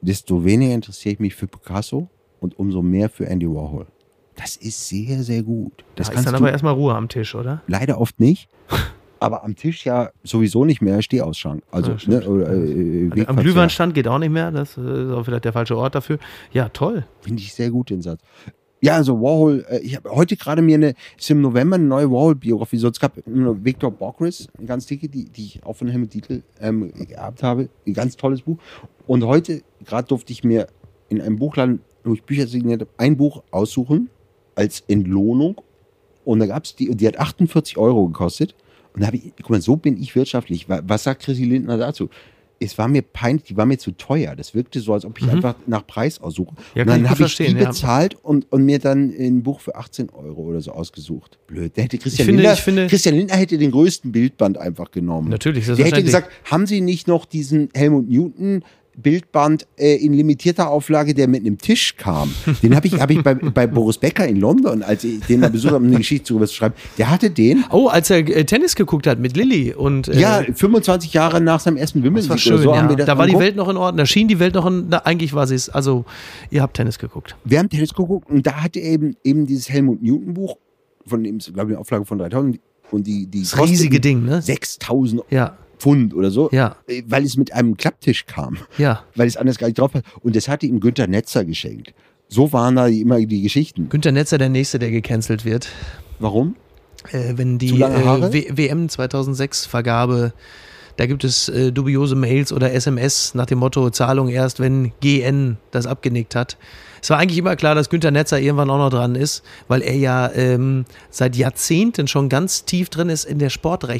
Speaker 3: desto weniger interessiere ich mich für Picasso und umso mehr für Andy Warhol. Das ist sehr, sehr gut. Das
Speaker 2: da ist
Speaker 3: kannst
Speaker 2: dann
Speaker 3: du
Speaker 2: aber erstmal Ruhe am Tisch, oder?
Speaker 3: leider oft nicht. Aber am Tisch ja sowieso nicht mehr Stehausschrank. Also,
Speaker 2: Ja, stimmt.
Speaker 3: ne, oder, äh, äh,
Speaker 2: Am
Speaker 3: Wegverzehr.
Speaker 2: Glühweinstand geht auch nicht mehr. Das ist auch vielleicht der falsche Ort dafür. Ja, toll.
Speaker 3: Finde ich sehr gut, den Satz. Ja, also Warhol, äh, ich habe heute gerade mir eine, ist im November eine neue Warhol-Biografie, so es gab eine Victor Borgris, eine ganz dicke, die, die ich auch von Helmut Dietl ähm, gehabt habe, ein ganz tolles Buch. Und heute gerade durfte ich mir in einem Buchladen, wo ich Bücher signiert habe, ein Buch aussuchen als Entlohnung. Und da gab es die, die hat 48 Euro gekostet. Und da habe ich, guck mal, so bin ich wirtschaftlich. Wa- Was sagt Chrissy Lindner dazu? Es war mir peinlich, die war mir zu teuer. Das wirkte so, als ob ich einfach nach Preis aussuche.
Speaker 2: Mhm. Ja, kann ich
Speaker 3: und dann
Speaker 2: gut
Speaker 3: habe ich die
Speaker 2: verstehen, ja.
Speaker 3: bezahlt und, und mir dann ein Buch für 18 Euro oder so ausgesucht. Blöd. Der hätte Christian,
Speaker 2: finde-
Speaker 3: Lindner,
Speaker 2: ich finde-
Speaker 3: Christian Lindner hätte den größten Bildband einfach genommen.
Speaker 2: Natürlich,
Speaker 3: Der hätte
Speaker 2: selbstverständlich.
Speaker 3: gesagt, haben Sie nicht noch diesen Helmut Newton Bildband äh, in limitierter Auflage, der mit einem Tisch kam? Den habe ich, hab ich bei, bei Boris Becker in London, als ich den mal besucht habe, um eine Geschichte darüber zu schreiben. Der hatte den.
Speaker 2: Oh, als er äh, Tennis geguckt hat mit Lilly und äh,
Speaker 3: Ja, 25 Jahre nach seinem ersten
Speaker 2: das war
Speaker 3: Wimbledon.
Speaker 2: schön. ja.
Speaker 3: das
Speaker 2: Da war die
Speaker 3: angeguckt.
Speaker 2: Welt noch in Ordnung. Da schien die Welt noch in. Na, eigentlich war sie es. Also, ihr habt Tennis geguckt.
Speaker 3: wir haben Tennis geguckt und da hatte er eben, eben dieses Helmut Newton Buch, von dem es, glaube ich, eine Auflage von 3000 und die, die
Speaker 2: Das riesige
Speaker 3: kosteten
Speaker 2: Ding, ne?
Speaker 3: 6000
Speaker 2: Ja,
Speaker 3: Pfund oder so,
Speaker 2: Ja.
Speaker 3: äh, weil es mit einem Klapptisch kam,
Speaker 2: ja.
Speaker 3: weil es anders gar nicht drauf war. Und das hatte ihm Günther Netzer geschenkt. So waren da immer die Geschichten.
Speaker 2: Günter Netzer, der Nächste, der gecancelt wird.
Speaker 3: Warum?
Speaker 2: Äh, wenn
Speaker 3: Zu
Speaker 2: die
Speaker 3: lange
Speaker 2: äh,
Speaker 3: Haare?
Speaker 2: W- WM 2006 Vergabe, da gibt es äh, dubiose Mails oder SMS nach dem Motto Zahlung erst, wenn GN das abgenickt hat. Es war eigentlich immer klar, dass Günter Netzer irgendwann auch noch dran ist, weil er ja ähm, seit Jahrzehnten schon ganz tief drin ist in der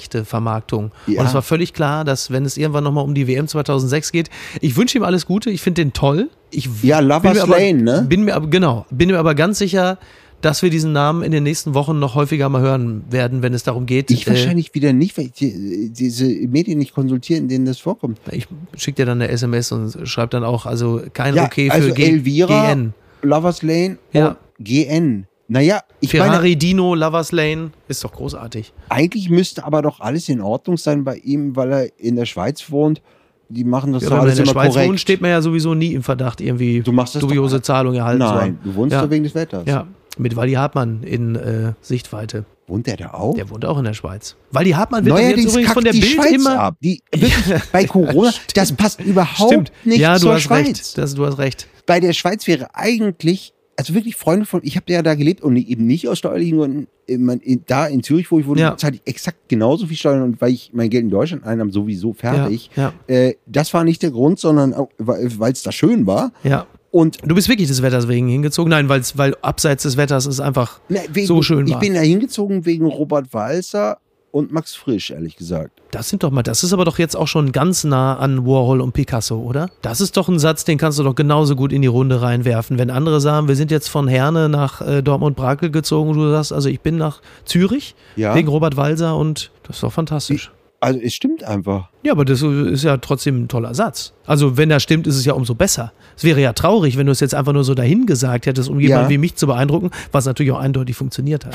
Speaker 2: Sportrechte-Vermarktung.
Speaker 3: Ja.
Speaker 2: Und es war völlig klar, dass wenn es irgendwann nochmal um die WM 2006 geht, ich wünsche ihm alles Gute, ich finde den toll. Ich
Speaker 3: Ja, Lovers
Speaker 2: mir aber,
Speaker 3: Lane, ne?
Speaker 2: Bin mir aber, genau, bin mir aber ganz sicher, dass wir diesen Namen in den nächsten Wochen noch häufiger mal hören werden, wenn es darum geht. äh,
Speaker 3: Ich wahrscheinlich wieder nicht, weil ich die, äh, diese Medien nicht konsultieren, denen das vorkommt.
Speaker 2: Äh, ich schicke dir dann eine SMS und schreibe dann auch, also kein
Speaker 3: Ja,
Speaker 2: Okay für
Speaker 3: also
Speaker 2: G
Speaker 3: Elvira,
Speaker 2: GN.
Speaker 3: Lovers Lane
Speaker 2: Ja.
Speaker 3: und GN. Naja, ich meine,
Speaker 2: Ferrari, Dino, Lovers Lane, ist doch großartig.
Speaker 3: Eigentlich müsste aber doch alles in Ordnung sein bei ihm, weil er in der Schweiz wohnt. Die machen das
Speaker 2: Ja,
Speaker 3: doch
Speaker 2: wenn man
Speaker 3: alles
Speaker 2: in der
Speaker 3: immer
Speaker 2: Schweiz
Speaker 3: korrekt.
Speaker 2: wohnt, steht man ja sowieso nie im Verdacht, irgendwie
Speaker 3: Du machst das
Speaker 2: dubiose
Speaker 3: doch-
Speaker 2: Zahlungen erhalten zu
Speaker 3: Nein,
Speaker 2: haben.
Speaker 3: du wohnst
Speaker 2: halt ja.
Speaker 3: doch wegen des Wetters.
Speaker 2: Ja, mit Waldi Hartmann in äh, Sichtweite.
Speaker 3: Wohnt der da auch?
Speaker 2: Der wohnt auch in der Schweiz. Waldi Hartmann wird dann jetzt
Speaker 3: Neuerdings
Speaker 2: übrigens
Speaker 3: kackt
Speaker 2: von der
Speaker 3: die
Speaker 2: Bild
Speaker 3: Schweiz
Speaker 2: immer...
Speaker 3: ab. Die, wirklich, bei Corona, das passt überhaupt nicht
Speaker 2: ja, du
Speaker 3: zur
Speaker 2: hast
Speaker 3: Schweiz.
Speaker 2: recht. Das, du hast recht.
Speaker 3: Bei der Schweiz wäre eigentlich, also wirklich Freunde von, ich habe ja da gelebt und eben nicht aus steuerlichen Gründen, äh, man, in, da in Zürich, wo ich wohne,
Speaker 2: Ja.
Speaker 3: zahle ich exakt genauso viel Steuern und weil ich mein Geld in Deutschland einnahm, sowieso fertig.
Speaker 2: Ja,
Speaker 3: Äh, das war nicht der Grund, sondern äh, weil es da schön war.
Speaker 2: ja.
Speaker 3: Und
Speaker 2: Du bist wirklich des Wetters wegen hingezogen? Nein, weil's, weil abseits des Wetters ist einfach
Speaker 3: Na, wegen,
Speaker 2: so schön
Speaker 3: Ich
Speaker 2: war.
Speaker 3: bin da hingezogen wegen Robert Walser und Max Frisch, ehrlich gesagt.
Speaker 2: Das sind doch mal, das ist aber doch jetzt auch schon ganz nah an Warhol und Picasso, oder? Das ist doch ein Satz, den kannst du doch genauso gut in die Runde reinwerfen. Wenn andere sagen, wir sind jetzt von Herne nach äh, Dortmund-Brakel gezogen und du sagst, also ich bin nach Zürich
Speaker 3: Ja.
Speaker 2: wegen Robert Walser und das ist doch fantastisch.
Speaker 3: Also es stimmt einfach.
Speaker 2: Ja, aber das ist ja trotzdem ein toller Satz. Also, wenn das stimmt, ist es ja umso besser. Es wäre ja traurig, wenn du es jetzt einfach nur so dahin gesagt hättest, um jemanden
Speaker 3: Ja.
Speaker 2: wie mich zu beeindrucken, was natürlich auch eindeutig funktioniert hat.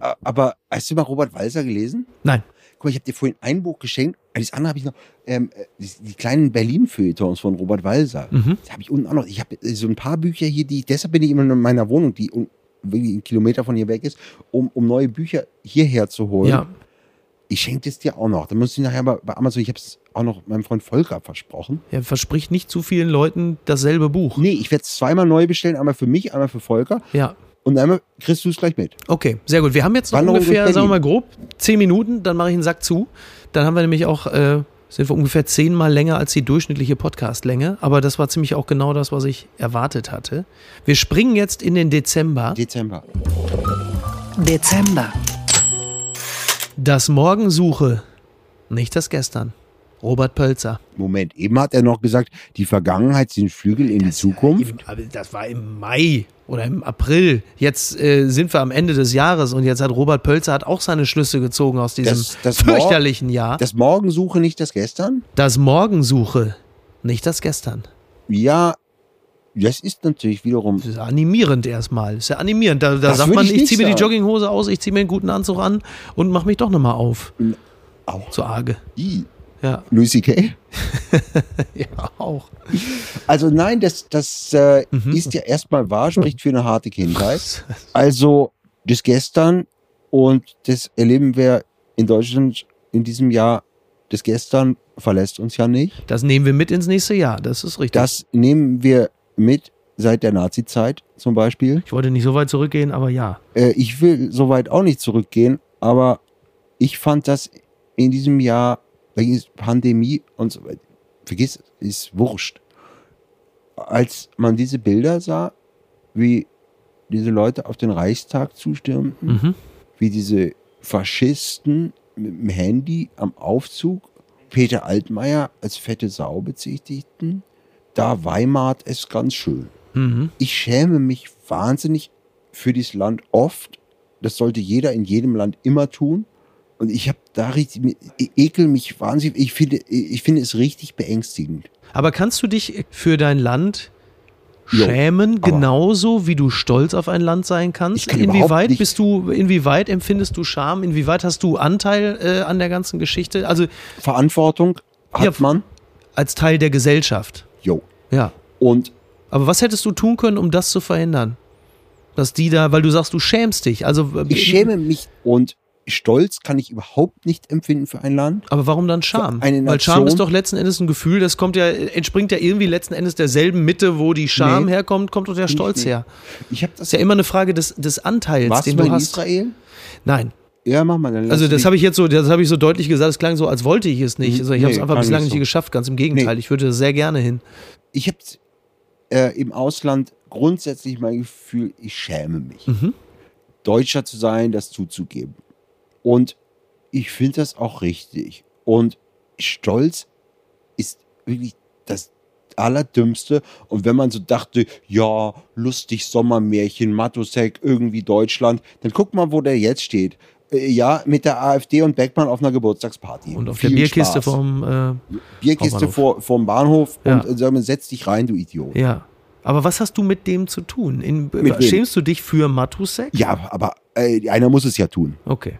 Speaker 3: A- Aber hast du mal Robert Walser gelesen?
Speaker 2: Nein.
Speaker 3: Guck mal, ich habe dir vorhin ein Buch geschenkt, Ah, das andere habe ich noch, ähm, äh, die, die kleinen Berlin-Feuilletons von Robert Walser.
Speaker 2: Mhm.
Speaker 3: Das habe ich unten auch noch. Ich habe äh, so ein paar Bücher hier, die, deshalb bin ich immer in meiner Wohnung, die um, wirklich einen Kilometer von hier weg ist, um, um neue Bücher hierher zu holen.
Speaker 2: Ja.
Speaker 3: Ich schenke es dir auch noch. Dann muss ich nachher bei, bei Amazon, ich habe es auch noch meinem Freund Volker versprochen.
Speaker 2: Er verspricht nicht zu vielen Leuten dasselbe Buch.
Speaker 3: Nee, ich werde es zweimal neu bestellen, einmal für mich, einmal für Volker.
Speaker 2: Ja.
Speaker 3: Und einmal kriegst du es gleich mit.
Speaker 2: Okay, sehr gut. Wir haben jetzt noch
Speaker 3: Wanderung durch
Speaker 2: ungefähr,
Speaker 3: Berlin.
Speaker 2: sagen wir mal grob, zehn Minuten, dann mache ich einen Sack zu. Dann haben wir nämlich auch, äh, sind wir ungefähr zehnmal länger als die durchschnittliche Podcastlänge. Aber das war ziemlich auch genau das, was ich erwartet hatte. Wir springen jetzt in den Dezember.
Speaker 3: Dezember.
Speaker 4: Dezember.
Speaker 2: Das Morgen suche, nicht das Gestern. Robert Pölzer.
Speaker 3: Moment, eben hat er noch gesagt, die Vergangenheit sind Flügel in die Zukunft.
Speaker 2: Im, aber das war im Mai oder im April. Jetzt äh, sind wir am Ende des Jahres und jetzt hat Robert Pölzer hat auch seine Schlüsse gezogen aus diesem
Speaker 3: Das- das Mor-
Speaker 2: fürchterlichen Jahr.
Speaker 3: Das Morgen suche nicht das Gestern?
Speaker 2: das Morgen suche, nicht das Gestern.
Speaker 3: Ja, das ist natürlich wiederum.
Speaker 2: Das ist animierend erstmal. Das ist ja animierend. Da, da
Speaker 3: Das
Speaker 2: sagt
Speaker 3: würde
Speaker 2: man,
Speaker 3: ich
Speaker 2: ich
Speaker 3: nicht
Speaker 2: ziehe mir die
Speaker 3: sagen.
Speaker 2: Jogginghose aus, ich ziehe mir einen guten Anzug an und mach mich doch nochmal auf.
Speaker 3: Auch
Speaker 2: Zu arge.
Speaker 3: die.
Speaker 2: Ja,
Speaker 3: Louis C.K.?
Speaker 2: ja auch.
Speaker 3: Also nein, das, das äh, ist ja erstmal wahr, spricht für eine harte Kindheit. Also das Gestern und das erleben wir in Deutschland in diesem Jahr. Das Gestern verlässt uns ja nicht.
Speaker 2: Das nehmen wir mit ins nächste Jahr. Das ist richtig.
Speaker 3: Das nehmen wir mit, seit der Nazizeit zum Beispiel.
Speaker 2: Ich wollte nicht so weit zurückgehen, aber ja.
Speaker 3: Äh, ich will soweit auch nicht zurückgehen, aber ich fand das in diesem Jahr, wegen dieser Pandemie und so weiter, vergiss, es, ist wurscht. Als man diese Bilder sah, wie diese Leute auf den Reichstag zustürmten,
Speaker 2: Mhm.
Speaker 3: wie diese Faschisten mit dem Handy am Aufzug Peter Altmaier als fette Sau bezichtigten, da weimart es ganz schön.
Speaker 2: Mhm.
Speaker 3: Ich schäme mich wahnsinnig für dieses Land oft. Das sollte jeder in jedem Land immer tun. Und ich habe da richtig, ich ekel mich wahnsinnig. Ich finde, ich finde es richtig beängstigend.
Speaker 2: Aber kannst du dich für dein Land
Speaker 3: Jo,
Speaker 2: schämen,
Speaker 3: aber-
Speaker 2: genauso wie du stolz auf ein Land sein kannst?
Speaker 3: Ich kann überhaupt
Speaker 2: inwieweit
Speaker 3: nicht-
Speaker 2: bist du, inwieweit empfindest du Scham? Inwieweit hast du Anteil äh, an der ganzen Geschichte? Also
Speaker 3: Verantwortung hat
Speaker 2: Ja.
Speaker 3: man.
Speaker 2: als Teil der Gesellschaft.
Speaker 3: Jo.
Speaker 2: Ja.
Speaker 3: Und
Speaker 2: Aber was hättest du tun können, um das zu verhindern? Dass die da, weil du sagst, du schämst dich. Also
Speaker 3: ich schäme mich und Stolz kann ich überhaupt nicht empfinden für ein Land.
Speaker 2: Aber warum dann Scham?
Speaker 3: Für eine
Speaker 2: Weil Scham
Speaker 3: Nation-
Speaker 2: ist doch letzten Endes ein Gefühl, das kommt ja, entspringt ja irgendwie letzten Endes derselben Mitte, wo die Scham
Speaker 3: Nee.
Speaker 2: herkommt, kommt doch der Stolz
Speaker 3: nee.
Speaker 2: her.
Speaker 3: Ich habe das
Speaker 2: Ist ja immer eine Frage des, des Anteils,
Speaker 3: Warst
Speaker 2: den
Speaker 3: du
Speaker 2: du
Speaker 3: in
Speaker 2: hast.
Speaker 3: Israel?
Speaker 2: Nein.
Speaker 3: Ja, mach mal. Dann
Speaker 2: Also das habe ich jetzt so, das habe ich so deutlich gesagt, es klang so, als wollte ich es nicht.
Speaker 3: Mhm.
Speaker 2: Also ich habe es
Speaker 3: Nee,
Speaker 2: einfach
Speaker 3: klang
Speaker 2: bislang
Speaker 3: nicht
Speaker 2: nicht
Speaker 3: so.
Speaker 2: geschafft, ganz im Gegenteil.
Speaker 3: Nee.
Speaker 2: Ich würde sehr gerne hin.
Speaker 3: Ich habe äh, im Ausland grundsätzlich mein Gefühl, ich schäme mich.
Speaker 2: Mhm.
Speaker 3: Deutscher zu sein, das zuzugeben. Und ich finde das auch richtig. Und Stolz ist wirklich das Allerdümmste. Und wenn man so dachte, ja, lustig, Sommermärchen, Matusek, irgendwie Deutschland, dann guck mal, wo der jetzt steht. Äh, Ja, mit der AfD und Beckmann auf einer Geburtstagsparty.
Speaker 2: Und auf
Speaker 3: Viel
Speaker 2: der Bierkiste
Speaker 3: Spaß.
Speaker 2: vom,
Speaker 3: Bierkiste
Speaker 2: Hauptbahnhof.
Speaker 3: vor, vorm Bahnhof
Speaker 2: Ja.
Speaker 3: und äh, sagen wir, setz dich rein, du Idiot.
Speaker 2: äh, ja. Aber was hast du mit dem zu tun? In, äh,
Speaker 3: Mit wem?
Speaker 2: schämst du dich für Matusek?
Speaker 3: Ja, aber äh, einer muss es ja tun.
Speaker 2: Okay.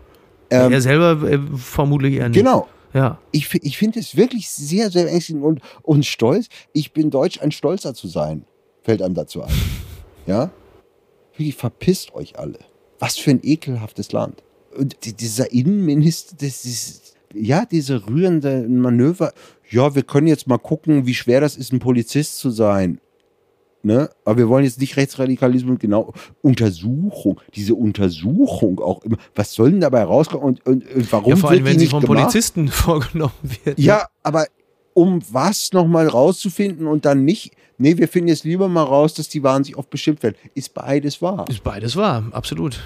Speaker 3: Ähm,
Speaker 2: er selber äh, vermutlich eher nicht.
Speaker 3: Genau.
Speaker 2: Ja.
Speaker 3: Ich, fi- ich finde es wirklich sehr, sehr ängstigend und, und stolz. Ich bin Deutsch, ein Stolzer zu sein, fällt einem dazu ein. Ja? Wirklich, verpisst euch alle. Was für ein ekelhaftes Land. Und die- dieser Innenminister, das ist, ja, diese rührenden Manöver. Ja, wir können jetzt mal gucken, wie schwer das ist, ein Polizist zu sein. Ne? Aber wir wollen jetzt nicht Rechtsradikalismus, genau. Untersuchung, diese Untersuchung auch immer. Was soll denn dabei rauskommen und, und, und warum
Speaker 2: ja, vor allem,
Speaker 3: wird die
Speaker 2: wenn sie
Speaker 3: nicht
Speaker 2: von
Speaker 3: gemacht?
Speaker 2: Polizisten vorgenommen wird.
Speaker 3: Ja, aber um was nochmal rauszufinden und dann nicht, nee, wir finden jetzt lieber mal raus, dass die Waren sich oft beschimpft werden. Ist beides wahr.
Speaker 2: Ist beides wahr, absolut.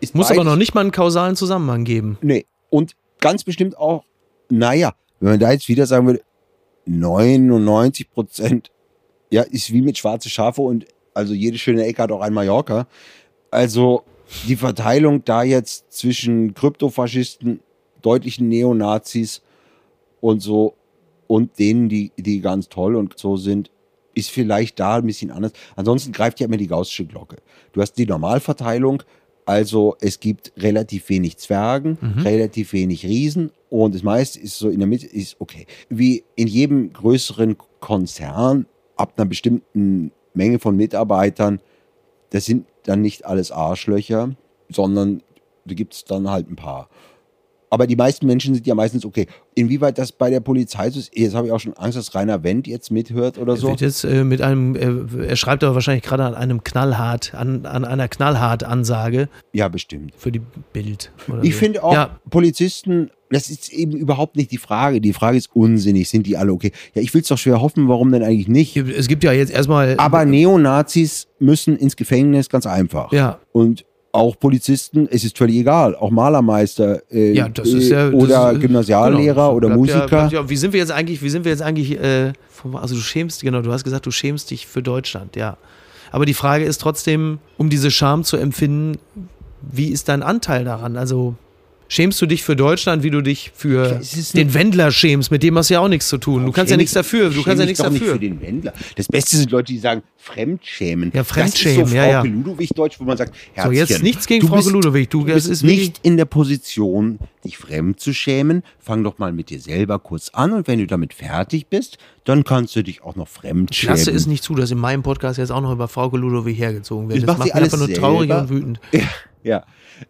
Speaker 3: Ist
Speaker 2: Muss
Speaker 3: beides,
Speaker 2: aber noch nicht mal einen kausalen Zusammenhang geben.
Speaker 3: Nee, und ganz bestimmt auch, naja, wenn man da jetzt wieder sagen würde, 99 Prozent, ja, ist wie mit schwarze Schafe und also jede schöne Ecke hat auch ein Mallorca. Also die Verteilung da jetzt zwischen Kryptofaschisten, deutlichen Neonazis und so und denen, die, die ganz toll und so sind, ist vielleicht da ein bisschen anders. Ansonsten greift ja immer die gaußsche Glocke. Du hast die Normalverteilung, also es gibt relativ wenig Zwergen, relativ wenig Riesen und das meiste ist so in der Mitte, ist okay. Wie in jedem größeren Konzern ab einer bestimmten Menge von Mitarbeitern, das sind dann nicht alles Arschlöcher, sondern da gibt es dann halt ein paar. Aber die meisten Menschen sind ja meistens okay. Inwieweit das bei der Polizei so ist, jetzt habe ich auch schon Angst, dass Rainer Wendt jetzt mithört oder
Speaker 2: Er
Speaker 3: so.
Speaker 2: wird jetzt äh, mit einem, äh, er schreibt aber wahrscheinlich gerade an einem knallhart, an, an einer knallhart Ansage
Speaker 3: Ja, bestimmt.
Speaker 2: für die Bild. Oder
Speaker 3: Ich
Speaker 2: so.
Speaker 3: finde auch,
Speaker 2: Also, Ja,
Speaker 3: Polizisten, das ist eben überhaupt nicht die Frage. Die Frage ist unsinnig, sind die alle okay? Ja, ich will es doch schwer hoffen, warum denn eigentlich nicht?
Speaker 2: es gibt ja jetzt erstmal.
Speaker 3: Aber Neonazis müssen ins Gefängnis, ganz einfach.
Speaker 2: Ja.
Speaker 3: Und auch Polizisten, es ist völlig egal, auch Malermeister äh,
Speaker 2: Ja, das ist ja.
Speaker 3: äh,
Speaker 2: das
Speaker 3: oder
Speaker 2: ist-
Speaker 3: Gymnasiallehrer
Speaker 2: genau,
Speaker 3: oder
Speaker 2: bleibt Ja,
Speaker 3: Musiker.
Speaker 2: bleibt ja, wie sind wir jetzt eigentlich, wie sind wir jetzt eigentlich, äh, vom, also du schämst, genau, du hast gesagt, du schämst dich für Deutschland, ja. Aber die Frage ist trotzdem, um diese Scham zu empfinden, wie ist dein Anteil daran? Also schämst du dich für Deutschland, wie du dich für
Speaker 3: Es ist
Speaker 2: den
Speaker 3: eine-
Speaker 2: Wendler schämst? Mit dem hast du ja auch nichts zu tun. Du kannst ja
Speaker 3: Schäm
Speaker 2: nichts
Speaker 3: ich-
Speaker 2: dafür. Du
Speaker 3: schäm
Speaker 2: kannst ja
Speaker 3: ich
Speaker 2: nichts
Speaker 3: doch
Speaker 2: dafür.
Speaker 3: Nicht für den Wendler. Das Beste sind Leute, die sagen, Fremdschämen.
Speaker 2: Ja,
Speaker 3: Das ist
Speaker 2: Fremdschämen,
Speaker 3: so
Speaker 2: ja,
Speaker 3: Frau
Speaker 2: ja.
Speaker 3: Ludowig Deutsch, wo man sagt,
Speaker 2: So,
Speaker 3: Herzchen,
Speaker 2: jetzt nichts gegen
Speaker 3: du
Speaker 2: Frau
Speaker 3: bist,
Speaker 2: Ludowig. Du,
Speaker 3: Du
Speaker 2: das
Speaker 3: bist
Speaker 2: ist wirklich-
Speaker 3: nicht in der Position, dich fremd zu schämen. Fang doch mal mit dir selber kurz an und wenn du damit fertig bist, dann kannst du dich auch noch fremd
Speaker 2: Ich
Speaker 3: schämen.
Speaker 2: lasse es nicht zu, dass in meinem Podcast jetzt auch noch über Frauke Ludowig hergezogen wird.
Speaker 3: Ich
Speaker 2: das
Speaker 3: mach sie
Speaker 2: macht mich einfach nur
Speaker 3: alles
Speaker 2: traurig
Speaker 3: selber.
Speaker 2: und wütend.
Speaker 3: Ja,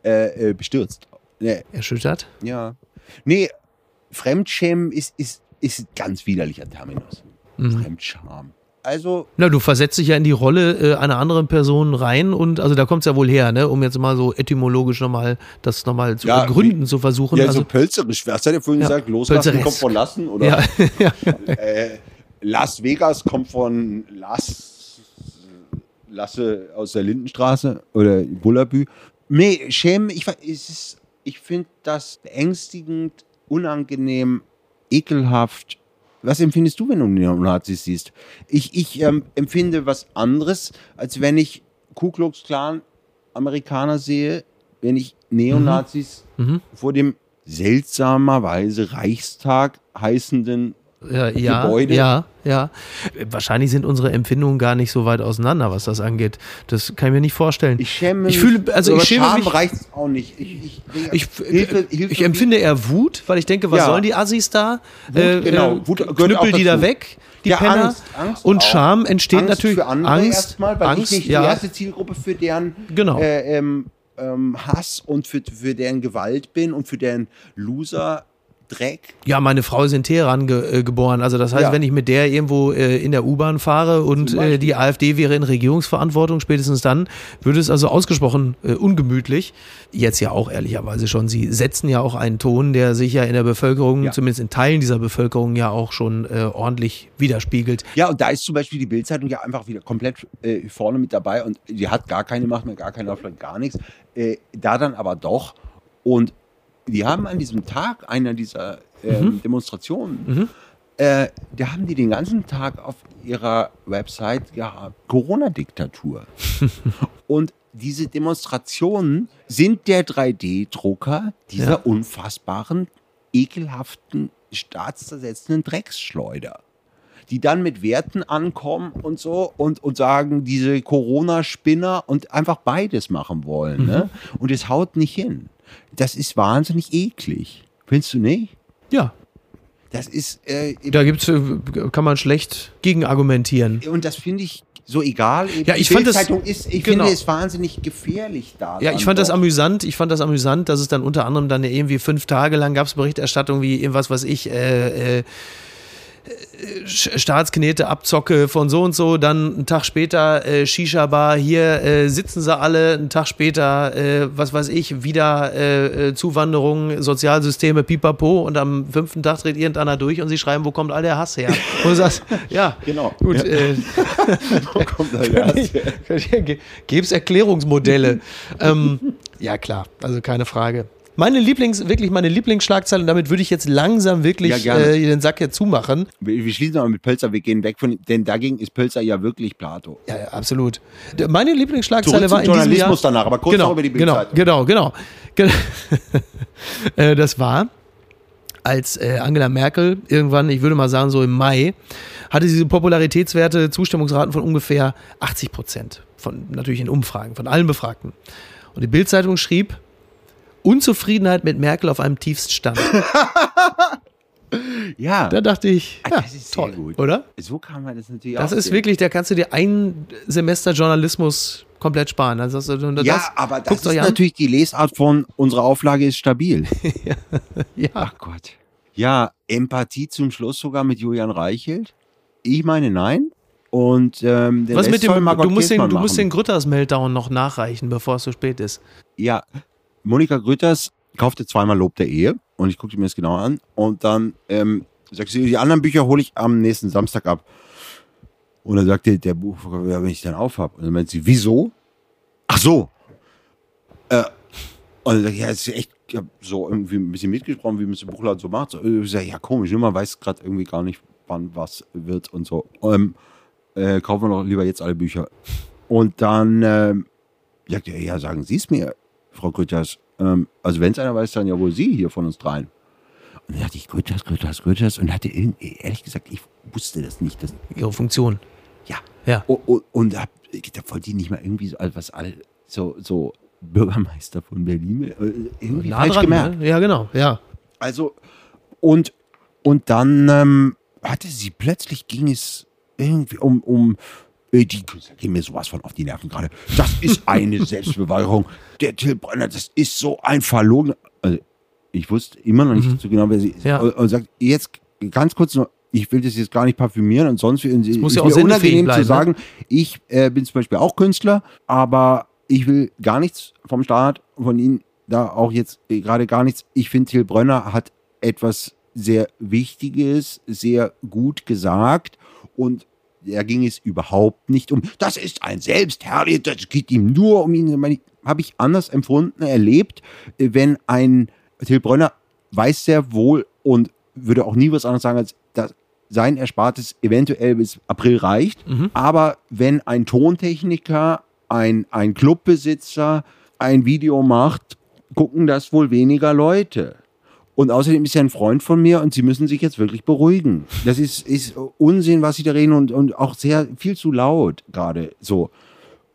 Speaker 3: äh, äh, bestürzt. Nee,
Speaker 2: Erschüttert?
Speaker 3: ja. Nee,
Speaker 2: Mhm.
Speaker 3: Fremdschämen ist, ist, ist ein ganz widerlicher Terminus. Fremdscham. Also
Speaker 2: Na, du versetzt dich ja in die Rolle äh, einer anderen Person rein und also da kommt es ja wohl her, ne? um jetzt mal so etymologisch nochmal das nochmal zu
Speaker 3: Ja,
Speaker 2: begründen, zu versuchen.
Speaker 3: Ja,
Speaker 2: also,
Speaker 3: so pölzerisch. Was hat er vorhin
Speaker 2: Ja,
Speaker 3: gesagt? Loslassen
Speaker 2: pölzeresk.
Speaker 3: kommt von lassen oder
Speaker 2: ja, ja,
Speaker 3: äh, Las Vegas kommt von Las Lasse aus der Lindenstraße oder Bullabü. Nee, Schämen, ich, weiß, es ist- ich finde das beängstigend, unangenehm, ekelhaft. Was empfindest du, wenn du Neonazis siehst? Ich, ich ähm, empfinde was anderes, als wenn ich Ku Klux Klan Amerikaner sehe, wenn ich Neonazis
Speaker 2: Mhm.
Speaker 3: vor dem seltsamerweise Reichstag heißenden
Speaker 2: ja, ja,
Speaker 3: Gebäude.
Speaker 2: ja, ja. Äh, Wahrscheinlich sind unsere Empfindungen gar nicht so weit auseinander, was das angeht. Das kann ich mir nicht vorstellen.
Speaker 3: Ich schäme mich.
Speaker 2: Ich fühle- also ich
Speaker 3: aber
Speaker 2: schäme
Speaker 3: Scham
Speaker 2: mich-
Speaker 3: reicht's auch nicht. Ich, ich,
Speaker 2: ich, äh,
Speaker 3: Hilfe- Hilfe-
Speaker 2: ich empfinde eher Wut, weil ich denke, was
Speaker 3: Ja.
Speaker 2: sollen die Assis da? Äh,
Speaker 3: Wut, genau. Wut gehört auch
Speaker 2: knüppel die da
Speaker 3: dazu.
Speaker 2: weg, die
Speaker 3: Ja,
Speaker 2: Penner.
Speaker 3: Angst, Angst
Speaker 2: und
Speaker 3: auch.
Speaker 2: Scham entsteht
Speaker 3: Angst
Speaker 2: natürlich
Speaker 3: für andere
Speaker 2: Angst,
Speaker 3: erstmal, weil
Speaker 2: Angst,
Speaker 3: ich nicht die
Speaker 2: ja,
Speaker 3: erste Zielgruppe für deren
Speaker 2: Genau.
Speaker 3: äh, ähm, ähm, Hass und für, für deren Gewalt bin und für deren Loser Dreck.
Speaker 2: ja, meine Frau ist in Teheran ge äh, geboren. Also das heißt,
Speaker 3: Ja.
Speaker 2: wenn ich mit der irgendwo äh, in der U-Bahn fahre und
Speaker 3: Zum
Speaker 2: äh,
Speaker 3: Beispiel.
Speaker 2: die AfD wäre in Regierungsverantwortung, spätestens dann würde es also ausgesprochen äh, ungemütlich. Jetzt ja auch ehrlicherweise schon. Sie setzen ja auch einen Ton, der sich ja in der Bevölkerung,
Speaker 3: Ja.
Speaker 2: zumindest in Teilen dieser Bevölkerung, ja auch schon äh, ordentlich widerspiegelt.
Speaker 3: Ja, und da ist zum Beispiel die Bildzeitung ja einfach wieder komplett äh, vorne mit dabei und die hat gar keine Macht mehr, gar keinen Aufschlag, gar nichts. Äh, da dann aber doch. Und die haben an diesem Tag einer dieser ähm, Demonstrationen, äh, da haben die den ganzen Tag auf ihrer Website gehabt, Corona-Diktatur. und diese Demonstrationen sind der 3D-Drucker dieser
Speaker 2: Ja.
Speaker 3: unfassbaren, ekelhaften, staatszersetzenden Drecksschleuder die dann mit Werten ankommen und so und, und sagen, diese Corona-Spinner und einfach beides machen wollen. Ne?
Speaker 2: Mhm.
Speaker 3: Und es haut nicht hin. Das ist wahnsinnig eklig. Findest du nicht?
Speaker 2: Ja,
Speaker 3: Das ist, äh,
Speaker 2: Da gibt's, äh, kann man schlecht gegen argumentieren.
Speaker 3: und das finde ich so egal. Eben.
Speaker 2: Ja, ich
Speaker 3: Die
Speaker 2: fand das-
Speaker 3: Bildzeitung ist, ich
Speaker 2: genau.
Speaker 3: finde es wahnsinnig gefährlich da.
Speaker 2: Ja,
Speaker 3: dann
Speaker 2: ich fand das
Speaker 3: doch.
Speaker 2: amüsant. Ich fand das amüsant, dass es dann unter anderem dann irgendwie fünf Tage lang gab's Berichterstattung wie irgendwas, was ich, äh, äh, äh, Sch- Staatsknete abzocke von so und so, dann einen Tag später äh, Shisha-Bar, hier äh, sitzen sie alle, einen Tag später, äh, was weiß ich, wieder äh, äh, Zuwanderung, Sozialsysteme, pipapo und am fünften Tag dreht irgendeiner durch und sie schreiben, wo kommt all der Hass her? Und du sagst, ja,
Speaker 3: Genau.
Speaker 2: gut,
Speaker 3: Ja.
Speaker 2: äh,
Speaker 3: Kommt da der Hass her.
Speaker 2: Gäbe es Erklärungsmodelle. ähm, ja, klar, also keine Frage. Meine Lieblings, wirklich meine Lieblingsschlagzeile, und damit würde ich jetzt langsam
Speaker 3: Ja,
Speaker 2: wirklich
Speaker 3: gerne.
Speaker 2: äh, den Sack hier zumachen.
Speaker 3: wir, wir schließen aber mit Pölzer, wir gehen weg von, denn dagegen ist Pölzer ja wirklich Plato.
Speaker 2: Ja, ja, absolut. D- Meine
Speaker 3: Zurück
Speaker 2: Lieblingsschlagzeile
Speaker 3: zum
Speaker 2: war in diesem Jahr.
Speaker 3: Journalismus danach, aber kurz noch über die
Speaker 2: genau, genau,
Speaker 3: Bildzeitung.
Speaker 2: genau, Ge- äh, das war, als äh, Angela Merkel irgendwann, ich würde mal sagen so im Mai, hatte sie so Popularitätswerte, Zustimmungsraten von ungefähr 80 Prozent. Von, natürlich in Umfragen, von allen Befragten. Und die Bildzeitung schrieb, Unzufriedenheit mit Merkel auf einem Tiefststand.
Speaker 3: Ja,
Speaker 2: Da dachte ich,
Speaker 3: Ah,
Speaker 2: ja,
Speaker 3: das ist sehr
Speaker 2: toll,
Speaker 3: gut.
Speaker 2: oder?
Speaker 3: so kann man das natürlich
Speaker 2: Das
Speaker 3: auch
Speaker 2: ist
Speaker 3: sehen.
Speaker 2: wirklich, da kannst du dir ein Semester Journalismus komplett sparen. Also das, das,
Speaker 3: Ja, aber das
Speaker 2: guckt's
Speaker 3: ist
Speaker 2: euch an.
Speaker 3: natürlich die Lesart von unserer Auflage ist stabil.
Speaker 2: Ja.
Speaker 3: Ach Gott. Ja, Empathie zum Schluss sogar mit Julian Reichelt. Ich meine nein. Und ähm, der
Speaker 2: Was mit
Speaker 3: soll
Speaker 2: dem,
Speaker 3: Margot
Speaker 2: du musst den,
Speaker 3: Kirschmann
Speaker 2: du musst den
Speaker 3: machen.
Speaker 2: Grütters-Meltdown noch nachreichen, bevor es zu spät ist.
Speaker 3: Ja, Monika Grütters kaufte zweimal Lob der Ehe und ich guckte mir das genau an und dann ähm, sagte sie, die anderen Bücher hole ich am nächsten Samstag ab. Und dann sagte der Buchverkäufer, ja, wenn ich dann auf habe. Und dann meinte sie, wieso? Ach so. Äh, und dann sagte ich, ja, das ist echt ich hab so irgendwie ein bisschen mitgesprochen, wie man es im Buchladen so macht. So, äh, ich sag, ja, komisch, ne? man weiß gerade irgendwie gar nicht, wann was wird und so. Ähm, äh, kaufen wir doch lieber jetzt alle Bücher. Und dann ähm, sagt er, ja, sagen Sie es mir, Frau Grütters. Ähm, also wenn es einer weiß, dann ja wohl Sie hier von uns dreien. Und dann dachte ich, Grütters, Grütters, Grütters. Und hatte irgend- ehrlich gesagt, ich wusste das nicht. Das,
Speaker 2: Ihre Funktion.
Speaker 3: ja.
Speaker 2: Ja.
Speaker 3: Und, und, und hab, da wollte ich nicht mal irgendwie so, also was all, so, so Bürgermeister von Berlin. äh, Irgendwie falsch gemerkt.
Speaker 2: ne? Ja, genau. Ja.
Speaker 3: Also, und, und dann ähm, hatte sie plötzlich, ging es irgendwie um, um äh, die Künstler gehen mir sowas von auf die Nerven gerade. Das ist eine Selbstbeweigerung. Der Till Brenner, das ist so ein verlogener. Also, ich wusste immer noch nicht so genau, wer sie ist.
Speaker 2: Ja.
Speaker 3: Und, und sagt, jetzt ganz kurz nur, ich will das jetzt gar nicht parfümieren und sonst es
Speaker 2: muss
Speaker 3: ist
Speaker 2: ja auch
Speaker 3: mir
Speaker 2: sinnfähig
Speaker 3: unangenehm
Speaker 2: bleiben,
Speaker 3: zu
Speaker 2: ne?
Speaker 3: sagen, ich äh, bin zum Beispiel auch Künstler, aber ich will gar nichts vom Staat, von Ihnen da auch jetzt äh, gerade gar nichts. Ich finde, Till Brönner hat etwas sehr Wichtiges, sehr gut gesagt und da ging es überhaupt nicht um, das ist ein Selbstherrlicher, das geht ihm nur um ihn. Ich meine, Habe ich anders empfunden, erlebt, äh, wenn ein Till Brönner weiß sehr wohl und würde auch nie was anderes sagen, als dass sein Erspartes eventuell bis April reicht. Aber wenn ein Tontechniker, ein, ein Clubbesitzer ein Video macht, gucken das wohl weniger Leute. Und außerdem ist er ein Freund von mir und sie müssen sich jetzt wirklich beruhigen. Das ist, ist Unsinn, was sie da reden und, und auch sehr viel zu laut gerade so.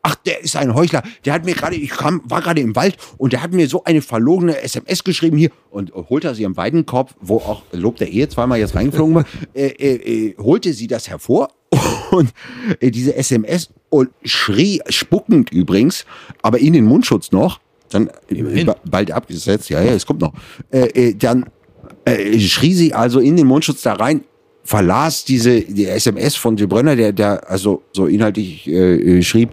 Speaker 3: Ach, der ist ein Heuchler. Der hat mir gerade, ich kam, war gerade im Wald und der hat mir so eine verlogene SMS geschrieben hier und holte sie am Weidenkorb, wo auch äh, Lob der Ehe eh zweimal jetzt reingeflogen war, äh, äh, äh, holte sie das hervor und äh, diese SMS und schrie, spuckend übrigens, aber in den Mundschutz noch, dann äh, ba- bald abgesetzt, ja, ja, es kommt noch, äh, äh, dann äh, schrie sie also in den Mundschutz da rein, verlas diese die SMS von Till Brönner, der, der also so inhaltlich äh, äh, schrieb,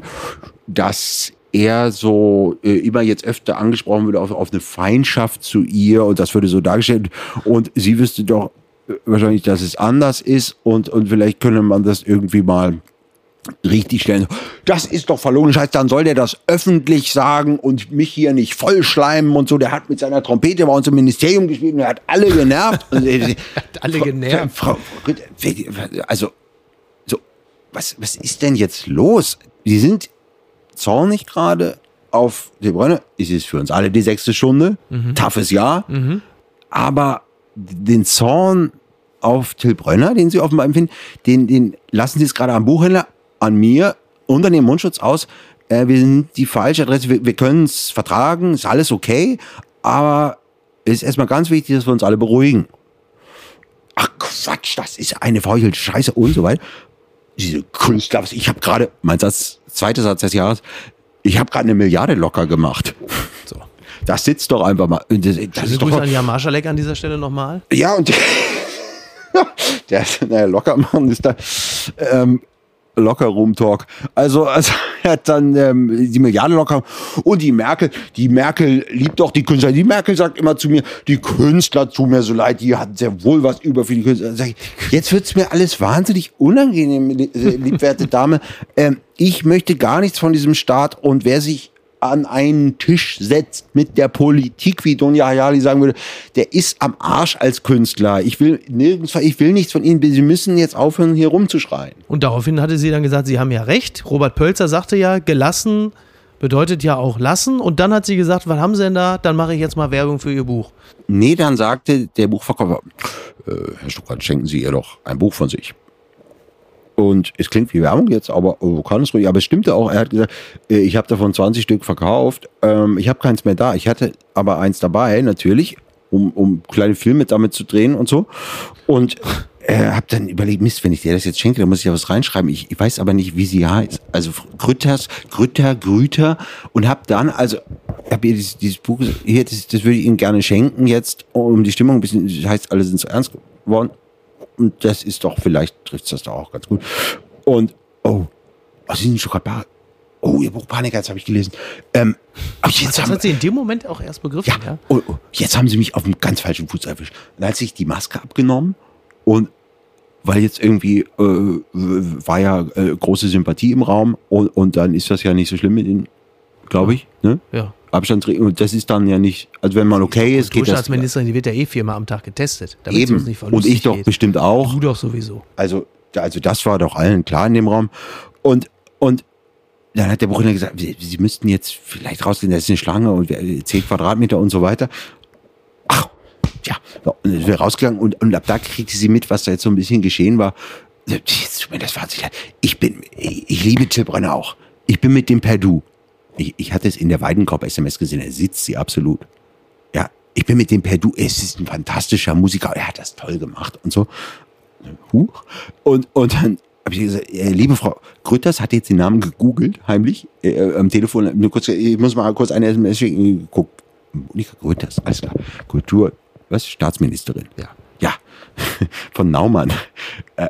Speaker 3: dass er so äh, immer jetzt öfter angesprochen würde auf, auf eine Feindschaft zu ihr und das würde so dargestellt und sie wüsste doch äh, wahrscheinlich, dass es anders ist und, und vielleicht könne man das irgendwie mal richtig stellen. Das ist doch verlogen Scheiß, dann soll der das öffentlich sagen und mich hier nicht vollschleimen und so. Der hat mit seiner Trompete bei uns im Ministerium gespielt und er hat alle genervt. hat
Speaker 2: alle genervt.
Speaker 3: Frau, Frau, also, so, was, was ist denn jetzt los? Sie sind zornig gerade auf die Brönne. Es ist für uns alle die sechste Stunde.
Speaker 2: Mhm.
Speaker 3: Toughes Jahr. Aber den Zorn auf Till Brönner, den sie offenbar empfinden, den, den lassen sie jetzt gerade am Buchhändler, an mir und an dem Mundschutz aus. Äh, wir sind die falsche Adresse, wir, wir können es vertragen, ist alles okay, aber es ist erstmal ganz wichtig, dass wir uns alle beruhigen. Ach Quatsch, das ist eine verheuchelte Scheiße und so weiter. Diese Künstler, was- ich habe gerade, mein Satz, zweiter Satz des Jahres, ich habe gerade eine Milliarde locker gemacht.
Speaker 2: So.
Speaker 3: Das sitzt doch einfach mal. Das, das
Speaker 2: Schöne
Speaker 3: ist doch
Speaker 2: Grüße an Jan Marschalek an dieser Stelle nochmal.
Speaker 3: ja, und der ist, naja, locker machen ist da ähm, locker Room-Talk. Also, also er hat dann ähm, die Milliarde locker und die Merkel, die Merkel liebt doch die Künstler. Die Merkel sagt immer zu mir, die Künstler tun mir so leid, die hatten sehr wohl was über für die Künstler. Dann Sag ich, jetzt wird's mir alles wahnsinnig unangenehm, li- äh, liebwerte Dame. Ähm, ich möchte gar nichts von diesem Staat und wer sich an einen Tisch setzt mit der Politik, wie Donja Hayali sagen würde, der ist am Arsch als Künstler. Ich will nirgends, ich will nichts von ihnen. Sie müssen jetzt aufhören, hier rumzuschreien.
Speaker 2: Und daraufhin hatte sie dann gesagt, sie haben ja recht. Robert Pölzer sagte ja, gelassen bedeutet ja auch lassen. Und dann hat sie gesagt, was haben sie denn da? Dann mache ich jetzt mal Werbung für ihr Buch.
Speaker 3: Nee, dann sagte der Buchverkäufer, äh, Herr Stuckert, schenken Sie ihr doch ein Buch von sich. Und es klingt wie Werbung jetzt, aber oh, kann es ruhig. Aber es stimmte auch. Er hat gesagt, äh, ich habe davon 20 Stück verkauft. Ähm, ich habe keins mehr da. Ich hatte aber eins dabei, natürlich, um, um kleine Filme damit zu drehen und so. Und äh, habe dann überlegt, Mist, wenn ich dir das jetzt schenke, dann muss ich ja was reinschreiben. Ich, ich weiß aber nicht, wie sie heißt. Also Grütters, Grütter, Grüter. Und habe dann, also, habe ihr dieses, dieses Buch, gesagt, hier, das, das würde ich Ihnen gerne schenken jetzt, um die Stimmung ein bisschen, das heißt, alle sind so ernst geworden. Und das ist doch, vielleicht trifft das doch auch ganz gut. Und, oh, oh Sie sind schon gerade da. Oh, Ihr Buch Panikherz habe ich gelesen. Ähm, aber jetzt
Speaker 2: Das
Speaker 3: haben,
Speaker 2: hat sie in dem Moment auch erst begriffen.
Speaker 3: ja,
Speaker 2: Ja.
Speaker 3: oh, oh, jetzt haben Sie mich auf dem ganz falschen Fuß erwischt. Dann hat sich die Maske abgenommen und weil jetzt irgendwie äh, w- war ja äh, große Sympathie im Raum und, und dann ist das ja nicht so schlimm mit Ihnen, glaube ich. Ne?
Speaker 2: ja.
Speaker 3: Abstandsregelung, und das ist dann ja nicht, also wenn man okay ist, geht das
Speaker 2: Durchschnittsministerin, die wird ja eh viermal am Tag getestet. Damit sie
Speaker 3: eben.
Speaker 2: uns nicht vor
Speaker 3: Und ich
Speaker 2: lustig
Speaker 3: doch
Speaker 2: geht.
Speaker 3: bestimmt auch.
Speaker 2: Du doch sowieso.
Speaker 3: Also, da- also das war doch allen klar in dem Raum. Und, und dann hat der Buchhändler gesagt, Sie, Sie müssten jetzt vielleicht rausgehen, da ist eine Schlange und wir- 10 Quadratmeter und so weiter. Ach, ja, ja, und dann sind wir rausgegangen und, und ab da kriegte sie mit, was da jetzt so ein bisschen geschehen war. Jetzt tut mir das wahnsinnig leid. Ich bin, ich, ich liebe Till Brenner auch. Ich bin mit dem Perdu. Ich, ich hatte es in der Weidenkorb-SMS gesehen, er sitzt sie absolut. Ja, ich bin mit dem Perdu, es ist ein fantastischer Musiker, er hat das toll gemacht und so. Huch. Und, und dann habe ich gesagt, äh, liebe Frau Grütters hat jetzt den Namen gegoogelt, heimlich, äh, am Telefon. Nur kurz, ich muss mal kurz eine SMS schicken. Geguckt. Monika Grütters, alles klar. Kultur, was? Staatsministerin. Ja. Ja. von Naumann. Äh,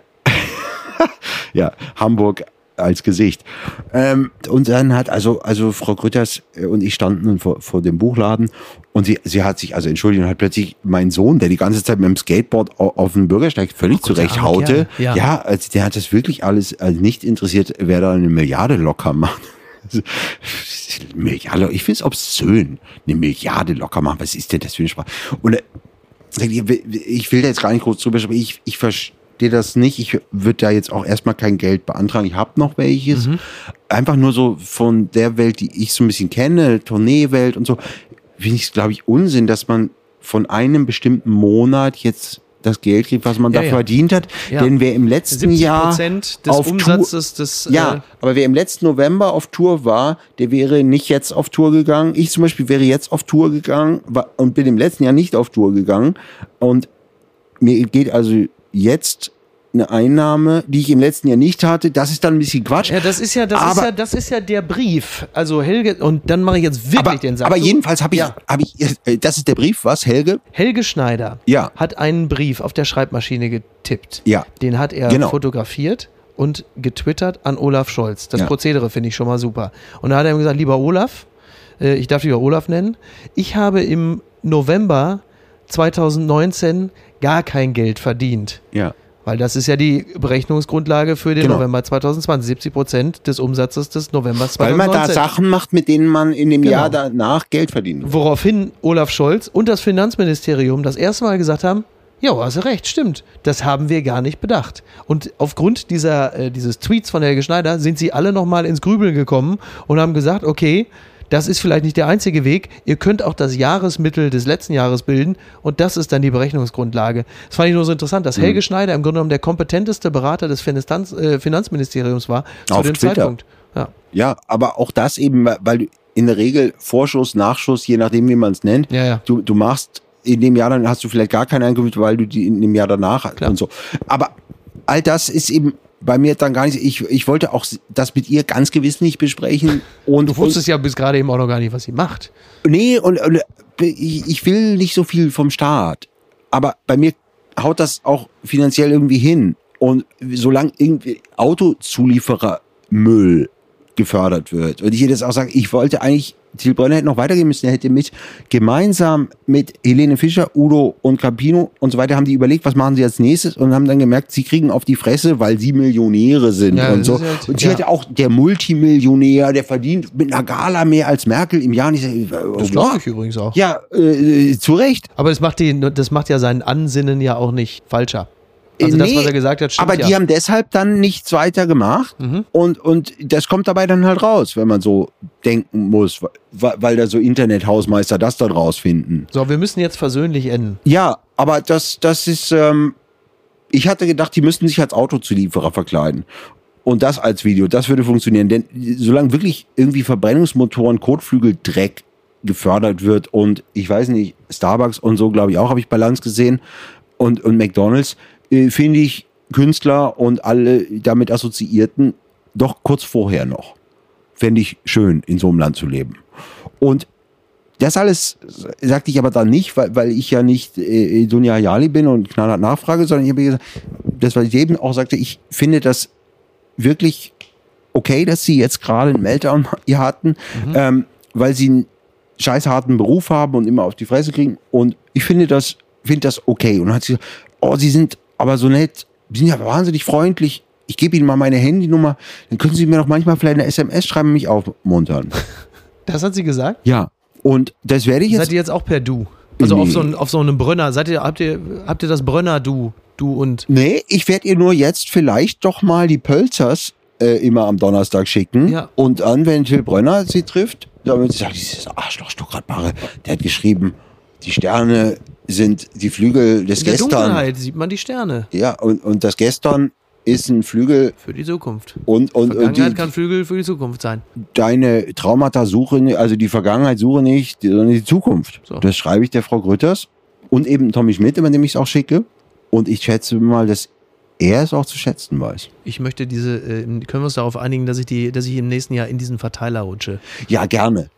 Speaker 3: ja, Hamburg als Gesicht. Ähm, und dann hat also, also Frau Grütters und ich standen nun vor, vor dem Buchladen und sie, sie hat sich also entschuldigt und hat plötzlich meinen Sohn, der die ganze Zeit mit dem Skateboard au- auf den Bürgersteig völlig
Speaker 2: Gott, der
Speaker 3: zurecht
Speaker 2: arme
Speaker 3: haute.
Speaker 2: Kerl, ja.
Speaker 3: ja, also der hat das wirklich alles also nicht interessiert, wer da eine Milliarde locker macht. Also, Milliarde, ich finde es obszön, eine Milliarde locker machen. Was ist denn das für eine Sprache? Und äh, Sag ich, ich will da jetzt gar nicht groß drüber sprechen. Ich, ich verstehe das nicht. Ich würde da jetzt auch erstmal kein Geld beantragen. Ich habe noch welches.
Speaker 2: Mhm.
Speaker 3: Einfach nur so von der Welt, die ich so ein bisschen kenne, Tourneewelt und so, finde ich es, glaube ich, Unsinn, dass man von einem bestimmten Monat jetzt das Geld kriegt, was man
Speaker 2: Ja,
Speaker 3: da
Speaker 2: ja.
Speaker 3: verdient hat.
Speaker 2: Ja.
Speaker 3: Denn wer im letzten
Speaker 2: 70
Speaker 3: Jahr
Speaker 2: Prozent des
Speaker 3: auf Tour-
Speaker 2: Umsatzes des. äh,
Speaker 3: ja, aber wer im letzten November auf Tour war, der wäre nicht jetzt auf Tour gegangen. Ich zum Beispiel wäre jetzt auf Tour gegangen wa- und bin im letzten Jahr nicht auf Tour gegangen. Und mir geht also jetzt eine Einnahme, die ich im letzten Jahr nicht hatte. Das ist dann ein bisschen Quatsch.
Speaker 2: Äh, ja, das ist ja, das ist
Speaker 3: Aber-
Speaker 2: ja, das ist ja der Brief. Also Helge, und dann mache ich jetzt wirklich
Speaker 3: aber,
Speaker 2: den Satz.
Speaker 3: aber
Speaker 2: zu.
Speaker 3: jedenfalls habe ich, hab ich, äh, das ist der Brief, was, Helge?
Speaker 2: Helge Schneider
Speaker 3: Ja.
Speaker 2: hat einen Brief auf der Schreibmaschine getippt.
Speaker 3: Ja.
Speaker 2: Den hat er
Speaker 3: Genau.
Speaker 2: fotografiert und getwittert an Olaf Scholz. Das
Speaker 3: Ja.
Speaker 2: Prozedere finde ich schon mal super. Und da hat er ihm gesagt, lieber Olaf, äh, ich darf dich ja Olaf nennen, ich habe im November 2019 gar kein Geld verdient.
Speaker 3: Ja.
Speaker 2: Weil das ist ja die Berechnungsgrundlage für den
Speaker 3: Genau.
Speaker 2: November 2020. 70 Prozent des Umsatzes des November 2019.
Speaker 3: Weil man da Sachen macht, mit denen man in dem
Speaker 2: Genau.
Speaker 3: Jahr danach Geld verdienen will.
Speaker 2: Woraufhin Olaf Scholz und das Finanzministerium das erste Mal gesagt haben, ja, hast du recht, stimmt. Das haben wir gar nicht bedacht. Und aufgrund dieser, äh, dieses Tweets von Helge Schneider sind sie alle nochmal ins Grübeln gekommen und haben gesagt, okay, das ist vielleicht nicht der einzige Weg. Ihr könnt auch das Jahresmittel des letzten Jahres bilden und das ist dann die Berechnungsgrundlage. Das fand ich nur so interessant,
Speaker 3: Mhm.
Speaker 2: dass Helge Schneider im Grunde genommen der kompetenteste Berater des Finanz äh, Finanzministeriums war zu
Speaker 3: Auf
Speaker 2: dem
Speaker 3: Twitter.
Speaker 2: Zeitpunkt. Ja.
Speaker 3: Ja, aber auch das eben, weil- weil du in der Regel Vorschuss, Nachschuss, je nachdem, wie man es nennt,
Speaker 2: Ja, ja.
Speaker 3: Du, du machst in dem Jahr, dann hast du vielleicht gar keine Einkünfte, weil du die in dem Jahr danach
Speaker 2: Klar.
Speaker 3: und so. Aber all das ist eben bei mir dann gar nicht, ich, ich wollte auch das mit ihr ganz gewiss nicht besprechen. Und,
Speaker 2: Du wusstest ja bis gerade eben auch noch gar nicht, was sie macht.
Speaker 3: und, nee, und, und ich, ich will nicht so viel vom Staat. Aber bei mir haut das auch finanziell irgendwie hin. Und solange irgendwie Autozulieferermüll gefördert wird. Und ich jetzt auch sage, ich wollte eigentlich, Till Brönner hätte noch weitergehen müssen, er hätte mich gemeinsam mit Helene Fischer, Udo und Campino und so weiter, haben die überlegt, was machen sie als nächstes und haben dann gemerkt, sie kriegen auf die Fresse, weil sie Millionäre sind
Speaker 2: Ja,
Speaker 3: und
Speaker 2: das
Speaker 3: so.
Speaker 2: ist halt-
Speaker 3: und sie
Speaker 2: ja.
Speaker 3: hätte auch der Multimillionär, der verdient mit einer Gala mehr als Merkel im Jahr nicht. Das
Speaker 2: übrigens auch.
Speaker 3: äh, Ja, äh, zu Recht.
Speaker 2: Aber das macht, die, das macht ja seinen Ansinnen ja auch nicht falscher. Also
Speaker 3: Äh,
Speaker 2: das,
Speaker 3: nee,
Speaker 2: was er gesagt hat, stimmt
Speaker 3: aber
Speaker 2: ja. Mhm.
Speaker 3: die haben deshalb dann nichts weiter gemacht und, und das kommt dabei dann halt raus, wenn man so denken muss, weil, weil da so Internethausmeister das dann rausfinden.
Speaker 2: so, wir müssen jetzt versöhnlich enden.
Speaker 3: Ja, aber das, das ist, ähm, ich hatte gedacht, die müssten sich als Autozulieferer verkleiden. Und das als Video, das würde funktionieren. Denn solange wirklich irgendwie Verbrennungsmotoren, Kotflügeldreck gefördert wird und ich weiß nicht, Starbucks und so, glaube ich auch, habe ich Balance gesehen und, und McDonalds, äh, finde ich Künstler und alle damit Assoziierten doch kurz vorher noch. Fände ich schön, in so einem Land zu leben. Und das alles sagte ich aber dann nicht, weil, weil ich ja nicht äh, Dunja Jali bin und knallhart nachfrage, sondern ich habe gesagt, das, was ich eben auch sagte, ich finde das wirklich okay, dass sie jetzt gerade einen Meltdown hier hatten, ähm, weil sie einen scheiß harten Beruf haben und immer auf die Fresse kriegen. Und ich finde das, finde das okay. Und dann hat sie gesagt, oh, sie sind aber so nett, sie sind ja wahnsinnig freundlich. Ich gebe Ihnen mal meine Handynummer, dann können Sie mir doch manchmal vielleicht eine SMS schreiben und mich aufmuntern.
Speaker 2: Das hat sie gesagt?
Speaker 3: Ja. Und das werde ich jetzt
Speaker 2: Seid ihr jetzt auch per Du? Also auf
Speaker 3: Nee.
Speaker 2: so, einem- auf so einem Brönner, seid ihr, habt ihr, habt ihr das Brönner-Du? Du und.
Speaker 3: Nee, ich werde ihr nur jetzt vielleicht doch mal die Pölzers äh, immer am Donnerstag schicken.
Speaker 2: Ja.
Speaker 3: Und dann, wenn Till Brönner sie trifft, dann wird sie sagen, dieses Arschloch Stuttgart-Barre, der hat geschrieben, die Sterne sind die Flügel des
Speaker 2: In der
Speaker 3: Gestern.
Speaker 2: Dunkelheit sieht man die Sterne
Speaker 3: Ja, und, und das Gestern ist ein Flügel
Speaker 2: für die Zukunft.
Speaker 3: und, und, und
Speaker 2: Vergangenheit
Speaker 3: Äh, die,
Speaker 2: kann Flügel für die Zukunft sein.
Speaker 3: deine Traumata suche, ni- also die Vergangenheit suche nicht, die- sondern die Zukunft.
Speaker 2: So.
Speaker 3: Das schreibe ich der Frau Grütters und eben Tommy Schmidt, an dem ich es auch schicke. Und ich schätze mal, dass er es auch zu schätzen weiß.
Speaker 2: Ich möchte diese, äh, können wir uns darauf einigen, dass ich die, dass ich im nächsten Jahr in diesen Verteiler rutsche.
Speaker 3: Ja, gerne.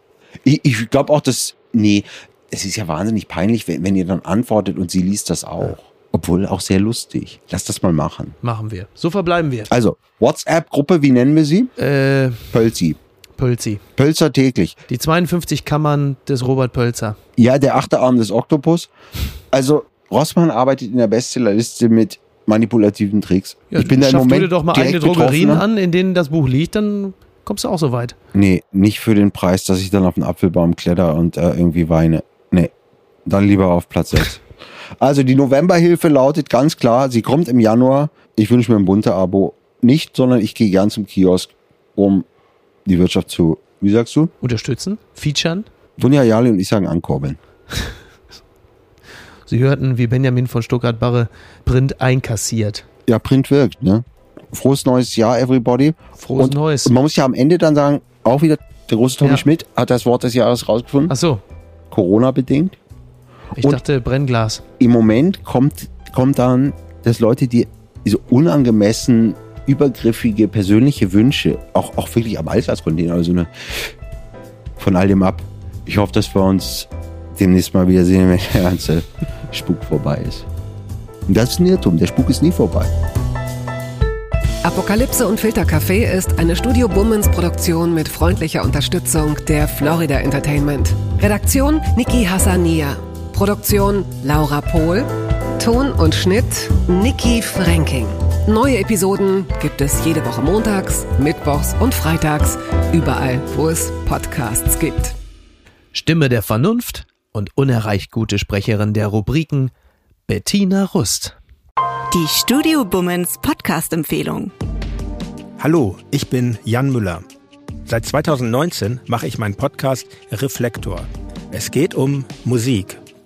Speaker 3: Ich, ich glaube auch, dass. Nee, es ist ja wahnsinnig peinlich, wenn, wenn ihr dann antwortet und sie liest das auch. Obwohl auch sehr lustig. Lass das mal machen.
Speaker 2: Machen wir. So verbleiben wir.
Speaker 3: Also, WhatsApp-Gruppe, wie nennen wir sie?
Speaker 2: Äh,
Speaker 3: Pölzi.
Speaker 2: Pölzi.
Speaker 3: Pölzer täglich.
Speaker 2: Die 52 Kammern des Robert Pölzer.
Speaker 3: Ja, der achte Arm des Oktopus. Also, Rossmann arbeitet in der Bestsellerliste mit manipulativen Tricks.
Speaker 2: Ja,
Speaker 3: ich bin da im
Speaker 2: schaff
Speaker 3: Moment
Speaker 2: du dir doch mal
Speaker 3: direkt ne?
Speaker 2: eigene Drogerien
Speaker 3: betroffener.
Speaker 2: an, in denen das Buch liegt, dann kommst du auch so weit.
Speaker 3: Nee, nicht für den Preis, dass ich dann auf den Apfelbaum kletter und äh, irgendwie weine. Nee, dann lieber auf Platz 6. Also die Novemberhilfe lautet ganz klar, sie kommt im Januar. Ich wünsche mir ein bunter Abo. Nicht, sondern ich gehe gern zum Kiosk, um die Wirtschaft zu, wie sagst du?
Speaker 2: Unterstützen, featuren.
Speaker 3: Dunja Jali und ich sagen ankurbeln.
Speaker 2: Sie hörten, wie Benjamin von Stuttgart-Barre Print einkassiert.
Speaker 3: Ja, Print wirkt, ne? Frohes neues Jahr, everybody.
Speaker 2: Frohes
Speaker 3: und,
Speaker 2: Neues.
Speaker 3: Und man muss ja am Ende dann sagen, auch wieder der große Tommy
Speaker 2: Ja.
Speaker 3: Schmidt hat das Wort des Jahres rausgefunden,
Speaker 2: Ach so,
Speaker 3: Corona-bedingt.
Speaker 2: ich
Speaker 3: Und-
Speaker 2: dachte Brennglas.
Speaker 3: im Moment kommt, kommt dann, dass Leute, die diese unangemessen übergriffige persönliche Wünsche, auch, auch wirklich am Alltagskontinent, also ne, von all dem ab. Ich hoffe, dass wir uns demnächst mal wiedersehen, wenn der ganze Spuk vorbei ist. Und das ist ein Irrtum, der Spuk ist nie vorbei.
Speaker 1: Apokalypse und Filtercafé ist eine Studio Bummens Produktion mit freundlicher Unterstützung der Florida Entertainment. Redaktion Niki Hassania. Produktion Laura Pohl. Ton und Schnitt Niki Fränking. Neue Episoden gibt es jede Woche montags, mittwochs und freitags überall, wo es Podcasts gibt.
Speaker 2: Stimme der Vernunft und unerreicht gute Sprecherin der Rubriken Bettina Rust.
Speaker 5: Die Studio Bummens Podcast-Empfehlung.
Speaker 6: Hallo, ich bin Jan Müller. Seit 2019 mache ich meinen Podcast Reflektor. Es geht um Musik